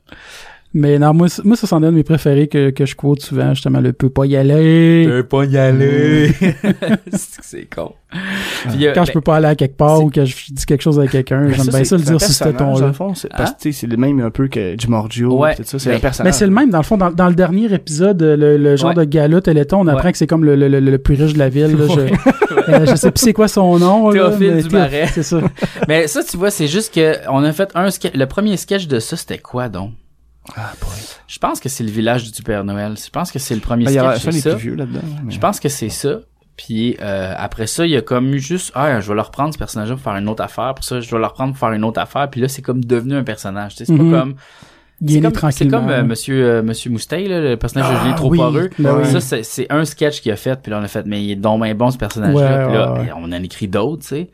A: Mais non, moi, c- moi ça, c'en est un de mes préférés que, que je quote souvent, justement, le peut pas y aller.
B: pas y aller. c'est que c'est con. Puis, il y a-
A: Quand
B: ben,
A: je peux pas aller à quelque part
B: c'est- Ben,
A: ou que je dis quelque chose à quelqu'un,
C: Mais
A: j'aime
C: ça,
A: bien
C: c'est-
A: ça le
C: c'est un
A: dire sur ce
C: personnage, dans
A: ton-là.
C: le fond, c'est-
B: Hein?
C: Parce que tu sais, c'est le même un peu que du Mordio.
B: Ouais.
C: tout ça, C'est
B: Mais-
C: un personnage.
A: Mais c'est le même, dans le fond, dans, dans le dernier épisode, euh, le, le genre
B: Ouais.
A: de gala téléthon, on apprend
B: Ouais.
A: que c'est comme le, le, le, le plus riche de la ville. Là, je, euh, je sais plus c'est quoi son nom. là,
B: Théophile
A: mais-
B: Dumaret.
A: C'est ça.
B: Mais ça, tu vois, c'est juste que on a fait un sketch. Le premier sketch de ça, c'était quoi donc? Ah, Je pense que c'est le village du Père Noël. Je pense que c'est le premier
A: Ah,
C: Ben, Il y a
B: sketch.
C: un
B: c'est
C: des
B: ça.
C: plus vieux là-dedans. mais-
B: Je pense que c'est ça. Puis euh, après ça, il y a comme eu juste ah, je vais le reprendre ce personnage-là pour faire une autre affaire. Pour ça, je vais le reprendre pour faire une autre affaire. Puis là, c'est comme devenu un personnage. Tu sais, C'est
A: Mhm.
B: pas comme
A: Il est
B: c'est
A: né
B: comme, c'est
A: tranquillement.
B: comme euh, Monsieur euh, Monsieur Moustaille, là, le personnage de
A: Ah,
B: Julien trop
A: oui,
B: poreux.
A: ben
C: oui.
B: Ça, c'est, c'est un sketch qu'il a fait. Puis là, on a fait mais il est donc bien bon ce personnage-là.
A: Ouais,
B: puis là,
A: ouais, ouais.
B: ben, on en écrit d'autres. Tu sais.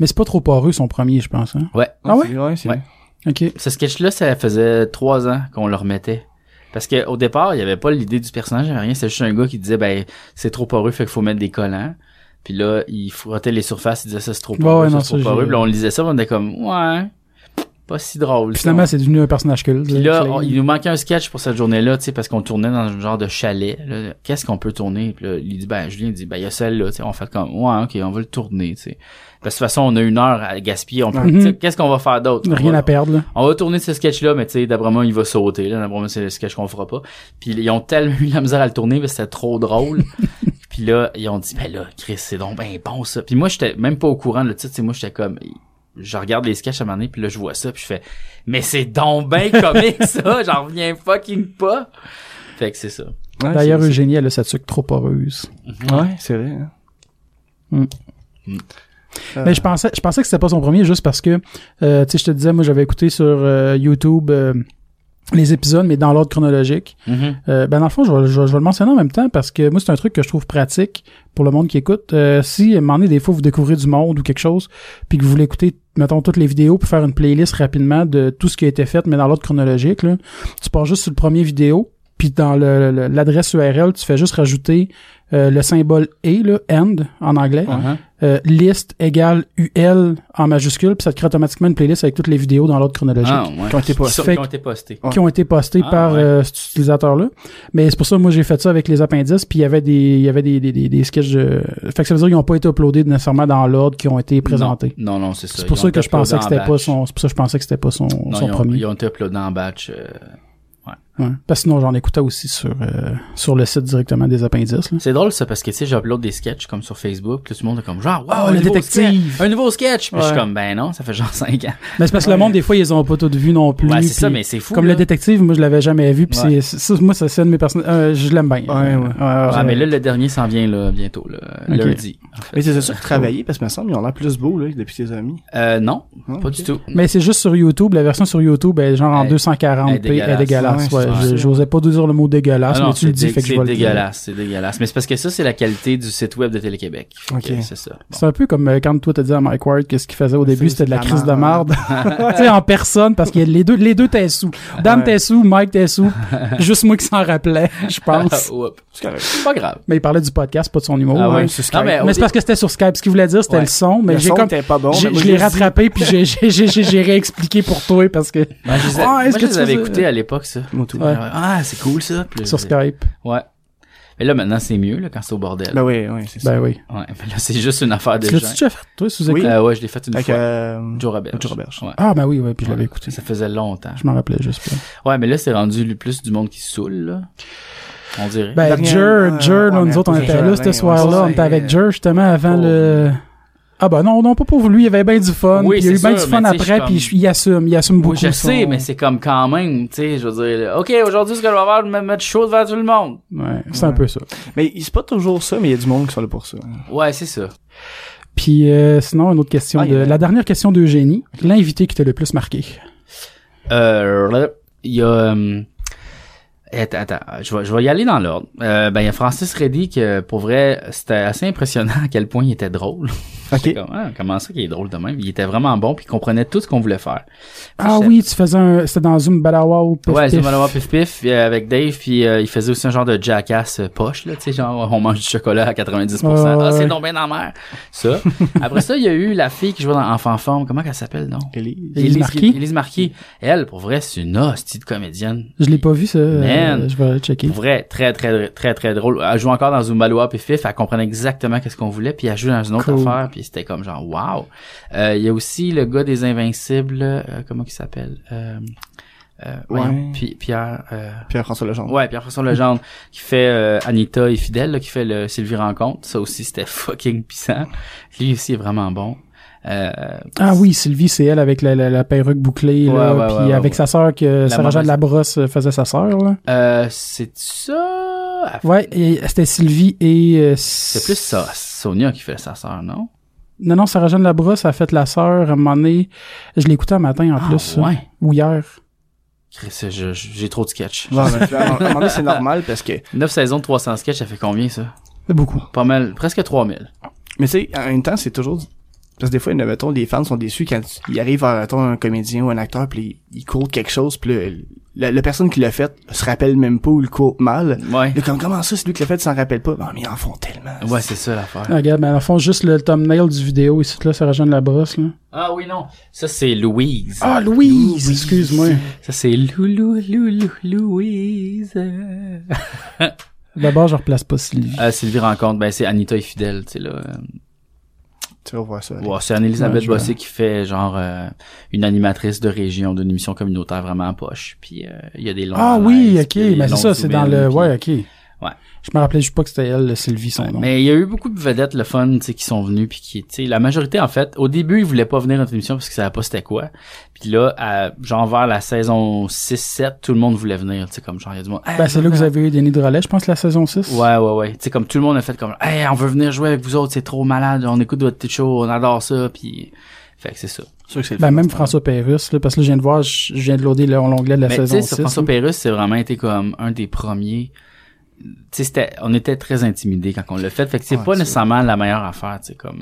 A: Mais c'est pas trop poreux, son premier, je pense. Hein?
B: Ouais.
A: Ah ouais?
C: C'est- ouais, c'est-
B: Ouais.
A: OK.
B: Ce sketch-là, ça faisait trois ans qu'on le remettait. Parce que au départ, il n'y avait pas l'idée du personnage, il y avait rien. C'était juste un gars qui disait, ben, c'est trop poreux, fait qu'il faut mettre des collants. Puis là, il frottait les surfaces, il disait, ça c'est trop
A: Ouais,
B: poreux,
A: ouais,
B: ça
A: non,
B: c'est
A: ça,
B: trop poreux.
A: j'ai-
B: Puis là, on lisait ça, puis on était comme, ouais, pas si drôle.
A: Puis finalement, c'est devenu un personnage culte.
B: Puis là,
A: Clay.
B: on- il nous manquait un sketch pour cette journée-là, tu sais, parce qu'on tournait dans un genre de chalet. là. Qu'est-ce qu'on peut tourner? Puis là, il dit, ben, Julien dit, ben, il y a celle-là, tu sais. On fait comme, ouais, ok, on va le tourner, tu sais. Parce que de toute façon, on a une heure à gaspiller. On peut,
A: Mhm.
B: tu sais, qu'est-ce qu'on va faire d'autre? On
A: Rien
B: va-
A: à perdre. là.
B: on va tourner ce sketch-là, mais tu sais, d'après moi, il va sauter. Là. D'après moi, c'est le sketch qu'on fera pas. Puis ils ont tellement eu la misère à le tourner, parce que c'était trop drôle. Puis là, ils ont dit, ben là, Chris, c'est donc ben bon ça. Puis moi, j'étais même pas au courant de le titre. Tu sais, moi, j'étais comme, je regarde les sketchs à un moment donné, puis là, je vois ça, puis je fais, mais c'est donc ben comique ça, j'en reviens fucking pas. Fait que c'est ça.
C: Ouais,
A: D'ailleurs,
C: c'est-
A: Eugénie, elle a sa tuque trop poreuse.
C: Ouais, c'est vrai. hein. Ah.
A: Mais je pensais, je pensais que c'était pas son premier juste parce que, euh, tu sais, je te disais, moi, j'avais écouté sur euh, YouTube euh, les épisodes, mais dans l'ordre chronologique. Euh, ben, dans le fond, je vais, je vais- je vais le mentionner en même temps parce que moi, c'est un truc que je trouve pratique pour le monde qui écoute. Euh, si, à un moment donné, des fois, vous découvrez du monde ou quelque chose, puis que vous voulez écouter, mettons, toutes les vidéos pour faire une playlist rapidement de tout ce qui a été fait, mais dans l'ordre chronologique, là, tu pars juste sur le premier vidéo, puis dans le- le- l'adresse URL, tu fais juste rajouter euh, le symbole « et », là, « end » en anglais, euh, liste égale UL en majuscule, puis ça te crée automatiquement une playlist avec toutes les vidéos dans l'ordre chronologique
B: Ah, ouais.
C: Qui ont été
B: Qui
C: postés.
B: sont-
A: Fait
B: qui ont été postés.
C: Ouais.
A: qui ont été postés
B: Ah,
A: par
B: ouais.
A: euh, cet utilisateur-là. Mais c'est pour ça, moi, j'ai fait ça avec les appendices, puis il y avait des, il y avait des, des, des, des sketchs de... Fait que ça veut dire qu'ils n'ont pas été uploadés nécessairement dans l'ordre qui ont été présentés.
B: Non, non, c'est ça.
A: C'est pour
B: Ils
A: ça
B: ont
A: que je pensais que
B: uploadé en
A: c'était pas
B: batch.
A: son, c'est pour ça que je pensais que c'était pas son,
B: Non,
A: son
B: ils ont,
A: premier.
B: Ils ont été uploadés en batch. euh,
A: Ouais. Parce que sinon, j'en écoutais aussi sur, euh, sur le site directement des appendices, là.
B: C'est drôle ça parce que tu sais j'upload des sketchs comme sur Facebook, puis tout le monde est comme genre wow,
A: Oh,
B: un
A: le
B: nouveau
A: détective!
B: sketch, un nouveau sketch. Puis je suis
A: Ouais.
B: comme ben non, ça fait genre 5 ans.
A: Mais c'est parce que le monde, des fois, ils ont pas tout vu non plus.
B: Ouais, c'est ça
A: puis
B: mais c'est fou.
A: Comme
B: là.
A: le détective, moi, je l'avais jamais vu, puis
B: Ouais.
A: c'est, ça, moi, ça, c'est un de mes personnages, euh, je l'aime bien.
C: Ouais, ouais.
B: Ah mais là le dernier s'en vient là bientôt là,
A: Ok.
B: lundi. en fait.
C: Mais c'est sûr que travailler, parce que me semble, ils ont l'air plus beaux, là, depuis tes amis.
B: Euh, non,
C: Ah,
B: pas
C: ok.
B: du tout.
A: Mais c'est juste sur YouTube, la version sur YouTube, elle est genre en
B: Elle-
A: 240p, elle est dégueulasse.
B: elle est dégueulasse.
A: ouais.
B: Ouais,
A: Je-
C: c'est-
A: J'osais pas dire le mot dégueulasse,
B: Ah non,
A: mais tu le dis,
B: dé-
A: fait que je vais
B: c'est
A: le dire.
B: dégueulasse, c'est dégueulasse. Mais c'est parce que ça, c'est la qualité du site web de Télé-Québec. Fait que
C: Ok.
B: C'est ça. Bon.
A: C'est un peu comme euh, quand toi t'as dit à Mike Ward que ce qu'il faisait au début
C: C'est-
A: c'était de la
C: c'est
A: crise de
C: la merde.
A: marde. tu sais, en personne, parce que les deux, les deux t'es sous. Dan
C: Ouais.
A: t'es sous, Mike t'es sous. juste moi qui s'en rappelais, je pense.
B: Ah, Oups.
C: C'est correct.
B: C'est pas grave.
A: Mais il parlait du podcast, pas de son humour.
B: oh. Ah
A: hein.
B: ouais.
C: c'est
B: Non, mais,
A: Mais c'est parce que c'était sur Skype. Ce qu'il voulait dire, c'était
B: Ouais.
A: le son, mais
C: Le
A: j'ai
C: son
A: comme.
C: était pas bon.
A: j'ai-
C: mais moi,
A: je l'ai
C: dit-
A: rattrapé, puis j'ai- j'ai j'ai- j'ai- j'ai réexpliqué pour toi, parce que.
B: Moi, je les,
A: Ah,
B: moi,
A: est-ce
B: je
A: que
B: les
A: tu
B: avais
A: faisais-
B: écoutés à l'époque ça.
C: Moi, tout.
A: Ouais.
B: Ah c'est cool ça. Puis là,
A: Sur
B: je-
A: Skype.
B: Ouais. Mais là maintenant c'est mieux là quand c'est au bordel.
C: Ben oui, oui, c'est ça.
A: Ben oui.
B: Ouais, mais là, c'est juste une affaire de
A: Tu
B: gens.
A: l'as-tu déjà fait, toi, sous
C: Oui.
A: écoute?
B: Euh, ouais, je l'ai fait une
C: Fait que,
B: fois.
C: euh,
B: Joe Roberge.
C: Joe Roberge.
B: Ouais.
A: Ah, ben oui, ouais, puis je l'avais écouté.
B: Ça faisait longtemps.
A: Je m'en rappelais juste pas.
B: Ouais, mais là, c'est rendu le plus du monde qui se saoule, là. On dirait.
A: Ben,
C: Dernière- euh,
A: Jer,
C: ouais,
A: Jer, là,
C: ouais,
A: nous autres, on
C: ouais,
A: était
C: Jer,
A: là
C: ouais,
A: ce
C: ouais,
A: soir-là.
C: ça,
A: On était
C: c'est-
A: avec Jer, justement, avant
B: Pauvre.
A: le... Ah bah non, non, pas pour lui, il avait bien du fun,
B: Oui,
A: puis il y a eu
B: c'est
A: bien du
B: sûr,
A: fun
B: mais tu sais, je
A: après,
B: suis
A: puis
B: comme-
A: je- il assume, il assume beaucoup.
B: je sais,
A: son-
B: mais c'est comme quand même, tu sais, je veux dire, là, OK, aujourd'hui, ce que je vais faire, je vais me mettre chaud devant tout le monde.
A: Ouais, c'est un peu ça.
C: Mais c'est pas toujours ça, mais il y a du monde qui sont là pour ça.
B: Ouais, c'est ça.
A: Puis euh, sinon, une autre question,
C: Ah, il y
A: de...
C: avait-
A: la dernière question d'Eugénie, l'invité qui t'a le plus marqué.
B: Euh, il y a, euh, hum, attends, attends, je vais, je vais y aller dans l'ordre. Euh, ben, il y a Francis Reddy que, pour vrai, c'était assez impressionnant à quel point il était drôle.
C: Ok.
B: Comme, ah, comment ça qu'il est drôle de même? Il était vraiment bon, puis il comprenait tout ce qu'on voulait faire.
A: Ah
B: Puis,
A: oui, tu faisais un. C'était dans Zoom Balawa ou Pif
B: ouais,
A: Pif.
B: Zoom Alawa Pif Pif euh, avec Dave, puis euh, il faisait aussi un genre de jackass euh, poche, là, tu sais, genre on mange du chocolat à 90%.
A: Ouais, ouais,
B: ah, c'est
A: ouais.
B: donc bien dans la mer. Ça. Après ça, il y a eu la fille qui jouait dans Enfant Forme. Comment qu'elle s'appelle, non?
C: Elise.
A: Élise Marquis.
B: Élise Marquis. Elle, pour vrai, c'est une hostie de comédienne.
A: Je l'ai pas vu, ça. euh,
B: Man.
A: Je vais checker.
B: Pour vrai, très, très, très, très drôle. Elle joue encore dans Zumbaloa puis Fif. Elle comprenait exactement qu'est-ce qu'on voulait. Puis elle joue dans une autre
A: Cool.
B: affaire. Puis c'était comme genre, wow. Euh, Il y a aussi le gars des Invincibles. euh, comment il s'appelle? Euh, euh, voyons,
C: Ouais.
B: Pi- Pierre... euh,
C: Pierre-François Legendre.
B: Ouais, Pierre-François Legendre, qui fait euh, Anita et Fidèle, là, qui fait le Sylvie Rencontre. Ça aussi, c'était fucking puissant. Lui aussi est vraiment bon. Euh,
A: Ah oui, Sylvie, c'est elle avec la, la, la perruque bouclée,
B: Ouais,
A: là,
B: ouais,
A: puis
B: ouais, ouais,
A: avec
B: ouais.
A: sa sœur que Sarah
B: mauvaise-
A: Jeanne Labrosse euh, faisait sa sœur, là.
B: euh, c'est ça? Elle-
A: Ouais, et c'était Sylvie et. euh,
B: C'est plus ça, Sonia qui fait sa sœur, non?
A: Non, non, Sarah Jeanne Labrosse a fait la sœur à un moment donné. Je l'écoutais un matin en
B: Ah,
A: plus. ça.
B: ouais.
A: Ou hier.
B: Chris, je- je- j'ai trop de sketch.
C: Bon, ben, puis, à un moment donné, c'est normal parce que.
B: 9 saisons de 300 sketchs, ça fait combien ça?
A: C'est beaucoup.
B: Pas mal, presque 3000.
C: Mais tu sais, en même temps, c'est toujours. Parce que des fois, mettons, les fans sont déçus quand ils arrivent à euh, mettons, un comédien ou un acteur, puis ils ils quotent quelque chose, puis le- la, la personne qui l'a fait se rappelle même pas ou le quote mal.
B: Ouais.
C: Là, comme, comment ça, celui qui l'a fait s'en rappelle pas? Non, mais ils en font tellement.
B: Ouais, c'est ça l'affaire.
A: Ah, regarde, mais en fond, juste le thumbnail du vidéo ici, là, Sarah Jeanne Labrosse, là.
B: Ah oui, non. Ça, c'est Louise.
A: Ah, Louise! Excuse-moi.
B: Ça, c'est Loulou, Loulou, Louise. euh,
A: D'abord, je replace pas Sylvie.
B: Sylvie Rencontre, ben, c'est Anita et Fidèle, tu sais, là. euh,
C: Tu vas voir ça.
B: Ouais, c'est Anne-Elisabeth
A: Ouais, je
B: Bossé qui fait genre euh, une animatrice de région d'une émission communautaire vraiment en poche. Puis euh, il y a des longs
A: Ah oui,
B: analyses,
A: ok.
B: puis il y a des
A: Mais c'est
B: longs
A: ça, c'est dans
B: zoom-in,
A: le.
B: puis-
A: Ouais, ok.
B: Ouais.
A: Je me rappelais juste pas que c'était elle, le Sylvie, son nom.
B: Mais il y a eu beaucoup de vedettes le fun, tu sais, qui sont venues puis qui, tu sais, la majorité en fait, au début ils voulaient pas venir à notre émission parce qu'ils savaient pas c'était quoi. Puis là, à, genre vers la saison 6-7, tout le monde voulait venir, tu sais, comme genre il y a du monde. Hey,
A: Ben, c'est là que vous avez eu Denis Drolet, je pense, la saison 6.
B: Ouais, ouais, ouais. Tu sais, comme tout le monde a fait comme, hey, on veut venir jouer avec vous autres, c'est trop malade, on écoute votre petit show, on adore ça, puis fait que c'est ça.
C: sûr que c'est le
A: Ben,
C: fun.
A: même François Pérus, là, parce que là, je viens de voir, je je viens de loader le- l'onglet de la
B: Mais Ben, tu
A: saison hein?
B: sais, sur
A: 6.
B: François
A: là.
B: Pérusse, c'est vraiment été comme un des premiers. Tu sais, c'était, on était très intimidés quand on l'a fait. Fait que c'est
C: Ouais,
B: pas
C: c'est
B: nécessairement la meilleure affaire, tu sais, comme.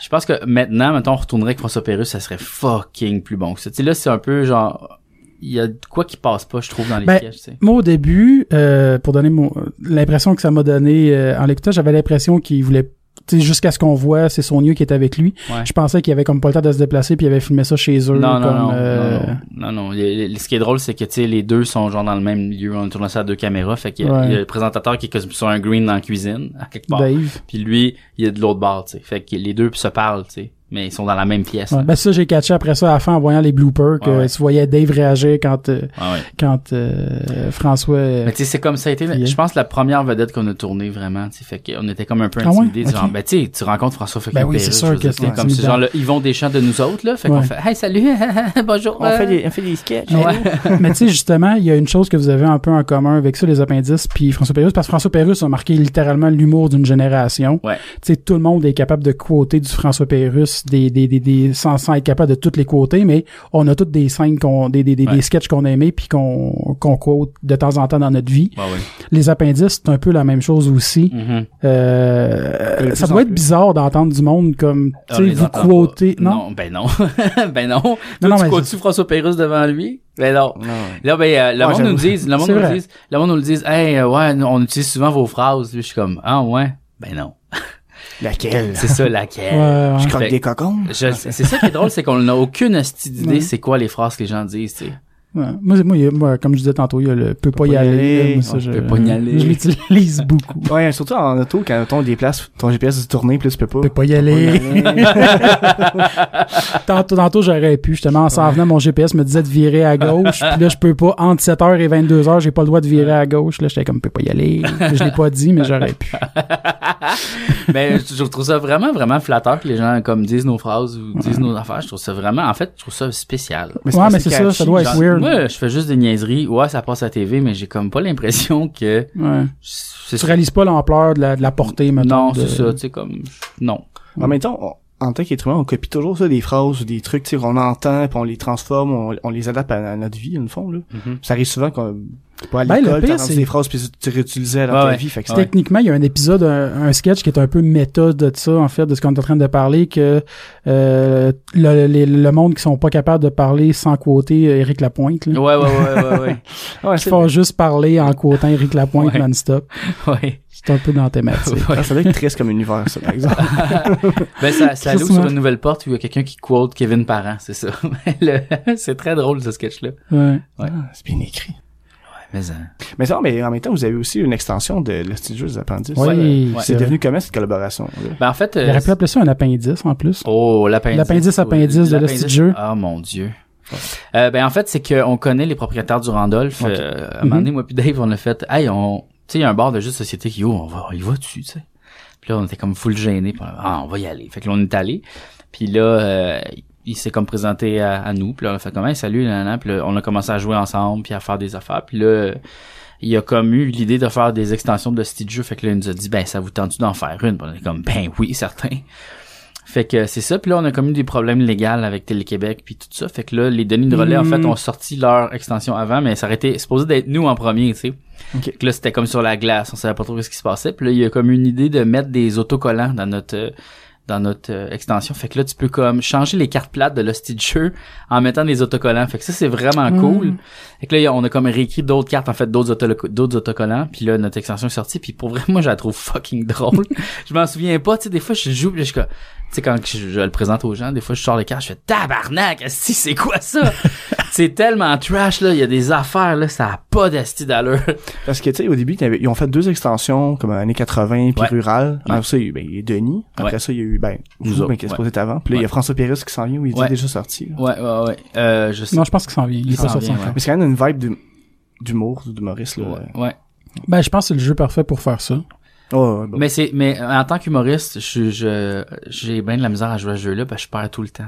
B: Je pense que maintenant, maintenant, on retournerait avec François Pérusse, ça serait fucking plus bon que ça. Tu sais, là, c'est un peu genre, il y a de quoi qui passe pas, je trouve, dans les
A: Ben,
B: sketchs, tu sais.
A: Moi, au début, euh, pour donner mon l'impression que ça m'a donné euh, en l'écoutant, j'avais l'impression qu'il voulait tu sais, jusqu'à ce qu'on voit, c'est Sonieux qui est avec lui.
B: Ouais.
A: Je pensais qu'il avait comme pas le temps de se déplacer, puis il avait filmé ça chez eux.
B: Non, non,
A: comme,
B: non,
A: euh,
B: non, non, non, non. Les- les- Ce qui est drôle, c'est que, tu sais, les deux sont genre dans le même lieu. On tourne ça à deux caméras. Fait qu'il y, a-
A: Ouais. Ben-
B: il y a le présentateur qui est comme sur un green dans la cuisine, à quelque part.
A: Dave.
B: Puis lui, il est de l'autre bord, tu sais. Fait que les deux se parlent, tu sais. Mais ils sont dans la même pièce.
A: Ouais.
B: là.
A: Ben ça, j'ai catché après ça à la fin en voyant les bloopers que
B: Ouais, ouais.
A: tu voyais Dave réagir quand euh,
B: Ah ouais.
A: quand euh, François.
B: Mais tu sais, c'est comme ça a été,
A: Yeah.
B: je pense, la première vedette qu'on a tournée vraiment, tu sais. Fait qu'on était comme un peu
A: Ah ouais?
B: intimidés. du
A: Ok.
B: Genre, ben tu sais, tu rencontres François Foucault.
A: Ben oui, c'est sûr que c'est
B: comme c'est
A: intimidant.
B: genre le Yvon Deschamps de nous autres, là. Fait qu'on
A: Ouais.
B: fait, hey, salut, bonjour. euh.
C: des, on fait des sketchs.
B: Ouais.
A: Mais tu sais, justement, il y a une chose que vous avez un peu en commun avec ça, les appendices, puis François Pérusse, parce que François Pérusse a marqué littéralement l'humour d'une génération.
B: Ouais.
A: Tu sais, tout le monde est capable de quoter du François Pérusse, des, des, des, des, sans, sans être capable de toutes les quoter, mais on a toutes des scènes, qu'on, des, des, des,
B: Ouais.
A: des sketchs qu'on aimait, puis qu'on, qu'on quote de temps en temps dans notre vie.
B: Ouais, Bah ouais.
A: Les appendices, c'est un peu la même chose aussi.
B: Mhm.
A: Euh,
C: De
A: ça
C: plus
A: doit
C: en
A: être
C: plus.
A: bizarre d'entendre du monde comme, tu
B: Ah, on
A: sais,
B: les
A: vous
B: entend
A: quoter.
B: pas. non? ben non. ben non. Toi,
A: non,
B: tu
A: mais-
B: quotes-tu François Pérusse devant lui? Ben non.
C: Non, ouais.
B: Là, ben, euh, le monde
C: Ouais,
B: nous
C: j'avoue.
B: le dise, le monde
A: C'est
B: nous le
A: vrai.
B: dise, le monde nous le dise, hey, euh, ouais, nous, on utilise souvent vos phrases. Lui, je suis comme, ah ouais, ben non.
C: Laquelle?
B: C'est ça
A: Ouais,
B: laquelle.
A: ouais.
C: Je croque
B: Fait-
C: des cocons?
B: Je- c'est ça qui est drôle, c'est qu'on n'a aucune hostie d'idée
A: Ouais.
B: c'est quoi les phrases que les gens disent, tu sais.
A: Ouais. Moi, c'est- moi, il y a- moi, comme je disais tantôt, il y a le peut pas y aller. là, moi, ça,
C: on
A: je,
B: peut pas y aller.
A: Je l'utilise beaucoup.
C: Ouais, surtout en auto, quand ton déplace, ton GPS est tourné, plus tu peux pas.
A: peut pas y aller. tantôt, tantôt, j'aurais pu, justement, en s'en venant, mon GPS me disait de virer à gauche. Puis là, je peux pas, entre 7h et 22h, j'ai pas le droit de virer à gauche. Là, j'étais comme, peut pas y aller. Je l'ai pas dit, mais j'aurais pu.
B: Ben, je, je trouve ça vraiment, vraiment flatteur que les gens, comme, disent nos phrases ou disent nos affaires. Je trouve ça vraiment, en fait, je trouve ça spécial.
A: Ouais,
C: parce
A: mais
C: que
A: c'est ça,
C: catchy,
A: ça doit être
C: genre-
B: Genre,
A: weird.
B: Moi, je fais juste des niaiseries. Ouais, ça passe à la TV, mais j'ai comme pas l'impression que
A: Ouais.
B: c'est
A: Tu réalises pas l'ampleur de la, de la portée, maintenant.
B: Non, c'est ça, tu sais, comme, non.
C: En même temps, on- en tant qu'être humain, on copie toujours ça, des phrases ou des trucs,
A: Mm-hmm.
C: tu sais, on entend, puis on les transforme, on, on les adapte à, à notre vie, dans le fond, là.
B: Mhm.
C: Ça arrive souvent qu'on, Pas à
A: Ben, le
C: l'école,
A: pire,
C: t'as
A: c'est-
C: des phrases puis tu réutilisais dans
B: Ouais,
C: ta
B: ouais.
C: vie. Fait que
B: Ouais.
C: c'était-
A: Techniquement, il y a un épisode, un, un sketch qui est un peu méta de ça, en fait, de ce qu'on est en train de parler, que euh, le, les- le monde qui sont pas capables de parler sans quoter Eric Lapointe,
B: Ouais,
A: là,
B: ouais, ouais, ouais, ouais.
C: Ouais,
A: qui
C: c'est
A: font juste parler en quotant Eric Lapointe
B: Ouais.
A: non-stop.
B: ouais.
A: C'est un peu dans la thématique.
C: Ah, ça doit être triste comme univers, ça, par exemple.
B: Ben, ça, ça l'ouvre
A: Christmas.
B: sur une nouvelle porte où il y a quelqu'un qui quote Kevin Parent, c'est ça. Mais le- c'est très drôle, ce sketch-là.
A: Ouais.
C: Ah, c'est bien écrit.
B: Mais, euh,
C: Mais ça, mais en même temps, vous avez aussi une extension de Le Studio des Appendices.
A: Oui,
B: ouais.
A: c'est
C: C'est
A: vrai.
C: devenu comment cette collaboration? là?
B: ben, en fait,
A: Euh, Il
B: euh,
A: aurait pu appeler ça un appendice, en plus.
B: Oh, l'appendice.
A: L'appendice, appendice de
B: L'appendice.
A: l'hostie-jeu.
B: Ah, mon Dieu. Euh, ben, en fait, c'est qu'on connaît les propriétaires du Randolph.
C: Ok.
B: Euh, à un moment donné, moi puis Dave, on a fait, hey, on, tu sais, il y a un bar de jeux de société qui, oh, on va, il va dessus, tu sais. Puis là, on était comme full gênés. Puis on a- ah, on va y aller. Fait que là, on est allé. Puis là, euh, il s'est comme présenté à, à nous. Puis là, on a fait comme, hey, salut, nanana. Puis là, on a commencé à jouer ensemble, puis à faire des affaires. Puis là, il y a comme eu l'idée de faire des extensions de style de jeu. Fait que là, il nous a dit, ben, ça vous tente d'en faire une? Puis on est comme, ben oui, certain. Fait que c'est ça. Puis là, on a commis des problèmes légaux avec Télé-Québec puis tout ça. Fait que là, les Denis de relais, en
A: Mhm.
B: fait, ont sorti leur extension avant, mais ça aurait été supposé d'être nous en premier, tu sais.
C: Ok.
B: Fait que là, c'était comme sur la glace. On savait pas trop ce qui se passait. Puis là, il y a comme une idée de mettre des autocollants dans notre... euh, dans notre euh, extension. Fait que là, tu peux comme changer les cartes plates de l'hostie de jeu en mettant des autocollants. Fait que ça, c'est vraiment cool. Fait que là, on a comme réécrit d'autres cartes, en fait, d'autres autolo- d'autres autocollants. Puis là, notre extension est sortie. Puis pour vrai, moi, je la trouve fucking drôle. je m'en souviens pas. Tu sais, des fois, je joue, puis je suis comme- Tu sais, quand je, je le présente aux gens, des fois, je sors les cartes, je fais « Tabarnak! esti, c'est quoi ça? » C'est tellement trash, là. Il y a des affaires, là. Ça a pas d'asti d'allure.
C: Parce que, tu sais, au début, t'avais- ils ont fait deux extensions, comme années 80 puis
B: Ouais.
C: rural.
B: Ouais.
C: Après ça, il y a eu, ben, il y a eu Denis. Après
B: Ouais.
C: ça, il y a eu, ben,
B: Nous
C: vous,
B: autres,
C: ben, qui est
B: ouais.
C: supposé être avant. Puis là, il y a François Pérus qui s'en vient, où il
B: Ouais.
C: est déjà sorti. là.
B: Ouais, ouais, ouais. Euh, je sais.
A: Non, je pense qu'il s'en vient. Il est
B: Il
A: pas
B: s'en
A: sorti
B: vient,
A: encore.
C: Mais c'est quand même une vibe d'hu- d'humour, d'humoriste, là.
B: Ouais, ouais.
A: Ben, je pense que c'est le jeu parfait pour faire ça.
C: Oh, ouais, bon.
B: Mais c'est mais euh, en tant qu'humoriste, je je j'ai bien de la misère à jouer à ce jeu-là parce que je perds tout le temps.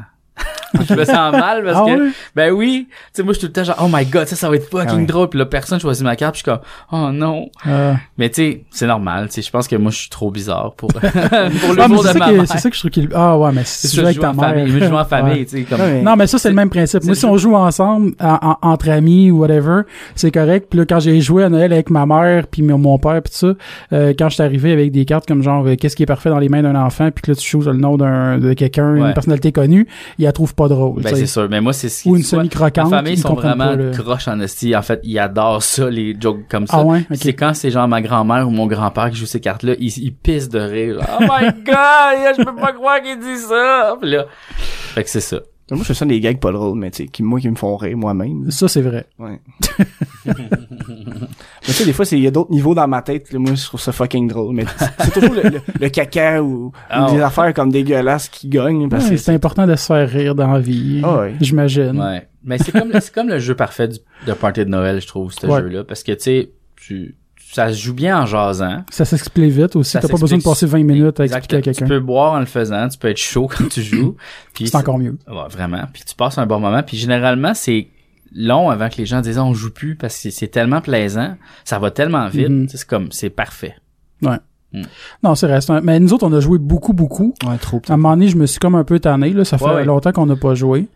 B: je me sens mal parce
A: Ah
B: que
A: ouais?
B: ben oui, tu sais moi je suis tout le temps genre oh my god, ça ça va être fucking
C: Ah ouais.
B: drôle puis là personne choisit ma carte, puis je suis comme oh non.
A: Euh,
B: Mais tu sais, c'est normal, tu sais je pense que moi je suis trop bizarre pour pour le
A: ah, mais
B: monde
A: c'est
B: de
A: ça
B: ma
A: que-
B: mère.
A: c'est ça que je trouve qu'il... Ah ouais, mais si
B: C'est
A: tu joues
B: ça, je
A: avec
B: joue
A: ta
B: en
A: mère...
B: famille, je joue en famille,
A: Ouais.
B: tu sais comme
C: Non, mais-
A: Non, mais ça, c'est le même principe. Moi, si on joue ensemble, en- en- entre amis ou whatever, c'est correct. Puis là, quand j'ai joué à Noël avec ma mère, puis mon- mon père, puis tout ça, euh, quand je suis arrivé avec des cartes comme genre, euh, qu'est-ce qui est parfait dans les mains d'un enfant, puis que là, tu choses le nom d'un de quelqu'un,
B: Ouais.
A: une personnalité connue, il la trouve pas drôle. tu
B: ben
A: sais.
B: c'est sûr, mais moi c'est ce qui
A: ou une
B: soit-
A: semi-croquante.
B: Ma famille
A: ils
B: sont
A: comprennent pas,
B: vraiment
A: là.
B: croches en esti. En fait, ils adorent ça, les jokes comme ça.
A: Ah ouais? Ok.
B: C'est quand c'est genre ma grand-mère ou mon grand-père qui joue ces cartes-là, ils, ils pissent de rire. Genre, oh my god, je peux pas croire qu'il dit ça. Puis là, fait que c'est ça.
C: Moi, je fais ça des gags pas drôles, mais tu sais, qui, moi, qui me font rire moi-même.
A: Ça, c'est vrai.
C: Ouais. mais tu sais, des fois, c'est- il y a d'autres niveaux dans ma tête. là, moi, je trouve ça fucking drôle. Mais c'est- c'est toujours le, le, le caca ou, ou
B: Ah
C: des
B: ouais.
C: affaires comme dégueulasses qui gagnent. Parce
A: Ouais,
C: que
A: c'est important de se faire rire dans la vie.
C: Ah ouais.
A: J'imagine.
B: Ouais. Mais c'est comme, c'est comme le jeu parfait du, de party de Noël, je trouve, ce
A: Ouais.
B: jeu-là. Parce que, tu sais, tu, ça se joue bien en jasant.
A: Ça s'explique vite aussi.
B: Ça
A: T'as pas besoin de
B: s'explique-
A: passer 20 minutes à expliquer
B: Exactement.
A: à quelqu'un.
B: Tu peux boire en le faisant, tu peux être chaud quand tu joues. puis
A: C'est encore mieux.
B: Ouais, vraiment. Puis tu passes un bon moment. Puis généralement, c'est long avant que les gens disent on joue plus parce que c'est tellement plaisant, ça va tellement vite.
A: Mhm.
B: Tu sais, C'est comme c'est parfait.
A: Non, c'est vrai. c'est un- Mais nous autres, on a joué beaucoup, beaucoup.
C: Ouais, trop.
A: À un moment donné, je me suis comme un peu tanné. Là. Ça fait
B: Ouais, ouais.
A: longtemps qu'on n'a pas joué.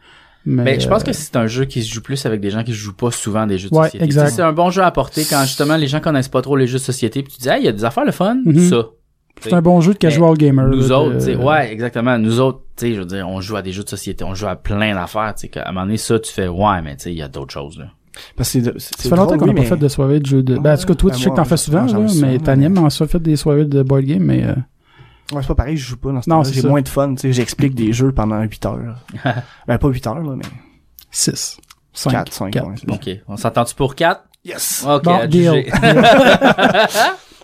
A: Mais,
B: Mais Ben, je pense que
A: euh,
B: c'est un jeu qui se joue plus avec des gens qui jouent pas souvent des jeux de
A: Ouais,
B: société.
A: exact.
B: Tu sais, C'est un bon jeu à porter quand justement les gens connaissent pas trop les jeux de société. Puis tu dis ah il y a des affaires le fun,
A: Mhm.
B: ça.
A: c'est un bon jeu de casual gamer. là,
B: Nous
A: de-
B: autres, tu sais, ouais, exactement. Nous autres, tu sais, je veux dire, on joue à des jeux de société, on joue à plein d'affaires. Tu sais, qu'à un moment donné, ça, tu fais ouais, mais tu sais, il y a d'autres choses là.
C: Parce que c'est- c'est-
A: Ça
C: c'est
A: fait longtemps
C: drôle,
A: qu'on n'a
C: oui,
A: pas
C: mais-
A: fait de soirée de jeu de. Ben, en tout cas, toi,
C: Ben,
A: tu sais que
C: moi,
A: t'en fais
C: j'en-
A: souvent,
C: j'en
A: là,
C: fais
A: mais
C: souvent,
A: Taniam
C: mais-
A: en a fait des soirées de board game, mais. euh,
C: Ouais, c'est pas pareil, je joue pas dans ce
A: Non,
C: temps
A: c'est
C: J'ai
A: ça.
C: moins de fun, tu sais. J'explique des jeux pendant 8 heures. ben, pas 8 heures, là, mais
A: 6. 5.
C: 4, 5.
A: quatre.
B: Ok, on s'entend-tu pour quatre?
C: Yes!
B: Ok,
A: Bon,
B: à
A: deal.
B: juger.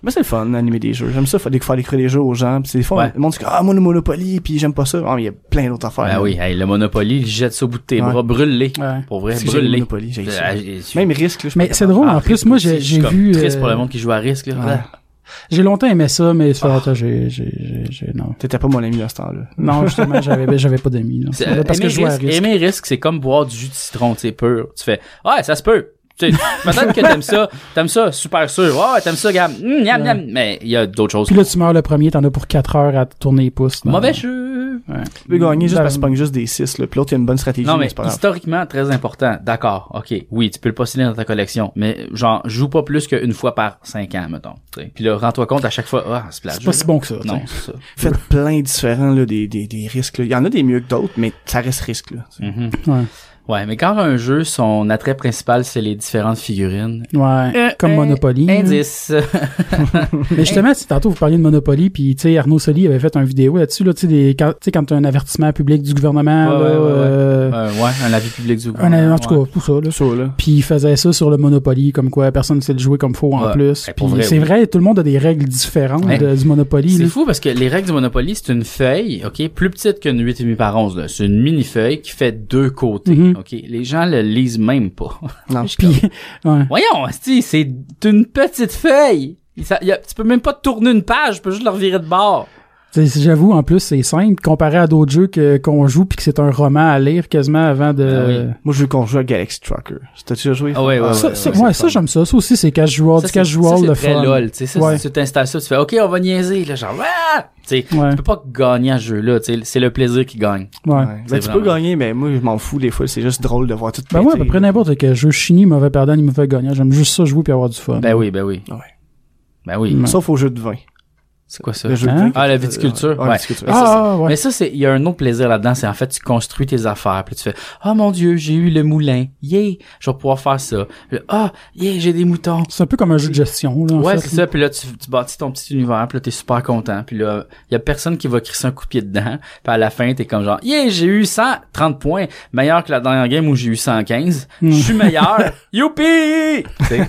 C: Mais c'est le fun, animer des jeux. J'aime ça, faire, faire découvrir des jeux aux gens. Puis c'est des fois,
B: Ouais.
C: le monde dit, ah, moi, le Monopoly, puis j'aime pas ça. Ah, mais il y a plein d'autres affaires.
B: Ben
C: là.
B: oui, hey, le Monopoly, il jette ça au bout de tes
C: Ouais.
B: bras, brûle-les.
A: Ouais.
B: Pour vrai,
C: Si j'aime le
B: brûle-les.
C: Monopoly, j'ai ça.
B: Ah, j'ai- je-
C: Même risque, là, je suis
A: Euh, Mais
C: pas
A: c'est
C: capable.
A: drôle,
B: Ah,
A: en plus,
B: risque
A: moi,
B: aussi,
A: j'ai
B: je suis
A: j'ai
B: comme
A: vu.
B: triste
A: euh,
B: pour le monde qui joue à risque, là.
C: Ouais.
A: J'ai longtemps aimé ça, mais ça fait longtemps, j'ai. j'ai- j'ai- j'ai- Non.
C: T'étais pas mon ami dans ce temps-là.
A: Non, justement, j'avais ben, j'avais pas d'amis. là.
B: C'est- euh,
A: Parce que
B: aimer
A: je jouais à
B: risque-
A: risque.
B: Aimer risque, c'est comme boire du jus de citron, tu sais, pur. Tu fais, ouais, ça se peut. Tu sais, peut-être que t'aimes ça, t'aimes ça, super sûr. Ouais, t'aimes ça, gamme. Mm, miam, miam. Mais il y a d'autres choses.
A: Puis là, tu meurs le premier, t'en as pour 4 heures à te tourner les pouces. dans-
B: Mauvais jeu. là.
A: Ouais.
C: Tu peux gagner juste parce
A: Ben,
C: que tu pognes juste des 6, là. Puis l'autre, il y a une bonne stratégie,
B: Non,
C: mais
B: mais
C: c'est pas grave.
B: historiquement, très important. D'accord, ok. Oui, tu peux le posséder dans ta collection, mais genre, joue pas plus qu'une fois par cinq ans, mettons. t'sais. Puis là, rends-toi compte à chaque fois, ah, c'est plate.
A: C'est pas si bon que ça.
B: Non,
A: t'sais.
B: c'est ça.
C: Faites plein de différents, là, des, des, des risques, là. Il y en a des mieux que d'autres, mais ça reste risque, là.
A: Mm.
B: Mhm.
A: Ouais.
B: Ouais, mais quand un jeu, son attrait principal, c'est les différentes figurines.
A: Ouais,
B: Euh,
A: comme
B: euh,
A: Monopoly. là.
B: Indice.
A: Mais justement, si tantôt vous parliez de Monopoly, puis tu sais, Arnaud Soli avait fait un vidéo là-dessus, là, tu sais, des- quand, tu sais, quand t'as un avertissement public du gouvernement, là,
B: Ouais, ouais, ouais, ouais.
A: euh,
B: Euh, ouais, un avis public du
A: un- en tout cas, tout ça, là.
C: Ça, là.
A: Puis il faisait ça sur le Monopoly, comme quoi personne ne sait le jouer comme faut en
B: Ouais.
A: plus.
B: Eh,
A: Puis
B: pour vrai,
A: c'est
B: oui.
A: vrai, tout le monde a des règles différentes
B: Ouais.
A: de- du Monopoly.
B: C'est
A: là.
B: fou parce que les règles du Monopoly, c'est une feuille, OK, plus petite qu'une 8,5 par 11. là. C'est une mini-feuille qui fait deux côtés,
A: Mhm.
B: OK? Les gens le lisent même pas.
C: Non.
A: Puis, ouais.
B: Voyons, asti, c'est une petite feuille. Ça- y a- tu peux même pas tourner une page, tu peux juste le revirer de bord.
A: Tu sais, J'avoue, en plus, c'est simple comparé à d'autres jeux que- qu'on joue, puis que c'est un roman à lire quasiment avant de.
B: Ah oui.
C: Moi, je veux qu'on joue à Galaxy Tracker. T'as-tu déjà joué?
B: Ah ouais, ouais,
A: Ça,
B: ouais,
A: ça-
B: ouais,
A: ouais,
B: c'est
A: ça
B: le fun.
A: j'aime ça. Ça aussi, c'est cash joueur, du
B: Ça, c'est-
A: cash
B: ça,
A: joueur,
B: c'est
A: le
B: très
A: fun.
B: lol, tu sais, ça,
A: Ouais.
B: si tu t'installes ça, tu fais, OK, on va niaiser, là, genre, ah! Tu sais,
A: Ouais.
B: tu peux pas gagner à ce jeu-là, tu sais, c'est le plaisir qui gagne.
A: Ouais.
C: Ouais.
B: C'est
C: Ben, tu peux
B: vraiment-
C: gagner, mais moi, je m'en fous des fois. C'est juste drôle de voir tout
A: Ben ouais, à
C: péter,
A: peu près
C: là.
A: n'importe quel jeu. Chini, mauvais perdant, ni mauvais gagnant. J'aime juste ça jouer puis avoir du fun.
B: Ben oui, ben oui.
C: Ouais.
B: Ben oui.
A: Mm.
C: Sauf au jeu de vin.
B: C'est quoi ça?
C: Le jeu de
A: Hein?
C: vin.
B: Ah, la viticulture,
C: la
B: ouais.
C: viticulture.
B: Mais ça,
A: ah, ouais.
B: Mais ça, c'est, il y a un autre plaisir là-dedans, c'est en fait, tu construis tes affaires, puis tu fais, oh mon dieu, j'ai eu le moulin, yeah, je vais pouvoir faire ça. Puis là, Ah, yeah, j'ai des moutons.
A: C'est un peu comme un jeu de gestion, là. en
B: Ouais,
A: fait.
B: c'est ça, puis là, tu, tu bâtis ton petit univers, puis là, t'es super content, puis là, il y a personne qui va crisser un coup de pied dedans, puis à la fin, t'es comme genre, yeah, j'ai eu 130 points, meilleur que la dernière game où j'ai eu 115, je suis meilleur, youpi! Tu sais,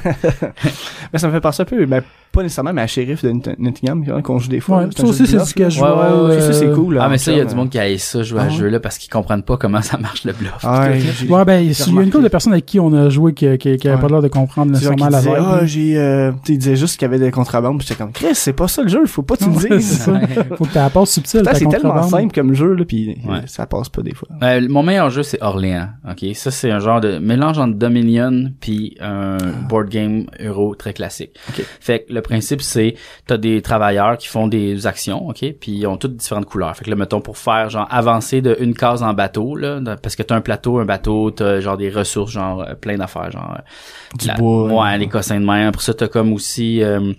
C: Mais ça me fait penser un peu, ben, pas nécessairement, mais à Sheriff de Nott- Nottingham, qu'on qu'on joue des fois.
A: Ouais,
C: là. C'est
A: ça
C: un
A: aussi,
C: jeu de
A: c'est
C: bluff,
A: du cash
C: là.
A: joueur.
C: Ouais, ouais,
A: euh,
C: ouais, ça, c'est cool.
B: ah, mais ça, il y a
C: en
B: du monde qui a ça, jouer
C: Ah
B: à
C: ouais? Ah
B: ce jeu-là, parce qu'ils comprennent pas comment ça marche le bluff.
C: Ouais, j'ai-
A: Ouais, ben, il
C: j'ai
A: y a une couple
C: remarqué.
A: de personnes avec qui on a joué qui, qui, qui avaient
C: Ouais.
A: pas l'air de comprendre
C: C'est genre
A: nécessairement
C: qu'il
A: la
C: disait,
A: vibe. hein.
C: ah, j'ai, euh, tu sais, il disait juste qu'il y avait des contrebandes, puis j'étais comme, Chris, c'est pas ça le jeu, faut pas que tu
A: Ouais,
C: me
A: c'est
C: dises.
A: ça. Faut que tu la passes subtile.
C: Putain,
A: ta
C: c'est tellement
A: contrebande.
C: simple comme jeu, là, puis
B: Ouais.
C: ça passe pas des fois.
B: Euh, mon meilleur jeu, c'est Orléans. Ok, ça c'est un genre de mélange entre Dominion puis un board game euro très classique.
C: Ok.
B: Fait que le principe c'est t'as des travailleurs qui font des actions, ok, puis ils ont toutes différentes couleurs. Fait que là mettons pour faire genre avancer de une case en bateau là, dans- parce que t'as un plateau, un bateau, t'as genre des ressources, genre euh, plein d'affaires, genre euh,
C: Du
B: la-
C: bois.
B: Ouais, les cossins de mer. Pour ça, t'as comme aussi, euh,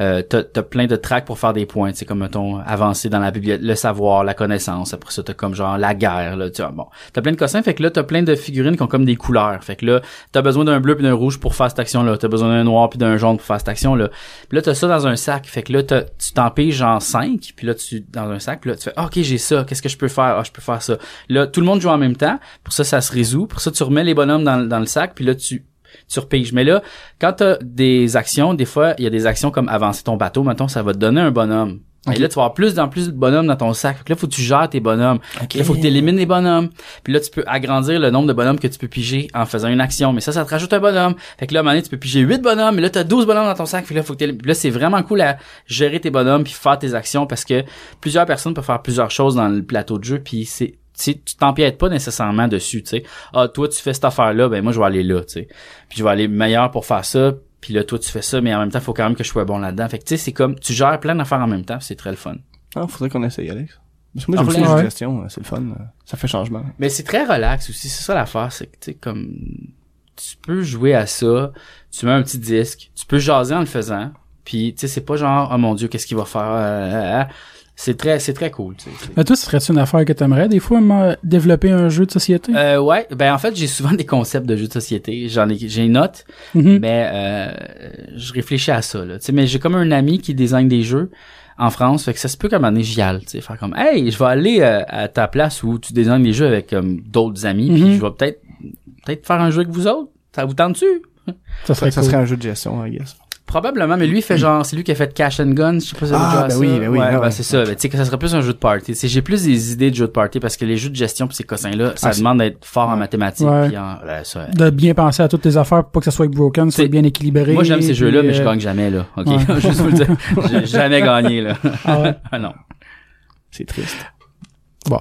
B: euh, t'as, t'as plein de tracks pour faire des points. C'est comme mettons avancer dans la bibliothèque, le savoir, la connaissance. Après ça, t'as comme genre la guerre. Là, tu vois, bon, t'as plein de cossins. Fait que là, t'as plein de figurines qui ont comme des couleurs. Fait que là, t'as besoin d'un bleu puis d'un rouge pour faire cette action là. T'as besoin d'un noir puis d'un jaune pour faire cette action là. Puis là, t'as ça dans un sac. Fait que là, t'as- tu t'empêches genre 5, puis là, tu dans un sac, puis là, tu fais Ah, OK, j'ai ça, qu'est-ce que je peux faire? Ah, je peux faire ça. Là, tout le monde joue en même temps. Pour ça, ça se résout. Pour ça, tu remets les bonhommes dans, le- dans le sac, puis là, tu tu repiges. Mais là, quand t'as des actions, des fois, il y a des actions comme avancer ton bateau, maintenant ça va te donner un bonhomme. Et là, tu vas avoir plus en plus de bonhommes dans ton sac. Fait que là, faut que tu gères tes bonhommes. Là, faut que tu élimines les bonhommes. Puis là, tu peux agrandir le nombre de bonhommes que tu peux piger en faisant une action. Mais ça, ça te rajoute un bonhomme. Fait que là, à un moment donné, tu peux piger 8 bonhommes. Mais là, t'as 12 bonhommes dans ton sac. Fait que là, faut que t'élim- Puis là, c'est vraiment cool à gérer tes bonhommes puis faire tes actions parce que plusieurs personnes peuvent faire plusieurs choses dans le plateau de jeu. Puis c'est tu sais, tu t'empiètes pas nécessairement dessus, tu sais. Ah, toi, tu fais cette affaire-là, ben moi, je vais aller là, tu sais. Puis je vais aller meilleur pour faire ça. Puis là, toi, tu fais ça, mais en même temps, faut quand même que je sois bon là-dedans. Fait que, tu sais, c'est comme, tu gères plein d'affaires en même temps, puis c'est très le fun.
C: Ah, faudrait qu'on essaye, Alex. Parce que moi,
B: Ah,
C: j'aime ça,
B: ouais.
C: les jeux
A: Ouais.
C: de gestion, euh, c'est le fun. euh, Ça fait changement.
B: Mais c'est très relax aussi, c'est ça l'affaire, c'est que, tu sais, comme, tu peux jouer à ça, tu mets un petit disque, tu peux jaser en le faisant, puis, tu sais, c'est pas genre, oh mon dieu, qu'est-ce qu'il va faire, euh, euh, euh. c'est très, c'est très cool, tu sais. C'est-
A: Mais toi, ce serait-tu une affaire que t'aimerais des fois, moi, développer un jeu de société?
B: Euh, ouais, ben en fait j'ai souvent des concepts de jeux de société, j'en ai, j'ai une note,
C: Mm.
A: Mhm.
B: mais euh, je réfléchis à ça là. Tu sais, mais j'ai comme un ami qui désigne des jeux en France, fait que ça se peut comme année j'y aille, tu sais, faire comme hey, je vais aller euh, à ta place où tu désignes des jeux avec comme d'autres amis,
A: Mhm.
C: Mm-hmm.
B: puis je vais peut-être peut-être faire un jeu avec vous autres. Ça vous tente-tu
A: ça
C: Ça,
A: serait
C: ça
A: cool.
C: serait un jeu de gestion, I guess.
B: Probablement, mais lui il fait genre c'est lui qui a fait Cash and Gun, je sais pas si vous
C: Ah,
B: avez déjà
C: ben oui,
B: ça.
C: ben oui,
B: Ouais,
C: ben
B: ben
C: ouais.
B: c'est ça, ben, tu sais que ça serait plus un jeu de party. Tu sais, j'ai plus des idées de jeux de party parce que les jeux de gestion puis ces cossins là, ça
C: Ah, c'est-
B: demande d'être fort en mathématiques
A: Ouais.
B: puis en ouais, ça,
A: De bien penser à toutes tes affaires pour pas que ça soit broken, que ça soit
B: C'est-
A: bien équilibré.
B: Moi, j'aime ces
A: puis,
B: jeux-là, mais
A: euh,
B: je gagne jamais, là. OK?
A: ouais.
B: Juste vous le dire. J'ai jamais gagné, là.
A: Ah ouais.
B: Ah non.
C: C'est triste.
A: Bon,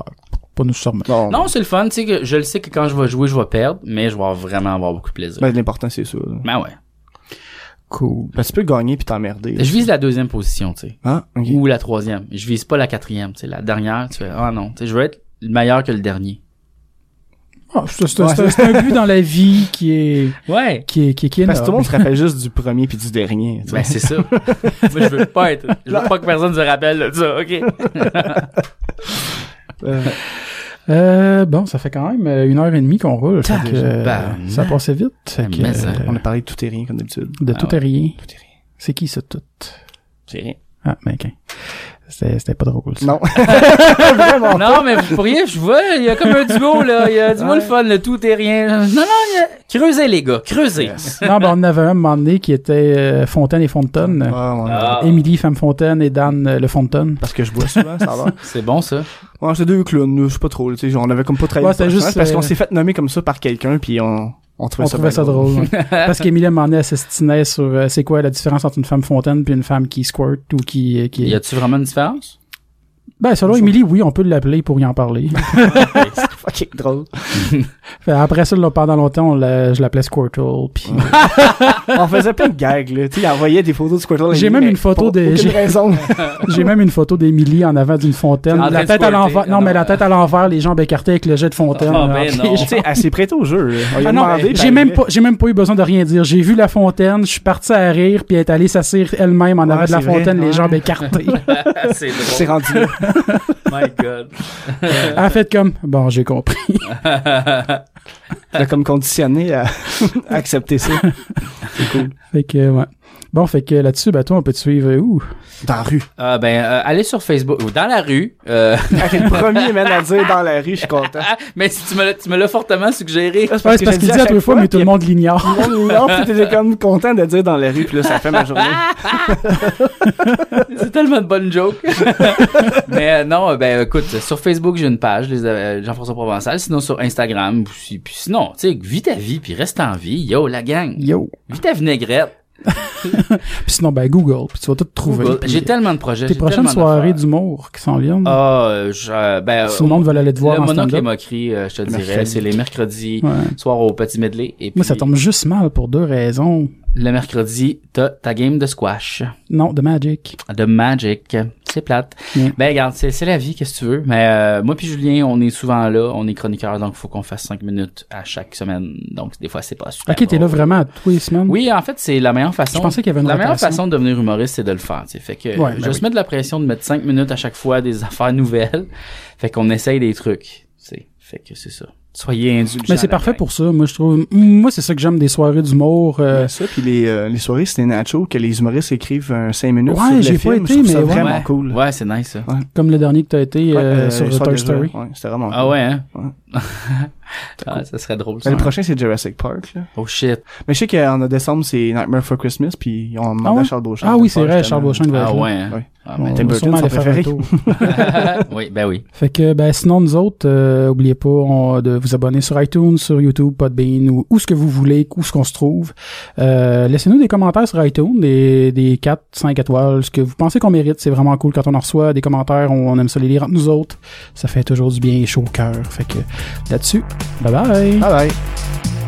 A: pas nécessairement.
C: Bon,
B: Non, c'est le fun. Tu sais que je le sais que quand je vais jouer, je vais perdre, mais je vais vraiment avoir beaucoup de plaisir.
C: ben, l'important, c'est ça. là.
B: Ben ouais.
A: cool.
C: Parce que tu peux gagner puis t'emmerder.
B: Je vise la deuxième position, tu sais.
C: Ah, ok.
B: Ou la troisième. Je vise pas la quatrième, tu sais. La dernière, tu fais, ah non, tu sais, je veux être le meilleur que le dernier.
A: Ah, c'est- c'est c'est- c'est un but dans la vie qui est
B: Ouais.
A: qui est qui est, qui est
C: Parce que tout le
A: énorme.
C: monde se rappelle juste du premier puis du dernier. tu sais.
B: Ben, c'est ça. Moi, je veux pas être, je veux pas que personne se rappelle de ça, ok?
A: Ben.
C: Euh,
A: Euh, bon, ça fait quand même euh, une heure et demie qu'on roule. fait que, euh,
B: Tabarnak.
A: ça passait vite. fait que,
B: Mais ça-
C: on
A: euh,
C: a parlé de tout et rien comme d'habitude.
A: de
B: Ah
A: tout et
B: ouais.
A: rien.
C: Tout et rien.
A: C'est qui ce tout?
C: C'est rien.
A: Ah, ben, ok. C'était c'était pas drôle, ça.
C: Non.
B: non, mais vous pourriez, je vois, il y a comme un duo, là. Il y a du le fun, le tout et rien. Non, non, il y a- creusez, les gars, creusez.
A: non, ben, on en avait un moment donné qui était euh, Fontaine et Fontaine.
C: Ouais, ouais.
B: Ah.
A: Émilie Femme Fontaine et Dan euh, Le Fontaine.
C: Parce que je bois souvent, ça va.
B: C'est bon, ça.
C: Ouais, c'est deux clowns, je sais pas trop, tu sais, genre, on avait comme pas travaillé
A: Ouais, c'était
C: le personnage,
A: juste,
C: parce qu'on
A: euh,
C: s'est fait nommer comme ça par quelqu'un puis on on trouvait
A: On
C: ça
A: trouvait
C: bien
A: ça drôle. ouais. Parce qu'Émilie à un moment donné, elle s'estinait sur euh, c'est quoi la différence entre une femme fontaine puis une femme qui squirt ou qui... euh, qui...
B: Y a-tu vraiment une différence?
A: Ben, selon
C: Bonjour.
A: Émilie, oui, on peut l'appeler pour y en parler.
C: Fucking drôle.
A: Fait Après ça, là, pendant longtemps, on l'a- je l'appelais Squirtle. Puis...
C: on faisait plein de gags là, tu sais, il envoyait des photos de Squirtle.
A: J'ai même une photo
C: pour
A: de-
C: aucune
A: j'ai-
C: raison.
A: J'ai même une photo d'Émilie en avant d'une fontaine.
B: En train
A: La
B: de
A: tête à
B: squirter.
A: l'envers. Non,
B: Ah,
A: mais
B: non.
A: la tête à l'envers, les jambes écartées avec le jet de fontaine.
B: Ah,
A: là.
B: ben, non.
C: tu sais, elle s'est prête au jeu. là. On lui a
A: Ah non,
C: demandé, ben,
A: j'ai
C: puis
A: même
C: elle-
A: pas, j'ai même pas eu besoin de rien dire. J'ai vu la fontaine, je suis parti à rire, puis elle est allée s'assire elle-même en
C: Ouais,
A: avant de la
C: c'est vrai,
A: fontaine,
C: ouais.
A: les jambes écartées.
B: c'est
C: C'est
B: drôle.
C: rendu là.
B: My God.
A: elle fait comme, bon, j'ai compris.
C: T'as comme conditionné à à accepter ça. C'est cool.
A: Fait que, ouais. Bon, fait que là-dessus, ben, toi, on peut te suivre euh, où?
C: Dans la rue.
B: Ah, ben, euh, allez sur Facebook, ou dans la rue, euh,
C: T'es le premier même à dire dans la rue, je suis content.
B: Ah, mais si tu me l'as, tu me l'as fortement suggéré.
A: Ouais, c'est parce
C: je
A: qu'il
C: le
A: dit à
C: chaque
A: tous les fois, mais tout le
C: puis
A: monde l'ignore.
C: Tout le monde l'ignore, puis t'étais comme content de dire dans la rue, puis là, ça fait ma journée.
A: Ah!
B: C'est tellement de bonnes jokes. mais euh, non, euh, ben écoute, sur Facebook, j'ai une page, les, euh, Jean-François Provençal. Sinon, sur Instagram. Puis, puis sinon, tu sais, vis ta vie, puis reste en vie. Yo, la gang.
A: Yo.
B: Vis ta vinaigrette.
A: Puis sinon, ben, Google, puis tu vas tout trouver.
B: Google.
A: Puis,
B: J'ai tellement de projets.
A: Tes
B: j'ai
A: prochaines
B: tellement
A: soirées
B: d'affaires.
A: d'humour qui s'en viennent.
B: Ah, euh, je, euh, ben,
A: si le monde veut aller te voir
B: le
A: en
B: monocle et
A: stand-up.
B: moquerie, euh, je te dirais,
C: Mercredi.
B: c'est les mercredis
A: Ouais.
B: soir au Petit Medley. Et puis,
A: Moi, ça tombe juste mal pour deux raisons.
B: le mercredi, t'as ta game de squash,
A: Non, de Magic.
B: de Magic. C'est plate.
A: Mm.
B: Ben, regarde, c'est c'est la vie, qu'est-ce que tu veux. Mais euh, moi puis Julien, on est souvent là, on est chroniqueurs, donc faut qu'on fasse cinq minutes à chaque semaine. Donc, des fois, c'est pas super
A: Ok, t'es là
B: drôle.
A: vraiment à tous les semaines.
B: Ben, oh, Oui, en fait, c'est la meilleure façon.
A: Je pensais qu'il y avait une
B: La meilleure
A: rotation.
B: façon de devenir humoriste, c'est de le faire. tu sais. Fait que
A: Ouais,
B: je
A: ben
B: juste
A: oui.
B: mettre la pression de mettre cinq minutes à chaque fois des affaires nouvelles. Fait qu'on essaye des trucs. tu sais. Fait que c'est ça. Soyez indulgents.
A: Mais Ben, c'est
B: la
A: parfait
B: gang.
A: pour ça. Moi, je trouve. Moi, c'est ça que j'aime des soirées d'humour. euh,
C: ça, puis les, euh, les soirées c'était nacho que les humoristes écrivent un 5 minutes
A: Ouais,
C: sur le
A: j'ai pas
C: film.
A: été,
C: je trouve ça
A: mais ouais.
C: vraiment
B: ouais.
C: cool.
B: Ouais, c'est nice ça.
A: Comme le dernier que t'as été
C: Ouais,
A: euh,
C: euh,
A: sur
C: Histoire
A: Toy
C: des
A: Story.
C: jeux. Ouais, c'était vraiment
B: Ah
C: cool.
B: ouais, hein?
C: Ouais.
B: Ah, ça serait drôle. Ça,
C: Ben, le prochain, c'est Jurassic Park. Là.
B: Oh shit.
C: Mais je sais qu'en décembre, c'est Nightmare for Christmas, puis on demandé
A: Ah ouais?
C: à Charles Beauchamp.
A: Ah
C: de
A: oui,
C: faire
A: c'est vrai,
C: justement-
A: Charles Beauchamp va
B: Ah
A: être là.
B: ouais. hein?
C: Ouais.
B: Ah,
A: On
B: mais
A: va
C: Tim Burton,
A: sûrement
C: son
A: aller faire un
C: préféré.
A: tour.
B: t'as- oui, ben oui.
A: Fait que ben sinon nous autres, euh, oubliez pas on- de vous abonner sur iTunes, sur YouTube, Podbean ou où ce que vous voulez, où ce qu'on se trouve. Euh, Laissez-nous des commentaires sur iTunes, des, des 4, 5 étoiles, ce que vous pensez qu'on mérite. C'est vraiment cool quand on en reçoit des commentaires, on, on aime ça les lire entre nous autres. Ça fait toujours du bien chaud au cœur. Fait que là-dessus, bye bye.
C: Bye bye.